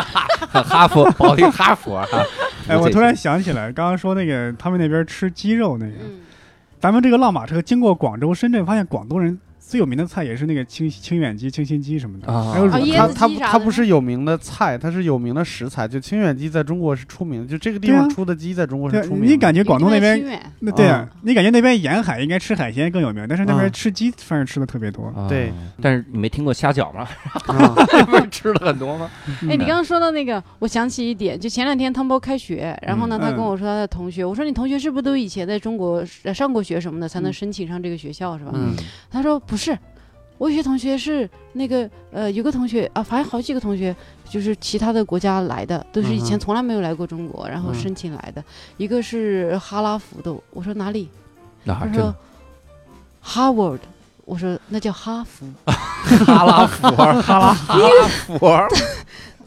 哈佛，保定哈佛 哈。
哎，我突然想起来，刚刚说那个他们那边吃鸡肉那个，
嗯，
咱们这个浪马车经过广州、深圳，发现广东人最有名的菜也是那个清清远鸡、清新鸡什么的，
啊
还有乳
啊椰
它
子鸡
它
啥的
它
呢
不是有名的菜，它是有名的食材。就清远鸡在中国是出名的，就这个地
对啊
方出的鸡在中国是
对
出名的。
你感觉广东那
因
边，
为清远
那对
哦
啊
啊，
你感觉那边沿海应该吃海鲜更有名，但是那
啊
边吃鸡反而吃的特别多。
啊
对，
但是你没听过虾饺吗？
啊
不是吃了很多吗？
哎，
嗯
你刚刚说到那个，我想起一点，就前两天汤包开学，然后呢，
嗯
他
嗯
跟我说他的同学，我说你同学是不是都以前在中国呃上过学什么的，才能申请上这个学校是吧？
嗯
他说不是，我有些同学是那个呃，有个同学啊，反正好几个同学就是其他的国家来的，都是以
嗯
前
哼
从来没有来过中国，然后
嗯
申请来的。一个是哈拉福的，我说哪里？
那
啊
他
还真
说 Harvard，我说那叫哈佛。
哈拉佛儿，哈拉哈拉佛儿，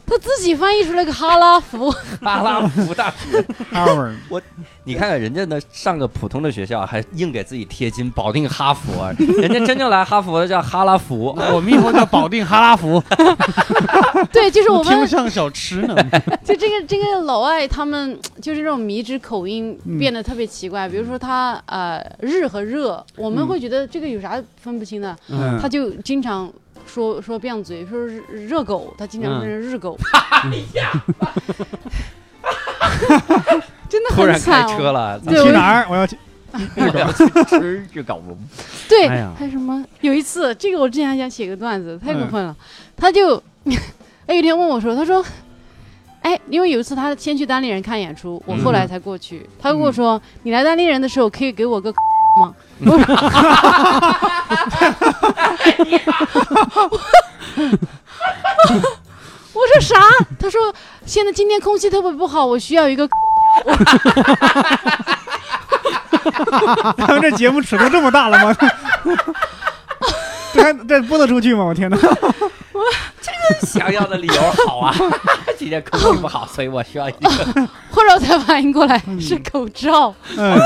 他自己翻译出来个哈拉福，
哈拉福大 学。
嗯 Harvard
你看看人家那上个普通的学校，还硬给自己贴金，保定哈佛儿，人家真正来哈佛的叫哈拉 福。
我们以后叫保定哈拉福，
对，就是我
听
们
着像小吃 呢。
就这个这个老外他们就是这种迷之口音
嗯
变得特别奇怪，比如说他呃日和热，我们
嗯
会觉得这个有啥分不清的，
嗯
他就经常。说说变嘴，说日热狗，他经常
嗯
变成 日狗，
哎
真的
突
很
然开
惨、哦。
车了，
对
咱
我
去哪儿？我要去
们要去吃日搞龙。
对，
哎呀
还有什么？有一次，这个我之前还想写个段子，太过
嗯
分了。他就， 哎他有一天问我说：“他说，哎，因为有一次他先去单立人看演出，我
嗯
后来才过去。他跟我说：‘你来单立人的时候，可以给我个 吗？’我说 我说啥？他说现在今天空气特别不好，我需要一个
咱们这节目尺度这么大了 吗？ 这还这播得出去吗？我天哪！
想要的理由好啊， 今天空气不好，所以我需要一个。
后来我才反应过来是口罩，
嗯，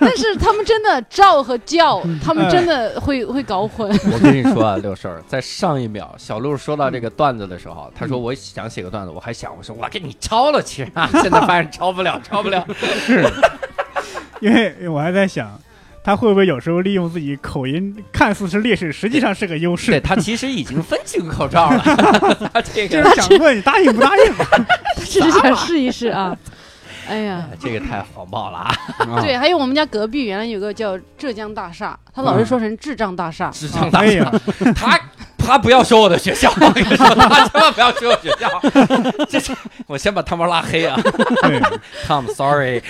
但是他们真的罩和 叫，他们真
哎
的会会搞混。
我跟你说啊，六婶儿，在上一秒小鹿说到这个段子的时候，他说我想写个段子，我还想我说我给你抄了去啊，现在发现抄不了，抄不了。
因为我还在想，他会不会有时候利用自己口音，看似是劣势，实际上是个优
对
势？
他其实已经分清口罩了， 他这
就
个
是想问你答应不答应吧？
只是想试一 试啊。哎呀，
这个太黄暴了啊！
对，还有我们家隔壁原来有个叫浙江大厦，
嗯
他老是说成智障大厦。
智商大
哎呀，
他他不要说我的学校，我跟你说，他千万不要说我学校。 这是我先把汤包拉黑啊
对，
，Tom sorry，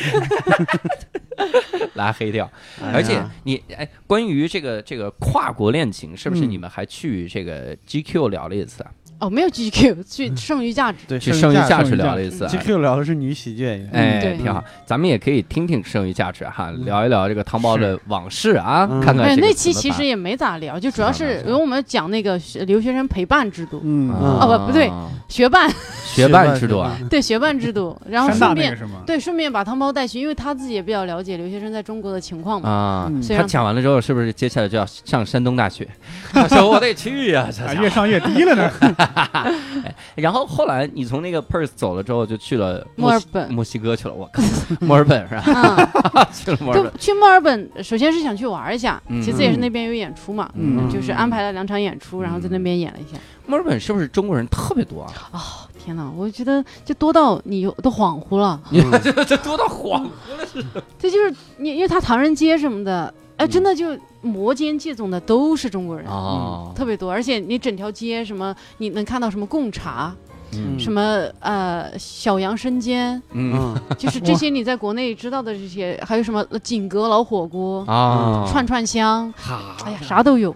拉黑掉。
啊
而且你哎，关于这个这个跨国恋情，是不是
嗯
你们还去这个 GQ 聊了一次啊？
哦，没有 GQ，去剩余价值。
对，
去剩余价值
剩余价值
聊了一次啊。
GQ 聊的是女喜剧演 员。
哎，
对
挺好，咱们也可以听听剩余价值哈，
嗯
聊一聊这个汤包的往事啊，
嗯
看看
哎，
这个
那期
怎么
其
办啊
实也没咋聊，就主要
是吧
是因为我们讲那个学留学生陪伴制度、
啊
嗯，
哦不不对学伴，
学伴制度啊，
对学伴制度，然后
山大
顺
那个
便
什么，
对顺便把汤包带去，因为他自己也比较了解留学生在中国的情况嘛。
啊
嗯，
虽
他
然
讲完了之后，是不是接下来就要上山东大学？他说我得去呀、这
啊，
家
越
伙
上越低了呢。
然后后来你从那个 Perth 走了之后，就去了
墨尔
西
本
墨西哥去了。我靠，墨尔本是吧？
嗯，
去了墨尔
就
本。
去墨尔本，首先是想去玩一下，
嗯
其次也是那边有演出嘛，
嗯
就是安排了两场演出，然后在那边演了一下。
墨尔本是不是中国人特别多啊？
天哪，我觉得就多到你有都恍惚了。
你 看这这多到慌。
这就是你，因为他唐人街什么的，哎，
嗯
真的就摩肩接踵的都是中国人。
哦，
特别多，而且你整条街什么，你能看到什么贡茶，
嗯
什么呃小羊生煎，
嗯
嗯，
就是这些你在国内知道的这些，还有什么呃锦阁老火锅、
啊，
串串香，
哈，
哎呀，啥都有，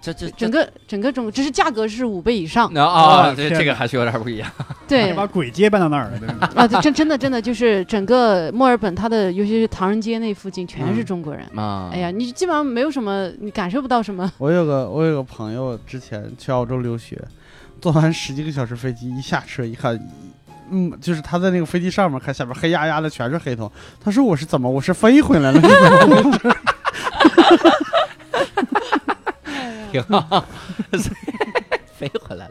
这这这
整个整个中，只是价格是五倍以上。
那啊，
哦
这
天
这个还是有点不一样。
对
把鬼街搬到那儿了，对不对
啊，对真真的真的就是整个墨尔本，它的尤其是唐人街那附近全是中国人。
啊，
哎呀，，你基本上没有什么，你感受不到什么。
我有个我有个朋友之前去澳洲留学，坐完十几个小时飞机，一下车一看，嗯，就是他在那个飞机上面看下边黑压压的全是黑头，他说我是怎么我是飞回来了？
挺好，飞回来了。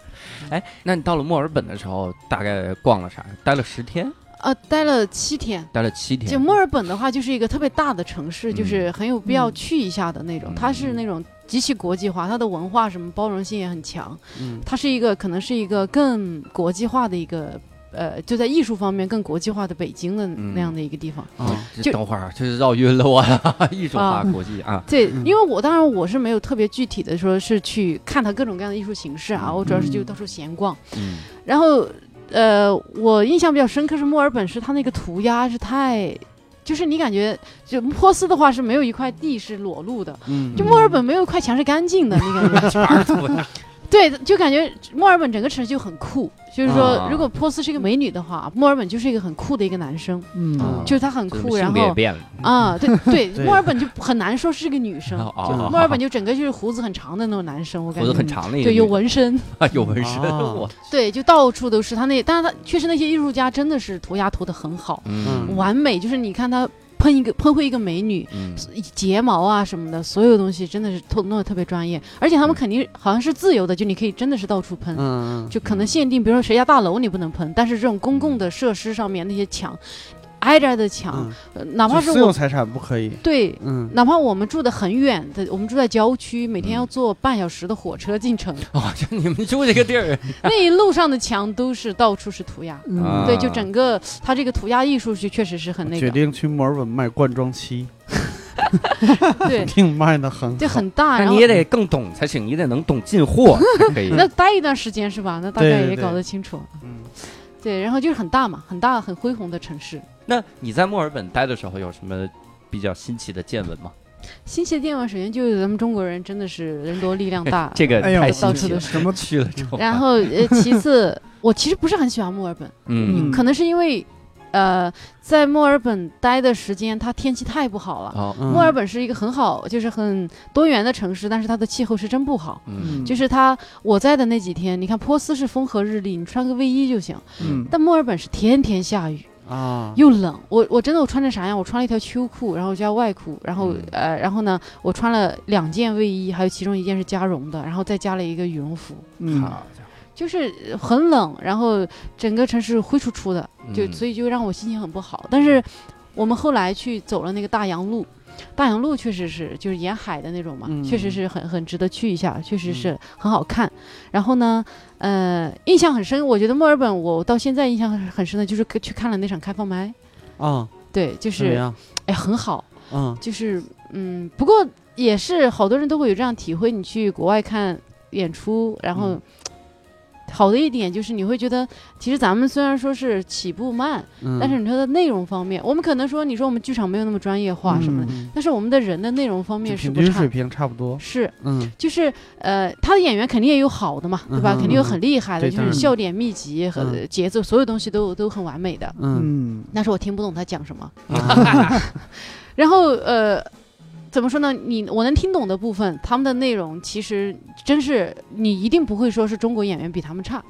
哎，那你到了墨尔本的时候，大概逛了啥？待了十天
呃，待了七天。
待了七天，
就墨尔本的话，就是一个特别大的城市，
嗯
就是很有必要去一下的那种。
嗯
它是那种极其国际化，它的文化什么包容性也很强。
嗯
它是一个可能是一个更国际化的一个，呃，就在艺术方面更国际化的北京的
嗯
那样的一个地方。
啊，
嗯
这
就
等会儿就是绕晕了我 了，艺术化
啊
国际啊，
对，
嗯
因为我当然我是没有特别具体的说是去看它各种各样的艺术形式啊，
嗯
我主要是就到处闲逛。
嗯
然后，呃，我印象比较深刻是墨尔本是它那个涂鸦是太，就是你感觉就波斯的话是没有一块地是裸露的，
嗯
就墨尔本没有一块墙是 干净的，你感觉？
嗯，
对，就感觉墨尔本整个城市就很酷。就是说
啊，
如果波斯是一个美女的话，墨尔本就是一个很酷的一个男生，
啊
嗯
就是他很
这
酷，然
性别也
后
变了，
啊，对
对
对，墨尔本就很难说是个女生，
哦
墨尔本就整个就是胡子很长的那种男 生，我感
胡子
觉
很长的一个
对
女
有
的，
纹身，
有纹身，
啊
我
对，就到处都是他那，但是他确实那些艺术家真的是涂鸦涂的很好，
嗯
完美，就是你看他喷一个喷绘一个美女。
嗯
睫毛啊什么的，所有东西真的是弄弄得特别专业，而且他
嗯
们肯定好像是自由的，就你可以真的是到处喷，
嗯
就可能限定，比如说谁家大楼你不能喷，但是这种公
嗯
共的设施上面那些墙，挨着挨的墙，
嗯，
呃哪怕是
私有
我
财产不可以，
对
嗯，
哪怕我们住的很远的，我们住在郊区，每天
嗯
要坐半小时的火车 进城，
哦，就你们住这个地儿，
那一路上的墙都是到处是涂鸦。
啊
嗯对，就整个它这个涂鸦艺术是确实是很那
决
个，
定去墨尔本卖罐装漆，
对，
定卖的很
就
好。
很大。
那
然后
你也得嗯更懂才行，你得能懂进 货才可以。
那待一段时间是吧？那大概
对对
也
对
搞得清楚。
嗯
对，然后就是很大嘛，很大很恢宏的城市。
那你在墨尔本待的时候有什么比较新奇的见闻吗？，
新奇的地方首先就是咱们中国人真的是人多力量嗯 大
这个
哎呦
太新
到处
奇
都
了，
是。
什么
去了之后，啊
然后呃，其次， 我其实不是很喜欢墨尔本，
嗯
嗯
可能是因为呃，在墨尔本待的时间，它天气太不好了。
哦
墨尔
本
本是一个很好，就是很多元的城市，但是它的气候是真不好。
嗯
就是它，我在的那几天，你看波斯是风和日丽，你穿个卫衣就行。
嗯
但墨尔本是天天下雨，
啊，
又冷。我我真的我穿成啥样？我穿了一条秋裤，然后加外裤，然后、
嗯
呃，然后呢，我穿了两件卫衣，还有其中一件是加绒的，然后再加了一个羽绒服，
嗯，
好家
就是呃很冷，然后整个城市灰出出的，
伙，
就、所以就让我心情很不好。但是我们后来去走了那个大洋路。大洋路确实是，就是沿海的那种嘛，
嗯
确实是很很值得去一下，确实是很好看。然后呢，呃，印象很深，我觉得墨尔本，我到现在印象很很深的就是去看了那场开放麦，
啊，
对，就
怎么
是
样？
哎很好，
嗯
就是嗯，不过也是好多人都会有这样体会，你去国外看演出，然后。
嗯
好的一点就是你会觉得，其实咱们虽然说是起步慢，
嗯，
但是你说的内容方面，我们可能说你说我们剧场没有那么专业化什么的，
嗯
但是我们的人的内容方
就
面是
平
不
均
差
水，平差不多，
是
嗯
就是呃，他的演员肯定也有好的嘛，对吧？
嗯哼
肯定有很厉害的，
对
就
当
是
然
笑点密集和
嗯
节奏，所有东西都都很完美的。
嗯
嗯
但是我听不懂他讲什么，
啊
然后呃，怎么说呢？你我能听懂的部分，他们的内容其实真是你一定不会说是中国演员比他们差。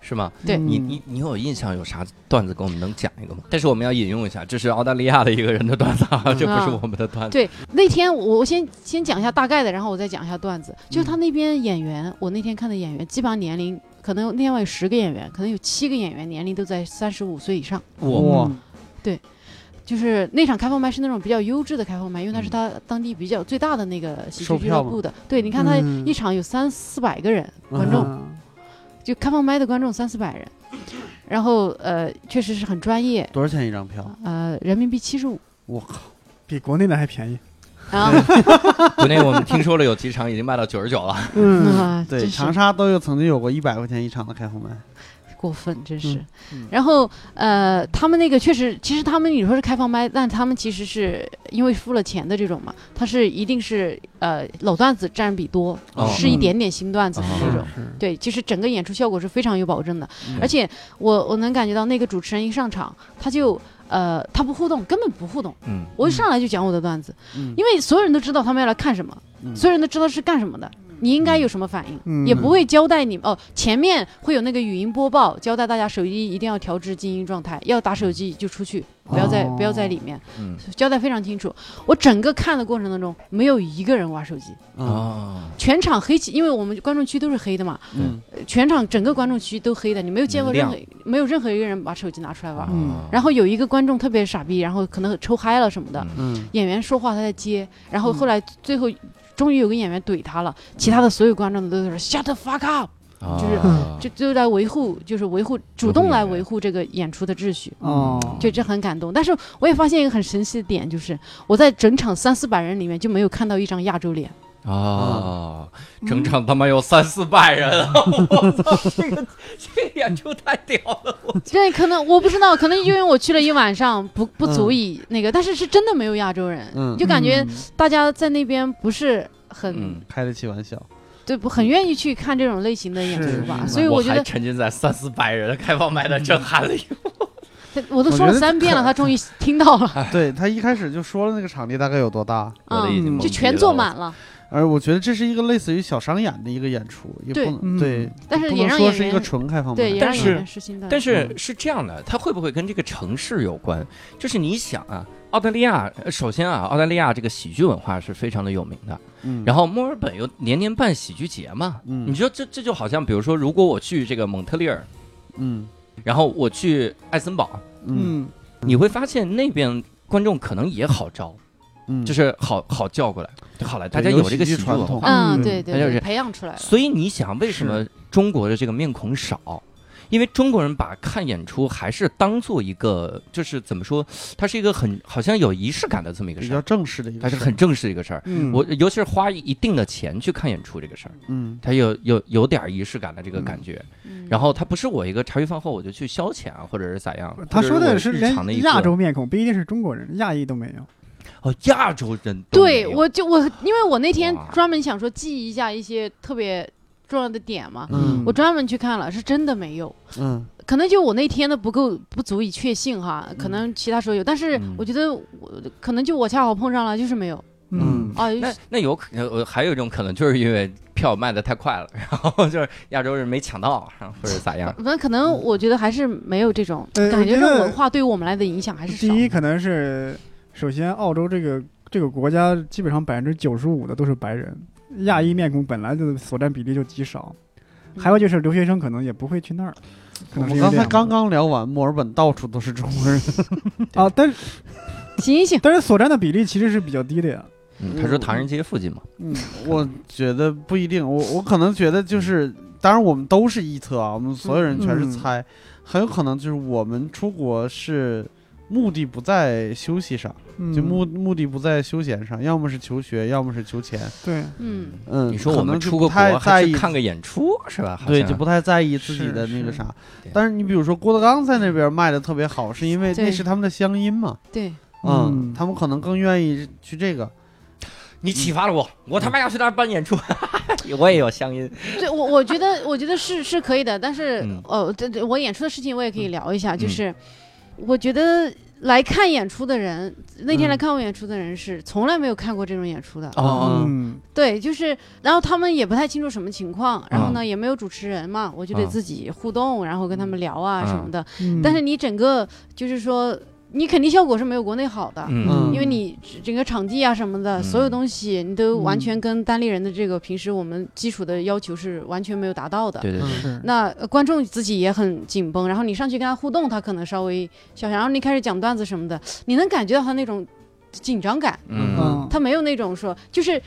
是吗？
对
你你你有印象有啥段子给我们能讲一个吗？但是我们要引用一下，这是澳大利亚的一个人的段子，啊，
嗯
这不是我们的段子。
对，那天我我先先讲一下大概的，然后我再讲一下段子。就是他那边演员，我那天看的演员，基本上年龄可能那天我有十个演员，可能有七个演员年龄都在三十五岁以上。
我
哇，
就是那场开放麦是那种比较优质的开放麦，因为它是他当地比较最大的那个喜剧
售
俱乐
票吗
部的。对，你看他
嗯
一场有三四百个人观众，
嗯
就开放麦的观众三四百人，然后呃，确实是很专业，
多少钱一张票？
呃，人民币七十五。
我靠，
比国内的还便宜。
啊，
国内我们听说了有几场已经卖到九十九了，
嗯真
对，
是
长沙都有曾经有过一百块钱一场的开放麦，
过分，真是。
嗯
然后呃，他们那个确实，其实他们你说是开放麦，但他们其实是因为付了钱的这种嘛，他是一定是呃老段子占比多，
哦
是一点点新段子
嗯
是
哦
这种。
是，
对，就是整个演出效果是非常有保证的，
嗯
而且我我能感觉到那个主持人一上场，他就呃他不互动，根本不互动，
嗯，
我一上来就讲我的段子，
嗯
因为所有人都知道他们要来看什么，
嗯
所有人都知道是干什么的，你应该有什么反应，
嗯
也不会交代你哦。前面会有那个语音播报，交代大家手机一定要调至静音状态，要打手机就出去，不要在、不要在里面，
嗯
交代非常清楚。我整个看的过程当中，没有一个人玩手机，
啊，
哦，
全场黑起，因为我们观众区都是黑的嘛，
嗯
全场整个观众区都黑的，你没有见过任何
亮
没有任何一个人把手机拿出来玩。
嗯
然后有一个观众特别傻逼，然后可能抽嗨了什么的，
嗯
嗯
演员说话他在接，然后后来最后终于有个演员怼他了，其他的所有观众都在说 shut the fuck up，
后
就是就就来维护，就是维护主动来维护这个演出的秩序。
哦，
就这很感动，但是我也发现一个很神奇的点，就是我在整场三四百人里面就没有看到一张亚洲 脸，
哦，整场他妈有三四百人啊，我操，这个这个演出太屌了，
这可能我不知道，可能因为我去了一晚上，不不足以那个，但是是真的没有亚洲人，
嗯
就感觉大家在那边不是很、
嗯。
开得起玩笑，
对，不很愿意去看这种类型的演
是
出吧，
是
所以
我
觉得
还沉浸在三四百人的开放麦的震撼里。
他我都
我
说
觉
了
得
三遍了，
可啊
他终于听到了，
对他一开始就说了那个场地大概有多大，
我的已经懵
嗯，就
逼
全
了
坐
我
满了，
而我觉得这是一个类似于小商演的一个演出，也
对
不能
嗯
对，
但是
不
也
能
让
说
演
是一个
员
纯开放
对
麦，
也
但
让演
是
员失心的，
但是
嗯
是这样的，它会不会跟这个城市有关？就是你想啊，澳大利亚，呃首先啊，澳大利亚这个喜剧文化是非常的有名的。
嗯，
然后墨尔本又年年办喜剧节嘛，
嗯
你说这这就好像，比如说，如果我去这个蒙特利尔，
嗯
然后我去艾森堡，
嗯
你会发现那边观众可能也好招，
嗯，
就是是好好叫过来，好来，大家
有
这个
喜剧
喜剧
传
文
统
化。
嗯，
嗯
对对
他就是
对，培养出来了，
所以你想，为什么中国的这个面孔少？因为中国人把看演出还是当做一个，就是怎么说，它是一个很好像有仪式感的这么一个
比
事
较
儿，
正式的一
它
个事
是
儿，
很正式的一个事儿。
嗯
我尤其是花一定的钱去看演出这个事儿，
嗯
它有有有点儿仪式感的这个感觉。
嗯
然后它不是我一个茶余饭后我就去消遣啊，或者是咋样。
他说
或
的
者
是
我日常的一
连
个
亚洲面孔，不一定是中国人，亚裔都没有。
哦，亚洲人都没
对，
有
我就我，因为我那天
哇
专门想说记忆一下一些特别重要的点嘛，
嗯
我专门去看了，是真的没有，
嗯
可能就我那天的不够，不足以确信哈，可能其他时候有，但是
嗯
我觉得我可能就我恰好碰上了，就是没有
嗯
啊，
那那有可呃，还有一种可能就是因为票卖的太快了，然后 就是亚洲人没抢到，然后或者咋样。
反正可能我觉得还是没有这种
呃
感
我
觉，
觉
这
得
文化对于我们来的影响还是
第
少。
一可能是，首先澳洲这个这个国家基本上百分之九十五的都是白人，亚
嗯
裔面孔本来就所占比例就极少，还有就是留学生可能也不会去那儿，可能是
我
因为
刚
这
才
样
刚刚聊完，墨尔本到处都是中国 人，
啊，但是
醒醒，
但是所占的比例其实是比较低的呀。
嗯，他说唐人街附近嘛，
嗯，
我觉得不一定，我我可能觉得就是，当然我们都是臆测啊，我们所有人全是
嗯
猜，很有可能就是我们出国是目的不在休息上，
嗯
就目目的不在休闲上，要么是求学，要么是求钱，
对，
嗯，
嗯，
你说我
可
们
能就
出个
不太
国
在
还
意
去看个演出是吧？好
对，
像
就不太在意自己
是
的那个
是
啥
对。
但是你比如说郭德纲在那边卖的特别好，是因为那
对
是他们的乡音嘛，
对，
嗯，
嗯
他们可能更愿意去这个。
你启发了我，我他妈要去那儿办演出， 我也有乡音。
对我，我觉得，我觉得是是可以的，但是、
嗯
呃，对对，我演出的事情我也可以聊一下，
嗯
就是我觉得来看演出的人，那天来
嗯
看我演出的人是从来没有看过这种演出的，
哦，
嗯，
对，就是，然后他们也不太清楚什么情况，然后呢、也没有主持人嘛，我就得
嗯
自己互动，然后跟他们聊啊什么的，
嗯
但是你整个就是说，你肯定效果是没有国内好的，
嗯
因为你整个场地啊什么的，
嗯
所有东西你都完全
嗯
跟单立人的这个平时我们基础的要求是完全没有达到
嗯
的。
对对对，
是
那呃观众自己也很紧绷，然后你上去跟他互动，他可能稍微小，然后你开始讲段子什么的，你能感觉到他那种紧张感，
嗯，
他没有那种说就是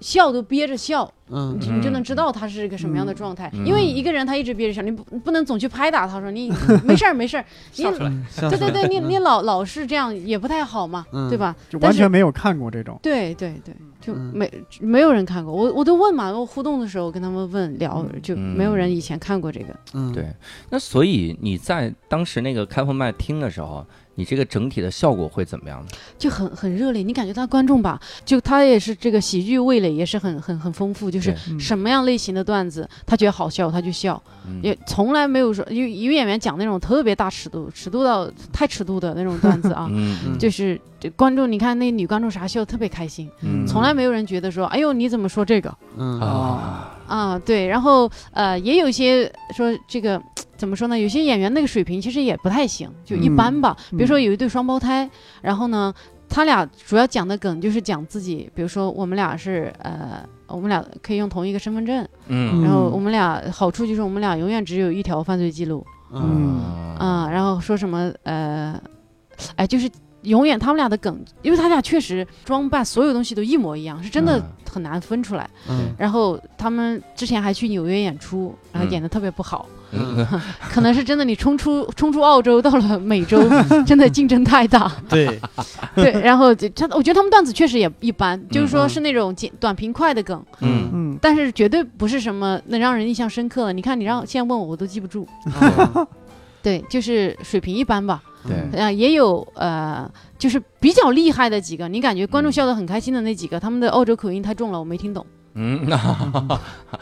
笑都憋着笑，
嗯
你就能知道他是一个什么样的状态。
嗯
因为一个人他一直憋着笑，你不你不能总去拍打他说 你没事儿没事儿，你
笑出来。
像
嗯
是
对对对，你你老老是这样也不太好嘛，
嗯
对吧？
就
但
完
是
全没有看过这种。
对对对，就
嗯
没、没有人看过。我我都问嘛，我互动的时候我跟他们问聊，就没有人
嗯
以前看过这个。
嗯
对那所以你在当时那个开放麦听的时候，你这个整体的效果会怎么样呢？
就很很热烈，你感觉到观众吧，就他也是这个喜剧味蕾也是很很很丰富，就就是
对
嗯
什么样类型的段子，他觉得好笑他就笑，
嗯
也从来没有说有有演员讲那种特别大尺度、尺度到太尺度的那种段子啊，
嗯，
就是这观众你看那女观众啥笑特别开心，
嗯
从来没有人觉得说哎呦你怎么说这个
嗯
啊，
啊？对，然后呃也有一些说这个怎么说呢？有些演员那个水平其实也不太行，就一般吧。
嗯
比如说有一对双胞胎，然后呢他俩主要讲的梗就是讲自己，比如说我们俩是呃。我们俩可以用同一个身份证，
嗯
然后
嗯
我们俩好处就是我们俩永远只有一条犯罪记录，
嗯
啊、然后说什么呃，哎，就是永远他们俩的梗，因为他俩确实装扮所有东西都一模一样，是真的
嗯
很难分出来。
嗯
然后他们之前还去纽约演出，然后
嗯
演的特别不好，
嗯
可能是真的你冲出 冲出澳洲到了美 洲，真的竞争太大。
嗯
对，
对，然后就他我觉得他们段子确实也一般，就是
嗯
说是那种简短平快的梗。
嗯
嗯，
但是绝对不是什么能让人印象深刻的。你看，你让现在问我，我都记不住。
嗯
对，就是水平一般吧。
对
啊，也有呃，就是比较厉害的几个，你感觉观众
嗯
笑得很开心的那几个，他们的澳洲口音太重了，我没听懂。
嗯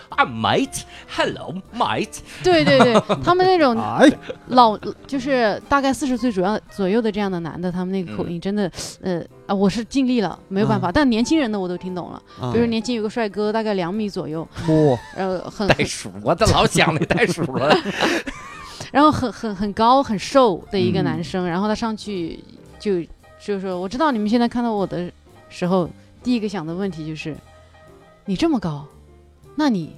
啊，mate hello mate，
对对对，他们那种
哎，
老，就是大概四十岁左右左右的这样的男的，他们那个口音真的，呃啊，我是尽力了，没有办法。但年轻人的我都听懂了，比如
你
年轻有个帅哥，大概两米左右，
不
呃，很，
袋
很
鼠，我都啊老想那袋鼠了。
然后很很很高很瘦的一个
嗯
男生，然后他上去就就说，我知道你们现在看到我的时候，第一个想的问题就是，你这么高，那你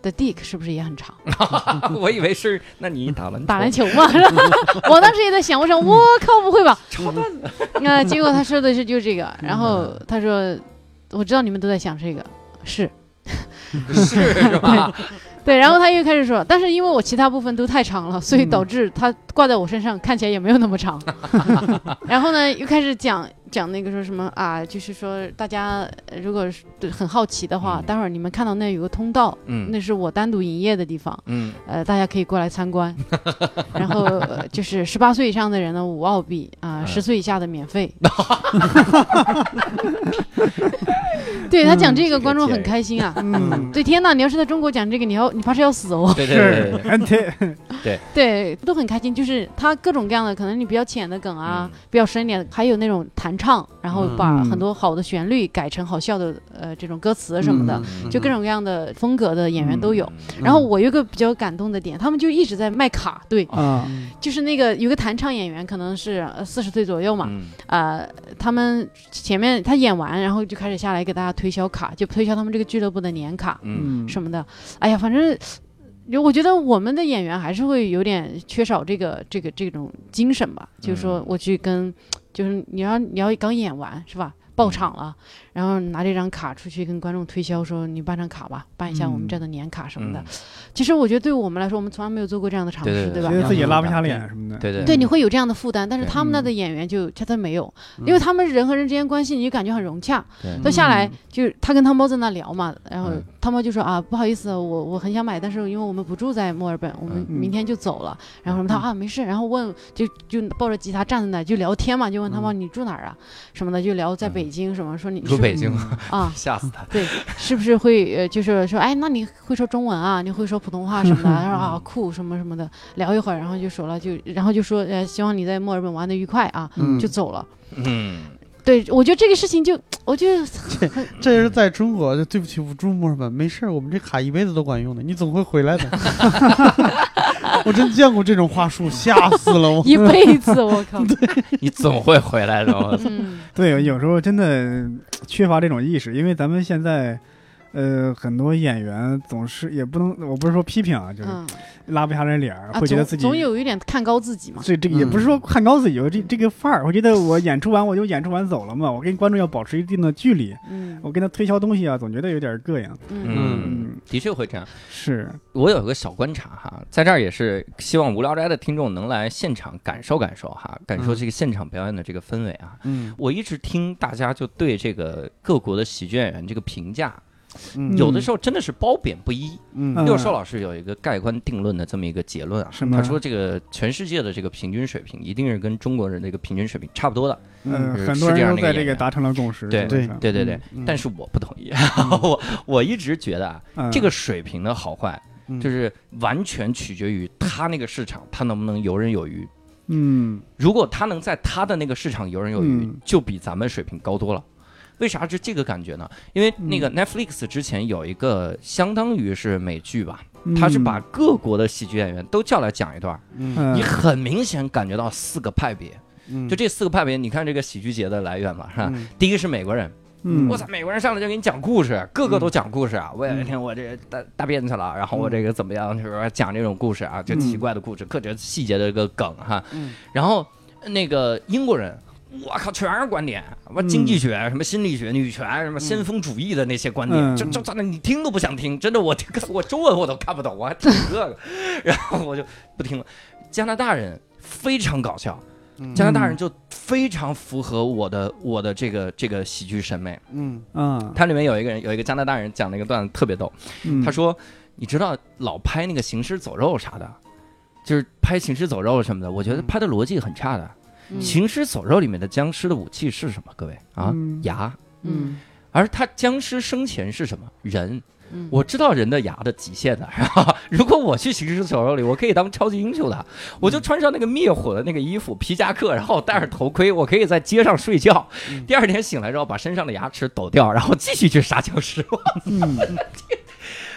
的 dick 是不是也很长？
我以为是，那你打篮球
打篮球嘛，然后 我当时也在想，我说
嗯
我靠，不会吧？ 那、结果他说的是就这个，
嗯
然后他说，我知道你们都在想这个，是
嗯是是吧？
对，然后他又开始说，但是因为我其他部分都太长了，所以
嗯
导致他挂在我身上看起来也没有那 么长。然后呢，又开始讲讲那个说什么啊，就是说大家呃如果是对很好奇的话，
嗯
待会儿你们看到那有个通道，
嗯
那是我单独营业的地方，
嗯
呃，大家可以过来 参观。然后、呃就是十八岁以上的人呢，五澳币啊，
嗯
十、岁以下的 免费。对他讲这
这
个，
个
观众
嗯建
很
议
开心啊。
嗯，
对，天呐！你要是在中国讲这个，你要你怕是要死 哦。
对对对
是
对，
NT，
对，都很开心。就是他各种各样的，可能你比较浅的梗啊，
嗯
比较深一点的，还有那种弹唱，然后
嗯
把
嗯
很多好的旋律改成好笑的呃这种歌词什么的，
嗯
就各种各样的风格的演员都有。。
嗯
然后我有一个比较感动的点，他们就一直在卖卡，对，
啊，
嗯
就是那个有个弹唱演员，可能是呃四十岁左右嘛，
嗯
呃，他们前面他演完，然后就开始下来给大家推销卡，就推销他们这个俱乐部的年卡，
嗯
嗯，
什么的。哎呀，反正呃我觉得我们的演员还是会有点缺少这个这个这种精神吧。就是说
嗯，
我去跟，就是你要你要刚演完是
嗯
吧？爆场了，然后拿这张卡出去跟观众推销，说你办张卡吧，办一下我们
嗯
这儿的年卡什么的。
嗯
其实我觉得对我们来说，我们从来没有做过这样的尝
对对
试，
对
吧
觉？得自己拉不下脸什么的，
嗯对对嗯
对，你会有这样的负担，但是
对嗯
他们那
嗯
的演员就他他没有，因为他们人和人之间关系，你就感觉很融洽，
对
他下来
嗯
就是他跟汤包在那聊嘛，然后
嗯
汤包就说啊，不好意思，我我很想买，但是因为我们不住在墨尔本，我们
嗯
明天就走了。然后什么他
嗯
啊没事，然后问就就抱着吉他站在那就聊天嘛，就问汤包你住哪儿啊什么的，就聊在
嗯
北京什么，说你
住
是不
北 京
啊
吓死他。
对，是不是会呃就是说哎那你会说中文啊，你会说普通 话什么的，他说啊酷什么什么的，聊一会儿，然后就说了就然后就说呃希望你在墨尔本玩的愉快啊，
嗯
就走了。
嗯，
对，我觉得这个事情就我就
这是在中国，就对不起，我住墨尔本，没事儿，我们这卡一辈子都管用的，你总会回来 的。 我真见过这种话术，吓死了我。
一辈子，我 靠。
你总会回来 的。我操
嗯，
对，有时候真的缺乏这种意识，因为咱们现在。呃，很多演员总是也不能，我不是说批评啊，就是
嗯
拉不下来脸儿，
啊，
会觉得
总
自己
总有一点看高自己嘛。
这这个也不
嗯
是说看高自己有这这个范儿，我觉得我演出完我就演出完走了嘛，我跟观众要保持一定的距离，
嗯
我跟他推销东西啊，总觉得有点膈应。
嗯
嗯，的确会这样。
是，
我有个小观察哈，在这儿也是希望无聊斋的听众能来现场感受感受哈，感
嗯
受这个现场表演的这个氛围啊。
嗯
我一直听大家就对这个各国的喜剧演员这个评价，
嗯
有的时候真的是褒贬不一。
嗯
六少老师有一个概观定论的这么一个结论啊，
什么
他说这个全世界的这个平均水平一定是跟中国人的一个平均水平差不多的。
嗯，
是
很多
是这
人
样的一
都在
个演
这个
员
达成了共识。
对
基本
对
上
对对对，
嗯
但是我不同意，我 我一直觉得啊，
嗯
这个水平的好坏
嗯
就是完全取决于他那个市场，他能不能游刃有余。
嗯
如果他能在他的那个市场游刃有余
嗯，
就比咱们水平高多了。为啥是这个感觉呢？因
嗯
为那个 Netflix 之前有一个相当于是美剧吧，他是把各国的喜剧演员都叫来讲一段儿，
嗯
嗯
你很明显感觉到四个派别。
嗯
就这啊四个派别，你看这个喜剧节的来源嘛，是吧？
嗯
第一个是美国人，
嗯
我操，美国人上来就给你讲故事，个个都讲故事啊！我有一天我这大大便去了，然后我这个怎么样，就是讲这种故事啊，就奇怪的故事，各种细节的一个梗哈。
嗯
然后那个英国人。我靠，全是观点，什么经济学、什么心理学、女权、什么先锋主义的那些观点，
嗯
就就真的你听都不想听，真的我这个我中文我都看不懂，我还听这个，然后我就不听了。加拿大人非常搞笑，
嗯
加拿大人就非常符合我的我的这个这个喜剧审美，
嗯
嗯，
它里面有一个人，有一个加拿大人讲了一个段子特别逗，他说：“你知道老拍那个行尸走肉啥的，就是拍行尸走肉什么的，我觉得拍的逻辑很差的。
嗯
行尸走肉里面的僵尸的武器是什么？各位啊，
嗯
牙。
嗯
而他僵尸生前是什么人？
嗯，
我知道人的牙的极限的。 如果我去行尸走肉里，我可以当超级英雄的，我就穿上那个灭火的那个衣服皮夹克，然后戴着头盔，我可以在街上睡觉。
嗯
第二天醒来之后，把身上的牙齿抖掉，然后继续去杀僵尸。
嗯，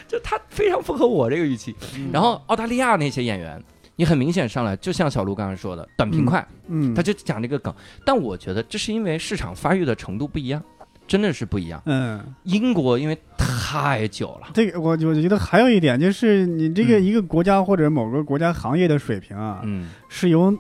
就他非常符合我这个预期。然后澳大利亚那些演员，你很明显上来就像小鹿刚才说的短平快，
嗯，
他就讲这个梗。但我觉得这是因为市场发育的程度不一样，真的是不一样。
嗯。
英国因为太久了，
这个我我觉得还有一点就是，你这个
嗯
一个国家或者某个国家行业的水平啊，
嗯
是由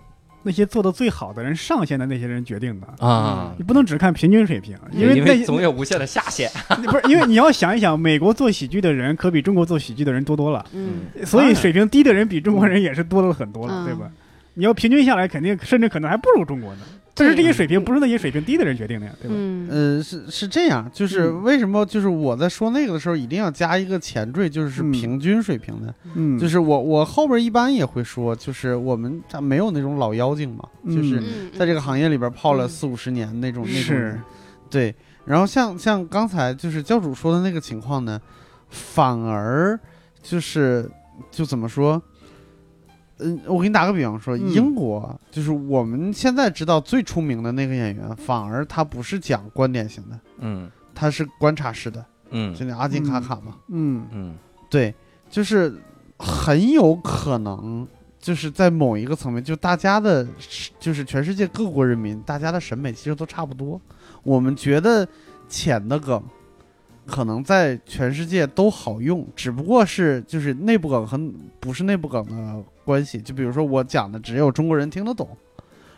那些做的最好的人上线的那些人决定的。
啊
你。不能只看平均水平，嗯因为
嗯因
那
为
些
总有无限的下限，
不是因为你要想一想，美国做喜剧的人可比中国做喜剧的人多多了，
嗯
所以水平低的人比中国人也是多了很多了，
嗯
对吧？你要平均下来，肯定甚至可能还不如中国呢。但是这些水平不是那些水平低的人决定的呀，对吧？
嗯
呃，是是这样，就是
嗯
为什么就是我在说那个的时候，一定要加一个前缀，就是
嗯
平均水平的。
嗯，
就是是我我后边一般也会说，就是我们这没有那种老妖精嘛，就是
嗯
嗯，
在这个行业里边泡了
嗯
四五十年那种那种
是
人，对。然后像像刚才就是教主说的那个情况呢，反而就是就怎么说？嗯，我给你打个比方说，
嗯
英国就是我们现在知道最出名的那个演员，反而他不是讲观点型的，
嗯
他是观察式的，
嗯
就那阿金卡卡嘛，
嗯
嗯
对，就是很有可能，就是在某一个层面，就大家的，就是全世界各国人民，大家的审美其实都差不多。我们觉得浅的梗，可能在全世界都好用，只不过是就是内部梗和不是内部梗的关系。就比如说我讲的只有中国人听得懂，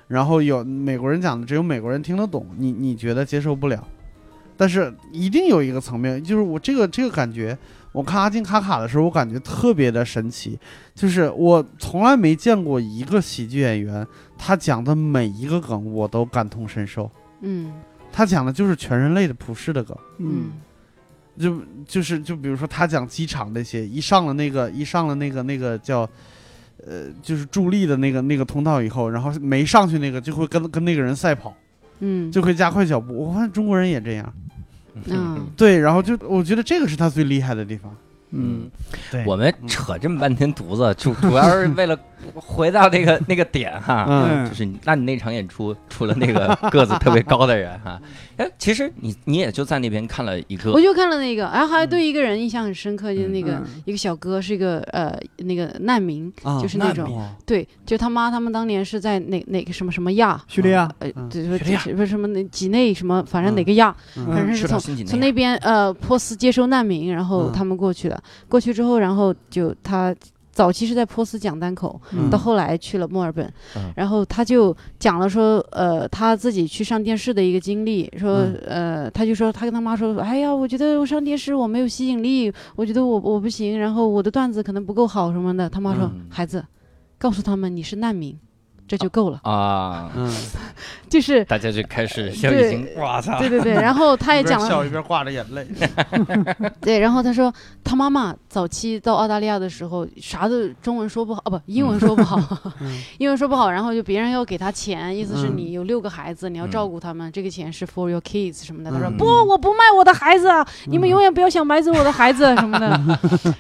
然后有美国人讲的只有美国人听得懂，你你觉得接受不了。但是一定有一个层面，就是我这个这个感觉，我看阿金卡卡的时候，我感觉特别的神奇，就是我从来没见过一个喜剧演员，他讲的每一个梗我都感同身受。
嗯
他讲的就是全人类的普世的梗，
嗯
就就是就比如说他讲机场那些，一上了那个一上了那个那个叫，呃，就是助力的那个那个通道以后，然后没上去那个就会跟跟那个人赛跑，
嗯，
就会加快脚步。我发现中国人也这样，
嗯
对，然后就我觉得这个是他最厉害的地方。
嗯
嗯，
对
我们扯这么半天犊子，主主要是为了回到那个那个点哈，
嗯
就是你那你那场演出，除了那个个子特别高的人哈，哎，其实你你也就在那边看了一个
嗯我，就看了那个，然后还对一个人印象很深刻，就是那个
嗯
一个小哥，是一个呃那个难民，
啊
就是嗯那种对，就他妈他们当年是在哪哪个什么什么亚，
叙利亚，
呃
嗯，
对，说
叙利亚
不是什么那几内什么，反正哪个亚，
嗯
反正是
是到
从
新几
从
内亚
那边呃波斯接收难民，然后
嗯
他们过去了，过去之后，然后就他早期是在波斯讲单口，
嗯
到后来去了墨尔本
嗯，
然后他就讲了说，呃，他自己去上电视的一个经历，说，呃，他就说他跟他妈说，哎呀，我觉得我上电视我没有吸引力，我觉得我我不行，然后我的段子可能不够好什么的。他妈说
嗯，
孩子，告诉他们你是难民，这就够了。
啊，
嗯
就是
大家就开始像已
对
经
哇操
对对对，然后他也
一边
讲了
笑一边挂着眼泪，
对，然后他说他妈妈早期到澳大利亚的时候，啥都中文说不好，啊不，英文说不好，
嗯
英文说不好，然后就别人要给他钱，意思是
嗯
你有六个孩子，你要照顾他们，这个钱是 for your kids 什么的。他说
嗯
不，我不卖我的孩子，啊你们永远不要想买走我的孩子什么 的。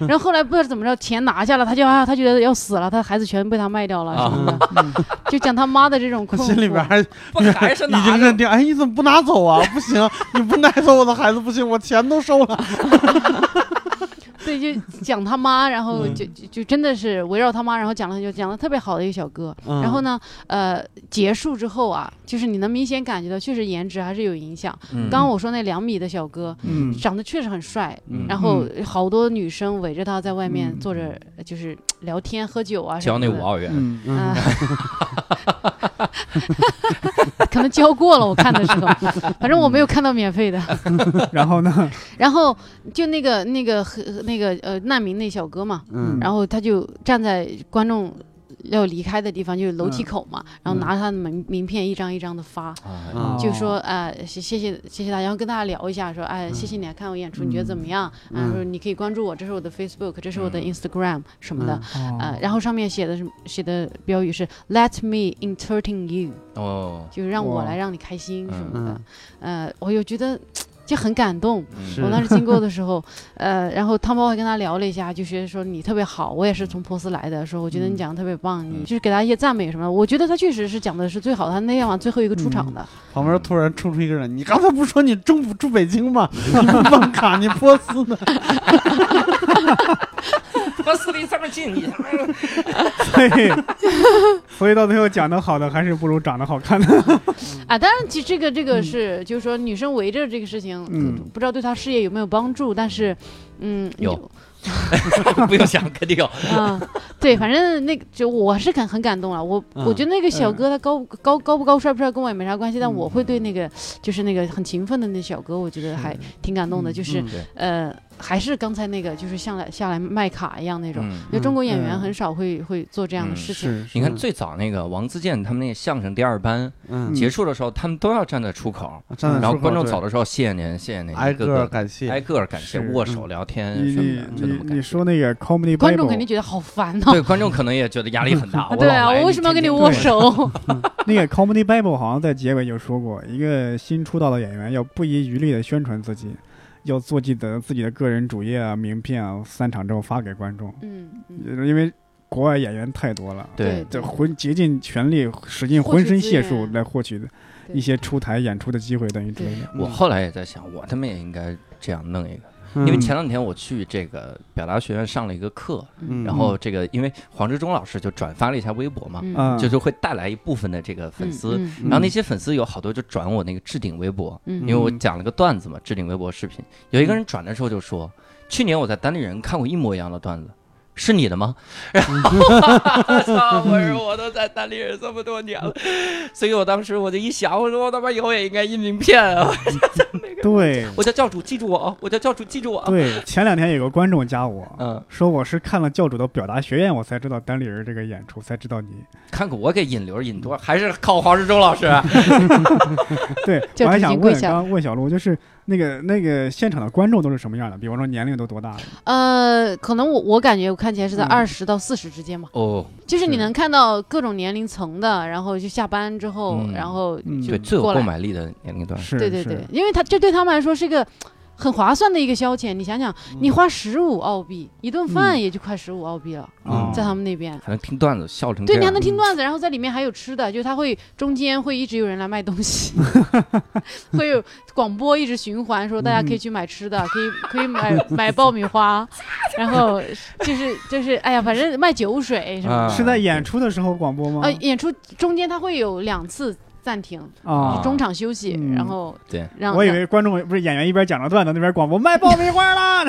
然后后来不知道怎么着，钱拿下了，他就啊，他觉得要死了，他的孩子全被他卖掉了什么 的，就讲他妈的这种
啊嗯他
困 惑。
心里边哦还
不还 是
已经认定，哎，你怎么不拿走啊？不行，你不拿走我的孩子不行，我钱都收了。
对，就讲他妈，然后
嗯
就就就真的是围绕他妈，然后讲了很久，讲的特别好的一个小哥。
嗯
然后呢，呃，结束之后啊，就是你能明显感觉到，确实颜值还是有影响。
嗯
刚刚我说那两米的小哥，
嗯
长得确实很帅，
嗯
然后好多女生围着他在外面
嗯
坐着，呃就是聊天喝酒啊什
交
么
那
的。
五澳元，
嗯，
啊， 可能交过了，我看的时候，反正我没有看到免费的。
然后呢？
然后就那个那个和那个呃难民那小哥嘛，
嗯
然后他就站在观众要离开的地方，就是
嗯
楼梯口嘛，然后拿着他的名名片一张一张的发，
啊，
嗯
哦
就说呃谢谢谢谢谢大家，然后跟大家聊一下，说哎谢谢你来看我演出，你觉得怎么样？
嗯
嗯，说你可以关注我，这是我的 Facebook，这是我的
嗯
Instagram 什么
嗯
的。
哦
呃， 然后上面写的是写的标语是 “Let me entertain you”，
哦，
就是让我
哇
来让你开心什么的
嗯。
呃，我又觉得就很感动，
嗯
是
我当时经过的 时候，呃，然后汤包还跟他聊了一下，就觉得说你特别好，我也是从波斯来的，说我觉得你
嗯
讲的特别棒，你就是给他一些赞美什么的。我觉得他确实是讲的是最好的，他那天晚上最后一个出场的，
旁边突然冲出一个人，你刚才不是说你中不住北京吗？你不办卡，你波斯 的，
我死离这么近，你
所以， 所以到最后讲的好的还是不如长得好看的。嗯
啊，当然，其实这个这个是、就是说女生围着这个事情，
嗯
不知道对她事业有没有帮助，但是，嗯，
有 不用想，肯定有。
啊，对，反正那个就我是感很感动了。我、
嗯
我觉得那个小哥他高、高高不高帅不帅跟我也没啥关系，但
嗯
我会对那个就是那个很勤奋的那小哥，我觉得还挺感动的。
嗯
就是、
对
呃，还是刚才那个，就是像来下来卖卡一样那种。
嗯
因为中国演员
嗯
很少会、会做这样的
嗯
事情。
你看最早那个王自健他们那个相声第二班
嗯
结束的时候，他们都要站在出口，
站在
然后
出口
观众
对
走的时候，谢谢您，谢谢您，
挨
一
个儿
个
感
个
谢，
挨个儿感谢，
是
握手聊天
你
什么的，
你
就那么
你
感谢。
你 说那个 comedy，
观众肯
Bible
定觉得好烦哦。
对观众可能也觉得压力很 大，
啊对啊，
老来
我为什么要跟你握？手？
那 个 Comedy Bible 好像在结尾就说过，一个新出道的演员要不遗余力的宣传自己，要做记得自己的个人主页啊、名片啊，三场之后发给观众，
嗯，嗯
因为国外演员太多了，
对
这浑竭尽全力、使尽浑身解数来获取的
对
一些出台演出的机会，等于之类的。
你我后来也在想，我他妈也应该这样弄一个，
嗯
因为前两天我去这个表达学院上了一个课，
嗯
然后这个因为黄志忠老师就转发了一下微博嘛，
嗯
嗯，
就是会带来一部分的这个啊粉丝，
嗯嗯
然后那些粉丝有好多就转我那个置顶微博，
嗯
因为我讲了个段子嘛，置顶微博视频，有一个人转的时候就说，去年我在单立人看过一模一样的段子。是你的 吗？然后我 操！我说我都在单立人这么多年了，所以我当时我就一想，我说我他妈以后也应该印名片啊！
对
我叫教主记住我啊！我叫教主记住我 啊！
对，前两天有个观众加我，
嗯，
说我是看了教主的表达学院，我才知道单立人这个演出，才 知道你。
看看我给引流引多，还是靠黄志忠老师。啊
对，
教
我还
主已
想
经跪
问，
下
刚刚问小鹿，就是那个那个现场的观众都是什么样的？比方说年龄都多大的？
呃，可能我我感觉我看起来是在
嗯
二十到四十之间吧。
哦，
就是你
是
能看到各种年龄层的，然后就下班之后，
嗯
然后
嗯
就
对，最有
过
购
来，
买力的年龄段。
是，
对对
是
对，因为他这对他们来说是一个很划算的一个消遣。你想想，
嗯
你花十五澳币一顿饭也就快十五澳币了，
啊，
在他们那边。
还能听段子笑成哦嗯这
对，
样。嗯
你还能听段子，然后在里面还有吃的，就是他会中间会一直有人来卖东 西，会有广播一直循环说大家
嗯
可以去买吃的，可以可以买买爆米花，然后就是就是哎呀，反正卖酒水什么
啊
的。
是在演出的时候广播吗
呃，？演出中间他会有两次暂停，
啊
中场休息，
嗯
然后
对
让
我以为观众不是演员一边讲着段子，那边广播卖爆米花 啦。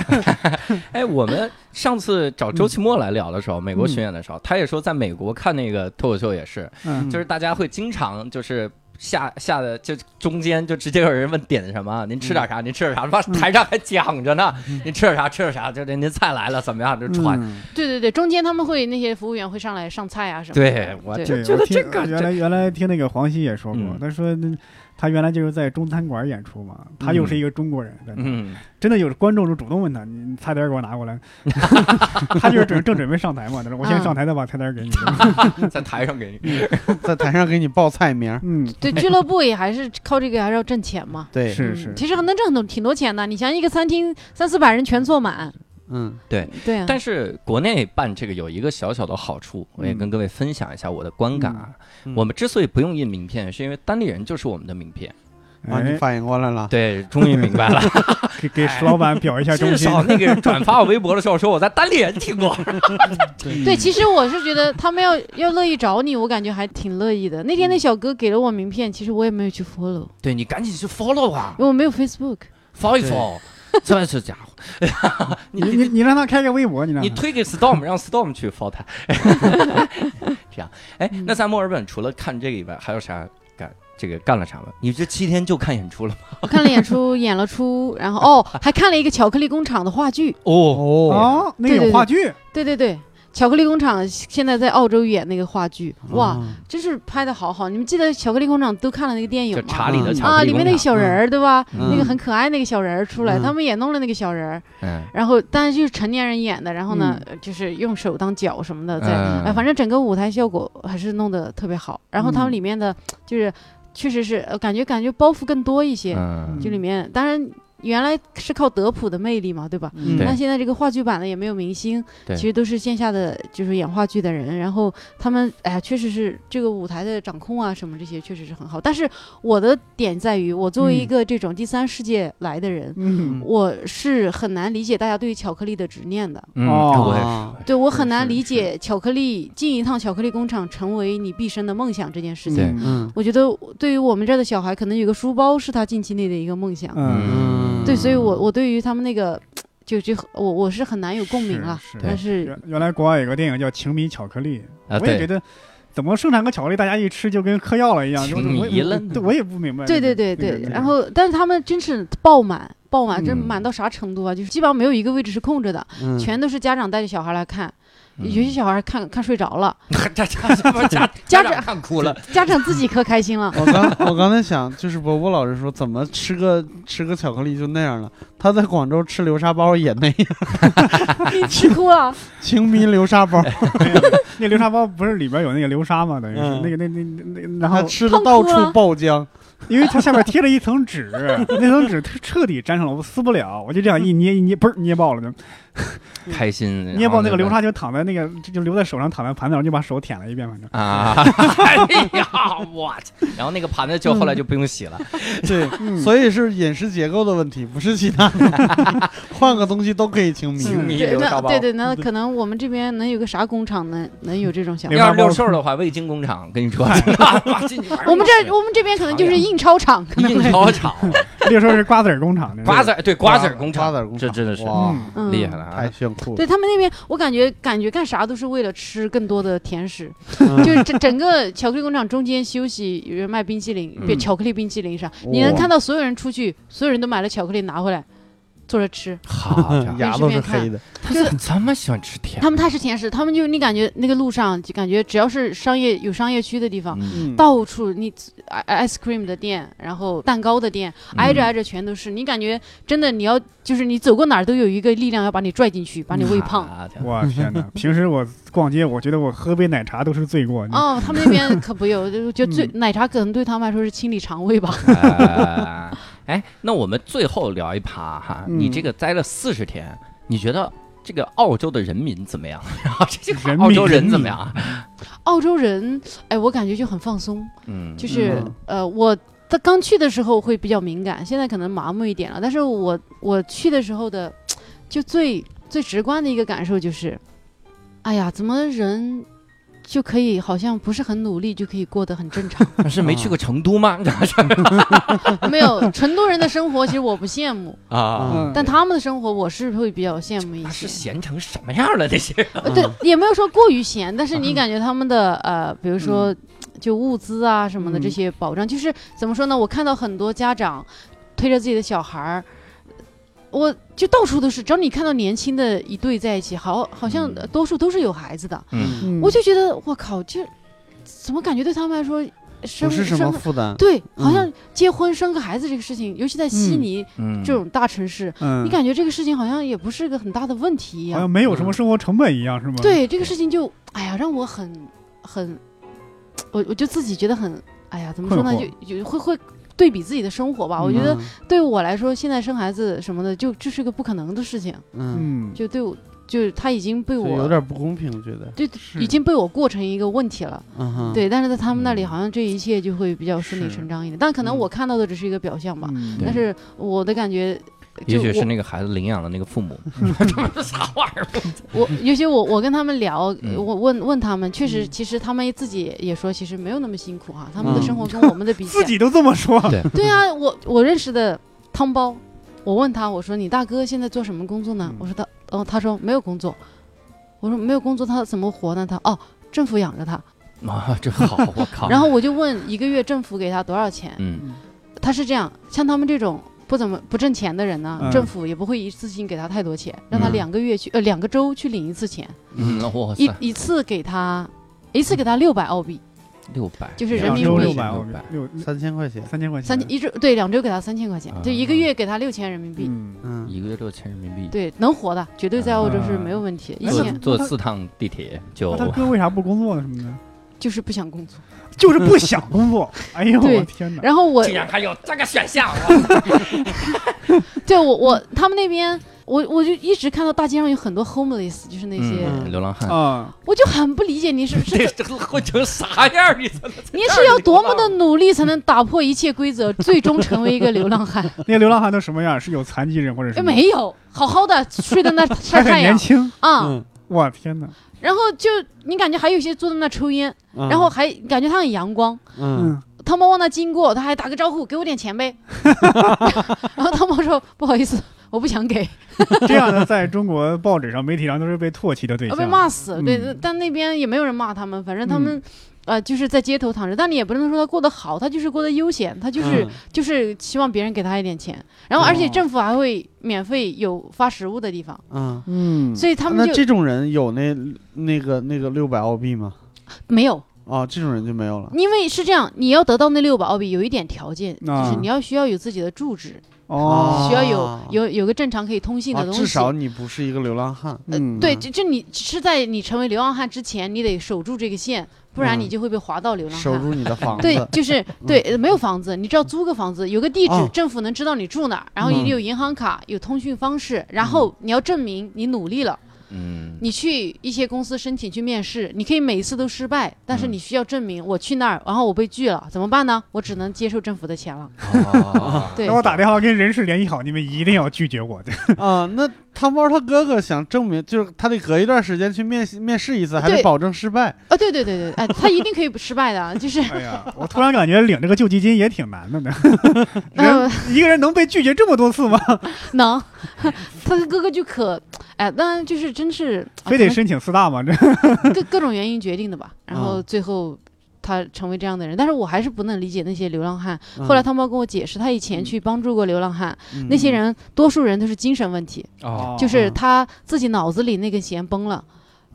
哎，我们上次找周奇墨来聊的时候，美国巡演的时候，他也说在美国看那个脱口秀也是，
嗯，
就是大家会经常就是下下的就中间就直接有人问点什么，您吃点啥？您吃点啥？妈台上还讲着呢，您吃点啥？吃点啥？就这您菜来了怎么样？就传。
嗯
对对对，中间他们会那些服务员会上来上菜啊什么的。
对我
对
就
对，
觉
我
得
听
这个
原来原来听那个黄西也说过
嗯，
他说那他原来就是在中餐馆演出嘛，他又是一个中国人，在那
嗯，
真的有观众就主动问他，你菜单给我拿过 来，他就是准正准备上台嘛，他
嗯
说我先上台再把菜单 给你。
在台上给你。
在台上给你报菜名 儿。
嗯，
对，俱乐部也还是靠这个还是要挣钱嘛。
对，
是
嗯
是，
其实还能挣很多挺多钱的。你想一个餐厅三四百人全坐满，
嗯
对啊，
但是国内办这个有一个小小的好处，我也跟各位分享一下我的观感啊。
嗯嗯
我们之所以不用印名片，是因为单立人就是我们的名片。
啊，你
哎，
反应过来了，
对，终于明白了。
给给
哎
石老板表一下忠
至
心。
少那个人转发我微博的时候说我在单立人听过。
对，其实我是觉得他们要要乐意找你，我感觉还挺乐意的。那天那小哥给了我名片，其实我也没有去 follow，
对你赶紧去 follow 啊
因为我没有 Facebook。
，follow 一 follow。这是家伙，你
你你你让他开个微博，你让
你
他。
推给 Storm，让 Storm 去 follow 他。 这样，哎，
嗯
那在墨尔本除了看这个以外，还有啥干？这个干了啥吗？你这七天就看演出了吗？
我看了演出，演了出，然后哦，还看了一个巧克力工厂的话剧。
哦，
哦，
哦，那
对对
有
对
话剧，
对对对，巧克力工厂现在在澳洲演那个话剧，哇，
啊，
真是拍的好好。你们记得巧克力工厂都看了那个电
就
影
查
吗？
理的巧
啊，
克力
里面那个
工厂
小人儿，对吧？
嗯
那个很可爱那个小人儿出来，
嗯
他们也弄了那个小人儿，
嗯，
然后但是就是成年人演的，然后呢，呃就是用手当脚什么的在
嗯
哎，反正整个舞台效果还是弄得特别好。然后他们
嗯
里面的就是，确实是呃感觉感觉包袱更多一些，
嗯
就里面当然。原来是靠德普的魅力嘛，对吧？
嗯
对
那现在这个话剧版呢也没有明星，
对
其实都是线下的，就是演话剧的人。然后他们，哎呀，确实是这个舞台的掌控啊，什么这些确实是很好。但是我的点在于，我作为一
嗯
个这种第三世界来的人，
嗯，
我是很难理解大家对于巧克力的执念的。
嗯，
哦
我也
啊
是。
对我
是
很难
是
理
是
解巧克力进一趟巧克力工厂成为你毕生的梦想这件事情。
对
嗯
我觉得对于我们这儿的小孩，可能有个书包是他近期内的一个梦想。
嗯，
嗯
对，所以我我对于他们那个，就就我我是很难有共鸣了。
是
对
但是啊
原原来国外有个电影叫《情迷巧克力》，
啊
我也
对
觉得怎么生产个巧克力，大家一吃就跟嗑药了一样，
情
我我
迷了
对，我也不明白那
对
个。
对对
那个
对，然后但是他们真是爆满。爆满，这
嗯
满到啥程度啊？就是基本上没有一个位置是空着的，
嗯
全都是家长带着小孩来看，
嗯
有些小孩看看睡着了，
家家家
家
家
长
长看哭了，
家长自己可开心 了。
我刚我刚才想，就是伯伯老师说，怎么吃个吃个巧克力就那样了？他在广州吃流沙包也那样，
吃哭啊了，
清迷流沙 包，
那流沙包不是里边有那个流沙吗？等于是
嗯
那个那那那那，然
他
后
吃的到处爆 浆。
因为它下面贴了一层纸，那层纸特彻底粘上了，我撕不了，我就这样一捏一捏，嘣儿捏爆了就，
嗯
开心。嗯然后
捏爆那个
就
流沙就躺在那个就就留在手上，躺在盘子上就把手舔了一遍，反正。
啊！ 哎呀，我去！然后那个盘子就后来就不用洗了。
对，
嗯，
所以是饮食结构的问题，不是其他的。换个东西都可以清迷。
清迷
嗯对
流
那
沙包
对对， 那可能我们这边能有个啥工厂能能有这种想法？
流
要
沙
是
包
六兽的话，味精工厂跟你说， 进去玩儿
哎我们这我们这边可能就是印钞厂，可能
印
会
钞厂、
那时候是瓜子儿工厂的
瓜子儿对瓜子儿工
瓜
厂
子，儿工
这
厂，
真的是
哇，
嗯
嗯
厉害了啊
太！炫酷了。
对他们那边，我感觉感觉干啥都是为了吃更多的甜食，
嗯
就是整整个巧克力工厂中间休息，有人卖冰淇淋，
嗯
别巧克力冰淇淋啥，你能
哇
看到所有人出去，所有人都买了巧克力拿回来，坐着吃。
好家伙，
嗯牙都是黑的，
他是怎么喜欢吃甜
嗯
嗯
他？们太是甜食，他们就你感觉那个路上就感觉只要是商业有商业区的地方，
嗯
嗯
到处你 i- ice cream 的店，然后蛋糕的店，挨着挨着全都是。你感觉真的，你要就是你走过哪儿都有一个力量要把你拽进去，把你喂胖。
好家伙
我天哪！平时我逛街，我觉得我喝杯奶茶都是罪过。你
哦，他们那边可不有，就就最、
嗯
奶茶可能对他们来说是清理肠胃吧。
哎哎，那我们最后聊一趴哈，
嗯
你这个待了四十天，你觉得这个澳洲的人民怎么样？然后这些
人民
澳洲人怎么样啊？
澳洲人，哎，我感觉就很放松，
嗯，
就是、
嗯
呃我。他刚去的时候会比较敏感，现在可能麻木一点了。但是我我去的时候的，就最最直观的一个感受就是，哎呀，怎么人就可以好像不是很努力就可以过得很正常？
嗯是没去过成都吗？
没有成都人的生活，其实我不羡慕，
啊，
嗯
但他们的生活我是会比较羡慕一
他
些
是。闲成什
嗯
么样了？这些人
嗯
呃对，也没有说过于闲，但是你感觉他们的呃，比如说就物资啊什么的
嗯
这些保障，就是怎么说呢？我看到很多家长推着自己的小孩儿，我就到处都是，只要你看到年轻的一对在一起，好好像
嗯
多数都是有孩子的，
嗯
嗯
我就觉得我靠，就怎么感觉对他们来说，生
不是什么
生
负担。
对，好
嗯
像结婚生个孩子这个事情，尤其在悉
嗯
尼
嗯
这种大城市，
嗯，
你感觉这个事情好像也不是个很大的问题一
好
样。
像没有什
嗯
么生活成本一样，是吗？，
对这个事情就，哎呀，让我很很，我我就自己觉得很，哎呀，怎么说呢？
困
就
惑
就会会对比自己的生活吧。我觉得
嗯，
对我来说，现在生孩子什么的，就这是个不可能的事情。
嗯，
嗯，
就对我，就是他已经被
就
我
有点不公平，我觉得。
对，
是
已经被我过成一个问题了。
嗯哼，
对，但是在他们那里，
嗯
好像这一切就会比较顺理
是
成章一点。但可能
嗯
我看到的只是一个表象吧。
嗯
对
但是我的感觉，
也
就
许
我
是那个孩子领养了那个父 母，
我，尤其我我跟他们聊，呃
嗯
我问问他们，确实，
嗯
其实他们自己也说，其实没有那么辛苦哈、他们的
嗯
生活跟我们的比 起
自
来，
己都这么说，
对啊，我我认识的汤包，我问他，我说你大哥现在做什么工作呢
嗯？
我说他，哦，他说没有工作，我说没有工作他怎么活呢？他哦，政府养着他，
啊，这好，我靠。
然后我就问一个月政府给他多少钱？
嗯，
他是这样，像他们这种不怎么不挣钱的人呢，
嗯
政府也不会一次性给他太多钱，让他
嗯
两个月去呃两个周去领一次钱，
嗯，哇
一
塞，
一次给他一次给他六百澳币，
六百
就是人
两
民
周
币
六百
百，
欧
六百，
六
三千块钱。
三千块钱，
三一周对两周给他三千块钱
啊，
就一个月给他六千人民币，
嗯，
嗯，
一个月六千人民币，
对，能活的，绝对在澳洲是没有问题，一
哎
坐
那
千
坐四趟地铁就
那啊他哥为啥不工作呢？什么 的，
就是不想工作。
就是不想工作。 哎呦，
对
我天哪！
然后我
竟然还有这个选项，
对我我他们那边。我我就一直看到大街上有很多 homeless，就是那些，哦
嗯流浪汉，
啊，
我就很不理解你 是不是
这这混成啥样儿？你
你是要多么的努力才能打破一切规则，最终成为一个流浪汉？
那个流浪汉都什么样？是有残疾人或者
哎，
什么？
没有，好好的睡在那晒
还很
太
年
阳
轻。
啊、
嗯，
我天哪！
然后就你感觉还有一些坐在那抽烟，
嗯
然后还感觉他很阳光。
嗯
嗯，
汤包往那经过，他还打个招呼，给我点钱呗。 然后汤包说不好意思，我不想给，
嗯这样的在中国报纸上、媒体上都是被唾弃的对
我
象，
啊哦被骂死。对、
嗯
但那边也没有人骂他们，反正
嗯
他们、呃就是在街头躺着，但你也不能说他过得好，他就是过得悠闲，他就是、
嗯
就是希望别人给他一点钱，然后而且
哦
政府还会免费有发食物的地方，
嗯，
嗯，
所以他们
那
就
这种人有那那个那个六百澳币吗？
没有，
哦，这种人就没有了。
因为是这样，你要得到那六百澳币，有一点条件，就
啊
是你要需要有自己的住址，
哦，
需要有
啊
有有个正常可以通信的
啊，
东西。呃
至少你不是一个流浪汉。
嗯，
对，
嗯
就就你是在你成为流浪汉之前，你得守住这个线，不然
嗯
你就会被划到流浪
守
汉。
住你的房子。
对，就是
嗯
对，呃没有房子，你只要租个房子，有个地址
哦，
政府能知道你住哪儿，然后
嗯
你有银行卡，有通讯方式，然后你要证明你努力了，
嗯，
你去一些公司申请去面试，你可以每一次都失败，但
嗯
是你需要证明我去那儿，然后我被拒了，怎么办呢？我只能接受政府的钱了。
哦
对
那我打电话跟人事联系好，你们一定要拒绝我。
啊，那汤包他哥哥想证明，就是他得隔一段时间去面面试一次，还得
对
保证失败。
啊，对对对对，哎，他一定可以失败的，就是
哎呀，我突然感觉领这个救济金也挺难 的呢。人
呃
一个人能被拒绝这么多次吗？
啊能， 他的哥哥就可，哎，当然就是真是啊
非得
可
申请四大吗？这
能各各种原因决定的吧，然后
嗯
最后。他成为这样的人，但是我还是不能理解那些流浪汉。后来
他
汤包跟我解释，他以前
嗯
去帮助过流浪汉，那些人多数人都是精神问题，
哦，
就是
嗯
他自己脑子里那根弦崩了，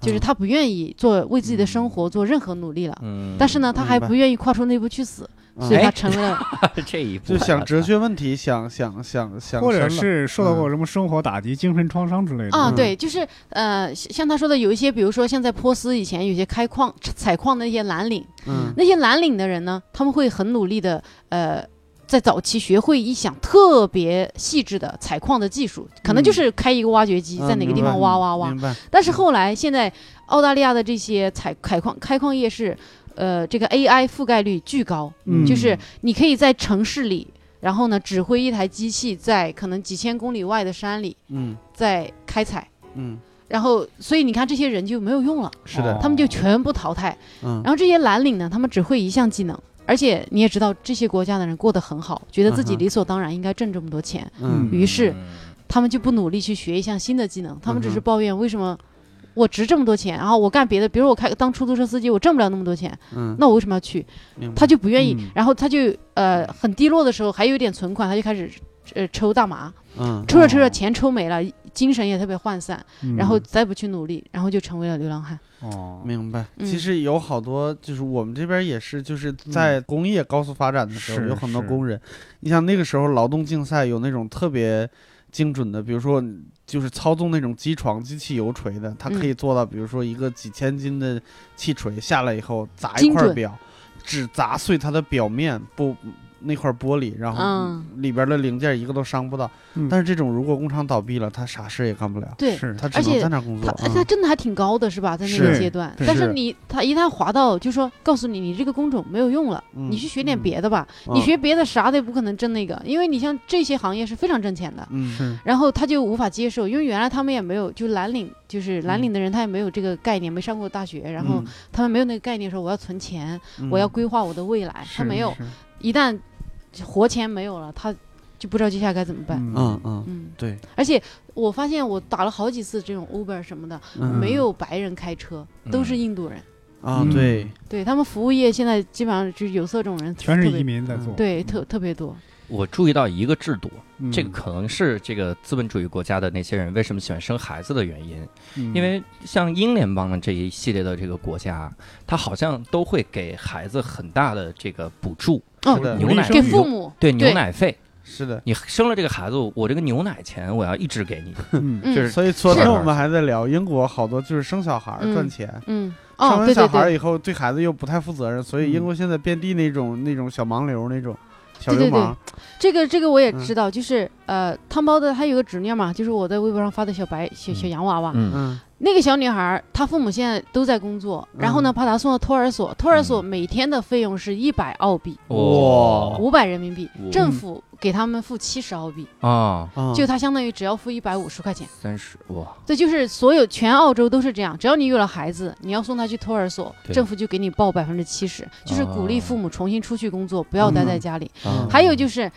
就是
嗯
他不愿意做为自己的生活做任何努力了。
嗯，
但 是呢，他还
明白
不愿意跨出那步去死，
嗯
所以他
哎
成了
这一步
就想哲
嗯
学问题，想想想想，
哦或者是受到过什么生活打击、精神创伤之类的
嗯啊，
嗯
对，就是呃，像像他说的，有一些，比如说像在波斯以前有些开矿采矿的那些蓝领，
嗯
那些蓝领的人呢，他们会很努力的呃。在早期学会一项特别细致的采矿的技术，可能就
嗯
是开一个挖掘机，在哪个地方挖挖挖
啊嗯明，嗯白？
但是后来，现在澳大利亚的这些采采矿开矿业是，呃，这个 AI 覆盖率巨高，
嗯
就是你可以在城市里，然后呢指挥一台机器在可能几千公里外的山里
嗯
在开采，
嗯，
然后所以你看这些人就没有用了，
是的
哦，
他们就全部淘汰。
嗯
哦然后这些蓝领呢，他们只会一项技能。而且你也知道，这些国家的人过得很好，觉得自己
嗯哼
理所当然应该挣这么多钱，
嗯
于是他们就不努力去学一项新的技能，他们
嗯
只是
哼
抱怨为什么我值这么多钱，然后我干别的，比如我开当出租车司机，我挣不了那么多钱，
嗯，
那我为什么要去？
明白
他就不愿意，
嗯
然后他就呃很低落的时候，还有一点存款，他就开始呃抽大麻，
嗯
抽着抽
哦
着钱抽没了，精神也特别涣散，
嗯
然后再不去努力，然后就成为了流浪汉。
哦，
明白。
嗯
其实有好多，就是我们这边也是，就是在
嗯
工业高速发展的时候，
是
有很多
是
工人。你像那个时候劳动竞赛有那种特别精准的，比如说就是操纵那种机床、机器油锤的，它
嗯
可以做到，比如说一个几千斤的气锤下来以后砸一
精
块
准
表，只砸碎它的表面不那块玻璃，然后
嗯
里边的零件一个都伤不到。
嗯
但是这种如果工厂倒闭了，他啥事也干不了，
对，
是
他只
而
能
且
在那儿工
他哎
作。
他
嗯
真的还挺高的，是吧？在那个
是
阶段，
对
但是
是
你他一旦滑到，就说告诉你，你这个工种没有用了，
嗯
你去学点
嗯
别的吧。
嗯
你学别的啥的也不可能挣那个，因为你像这些行业是非常挣钱的。
嗯
是
然后他就无法接受，因为原来他们也没有，就蓝领，就是蓝领的人，他也没有这个概念，没上过大学，然后
嗯
他们没有那个概念，说我要存钱，
嗯
我要规划我的未来，哎他
是
没有，
是
一旦活钱没有了，他就不知道接下来该怎么办。
嗯嗯，
嗯，
对，
而且我发现我打了好几次这种 Uber 什么的，
嗯
没有白人开车，都是印度人。
啊，
嗯
对，
对他们服务业现在基本上就是有色种人，
全是
特别嗯
移民在做，
对特特别多。
我注意到一个制度，
嗯，
这个可能是这个资本主义国家的那些人为什么喜欢生孩子的原因，
嗯
因为像英联邦的这一系列的这个国家，它好像都会给孩子很大的这个补助，
哦
是，的
牛奶
给父母
对牛奶费，
是
嗯
的，
你生了这个孩子，我这个牛奶钱我要一直给你，
嗯
嗯
就是
所以昨
是
天我们还在聊英国好多就是生小孩儿
嗯
赚钱，
嗯
生
哦
完
对
小
对
孩儿
对
以后对孩子又不太负责任，所以英国现在遍地那种那种小盲流那种小
对
流
对对
氓，
这个这个我也
嗯
知道，就是呃汤包的还有个侄女嘛，就是我在微博上发的小白小小洋娃娃，
嗯，
嗯
那个小女孩儿，她父母现在都在工作，然后呢把她送到托儿所，托儿所每天的费用是一百澳币，
嗯哦哇
五百人民币
嗯，
政府给他们付七十澳币，
啊，
啊，
就她相当于只要付一百五十块钱。
三十哇，
这就是所有全澳洲都是这样，只要你有了孩子，你要送他去托儿所，
对啊
政府就给你报百分之七十，就是鼓励父母重新出去工作，不要待在家里。
嗯
还有就是，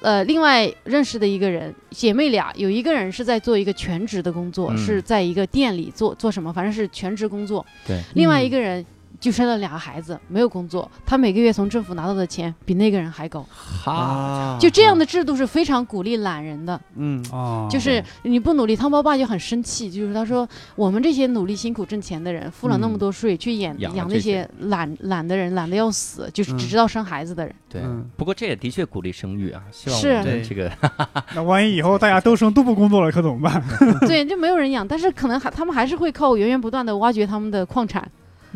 呃，另外认识的一个人，姐妹俩，有一个人是在做一个全职的工作，
嗯
是在一个店里做做什么，反正是全职工作。
对
另外一个人。就生了俩孩子，没有工作，他每个月从政府拿到的钱比那个人还高。
哈，
啊，
就这样的制度是非常鼓励懒人的，
嗯，
哦，
就是你不努力，汤包爸就很生气，就是他说我们这些努力辛苦挣钱的人，付了那么多税，去养
养了
养
这
那些懒懒的人，懒得要死，就是
嗯
只知道生孩子的人。
对
嗯。
不过这也的确鼓励生育啊，希望
是
我们
对
这个
那万一以后大家都生都不工作了，可怎么办？
对，就没有人养，但是可能还他们还是会靠源源不断的挖掘他们的矿产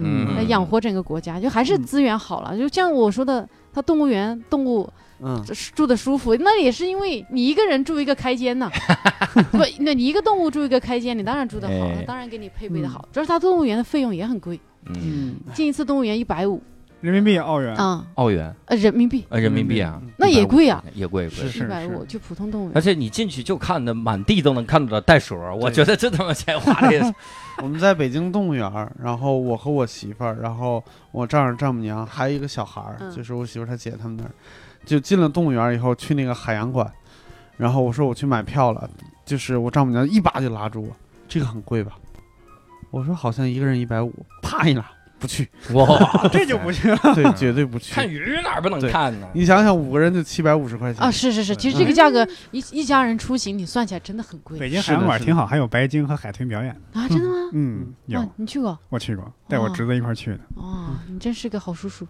来
嗯
养活整个国家，就还是
嗯
资源好了。就像我说的，他动物园动物
嗯
住的舒服，那也是因为你一个人住一个开间呐，不，那你一个动物住一个开间，你当然住得好，
哎
他当然给你配备的
嗯
好。主要是他动物园的费用也很贵，
嗯
进一次动物园一百五
人民币澳元，
啊，
澳元
呃人民币
呃人民币啊
人民币，
那也贵啊
150，也贵贵
是。
一百五
是
就普通动物
而
园。
且你进去就看的满地都能看得到袋鼠，我觉得这他妈钱花的也是，
我们在北京动物园儿，然后我和我媳妇儿，然后我丈人丈母娘，还有一个小孩儿，
嗯
就是我媳妇儿她姐他们那儿，就进了动物园儿以后去那个海洋馆，然后我说我去买票了，就是我丈母娘一把就拉住我，这个很贵吧？我说好像一个人一百五，啪一拉，不 去，
哇，
啊这就不行。
对，绝对不去。
看鱼哪儿不能看呢？
你想想，五个人就七百五十块钱
啊，是是是，其实
嗯
这个价格一一家人出行，你算起来真的很贵
北京海洋馆
是的
挺好，还有白鲸和海豚表演。
啊！真的吗？
嗯，有，
哇
嗯
你去过？
我去过，带
啊
我侄子一块儿去的。
哦，你真是个好叔叔。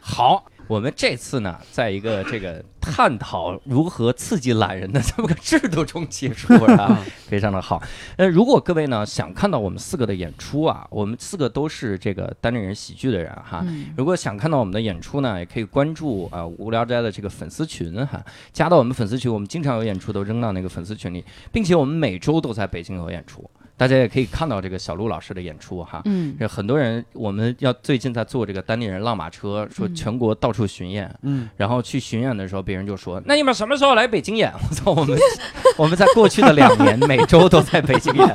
好，我们这次呢，在一个这个探讨如何刺激懒人的这么个制度中结束了啊，非常的好。呃，如果各位呢想看到我们四个的演出啊，我们四个都是这个单立人喜剧的人啊哈。
嗯，
如果想看到我们的演出呢，也可以关注啊、无聊斋的这个粉丝群哈，加到我们粉丝群，我们经常有演出都扔到那个粉丝群里，并且我们每周都在北京有演出，大家也可以看到这个小鹿老师的演出哈。
嗯，
这很多人，我们要最近在做这个单立人浪马车，说
嗯
全国到处巡演，
嗯，
然后去巡演的时候，别人就说：“那你们什么时候来北京演？” 我操，我 们我们在过去的两年每周都在北京演，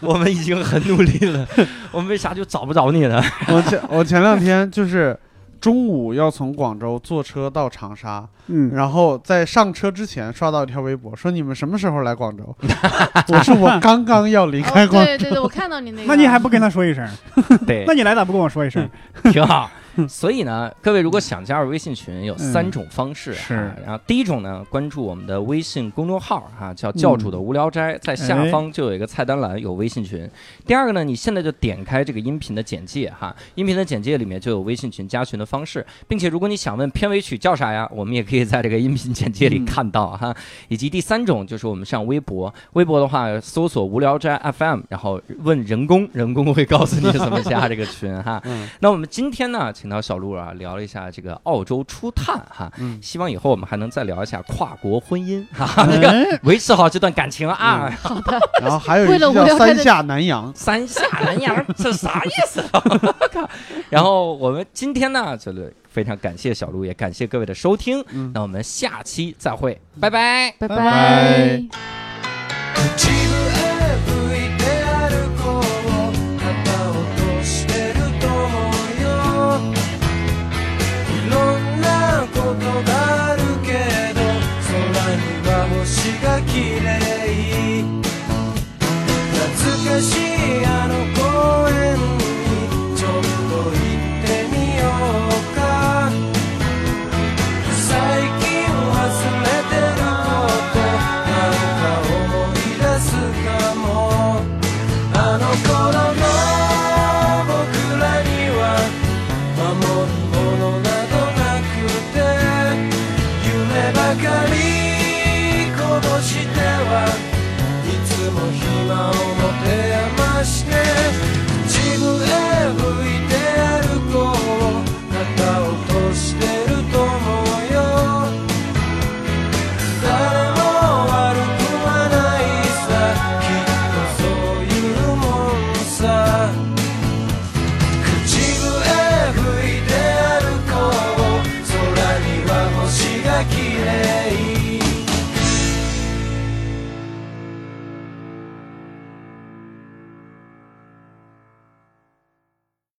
我们已 经很努力了，我们为啥就找不着你呢？
我前我前两天就是中午要从广州坐车到长沙，
嗯，
然后在上车之前刷到一条微博，说你们什么时候来广州？我说我刚刚要离开广
哦、
州。
对对对，我看到你那 个。
那你还不跟他说一声？
对
那你来咋不跟我说一声？
挺好。所以呢，各位如果想加入微信群，有三种方式、啊
是
然后第一种呢，关注我们的微信公众号啊，叫教主的无聊斋，在下方就有一个菜单栏有微信群。第二个呢，你现在就点开这个音频的简介哈、音频的简介里面就有微信群加群的方式，并且如果你想问片尾曲叫啥呀，我们也可以在这个音频简介里看到哈、以及第三种就是我们上微博，微博的话搜索无聊斋 FM，然后问人工，人工会告诉你怎么加这个群哈、
嗯
那我们今天呢，请到小鹿啊，聊了一下这个澳洲初探哈，
嗯，
希望以后我们还能再聊一下跨国婚姻哈，这个维持好这段感情啊。
然后还有一
为
个
了无
叫
聊斋
三
的
下南洋，
三下南洋，这啥意思、 啊？我靠！然后我们今天呢，就是非常感谢小鹿，也感谢各位的收听。
嗯
那我们下期再会，拜拜。
拜
拜
拜
自分へで歩こう旗をとしてると思うよいろんなことがあるけど空には星が綺麗懐かしいあの公園にちょっと行ってみようか最近忘れてることなんか思い出すかもあの頃の僕らには守るものなどなくて夢ばかり殺してはいつも暇を持て余して自分へ向いて歩こう肩を落としてると思うよ誰も悪くはないさきっとそういうもんさ口笛吹いて歩こう空には星が綺麗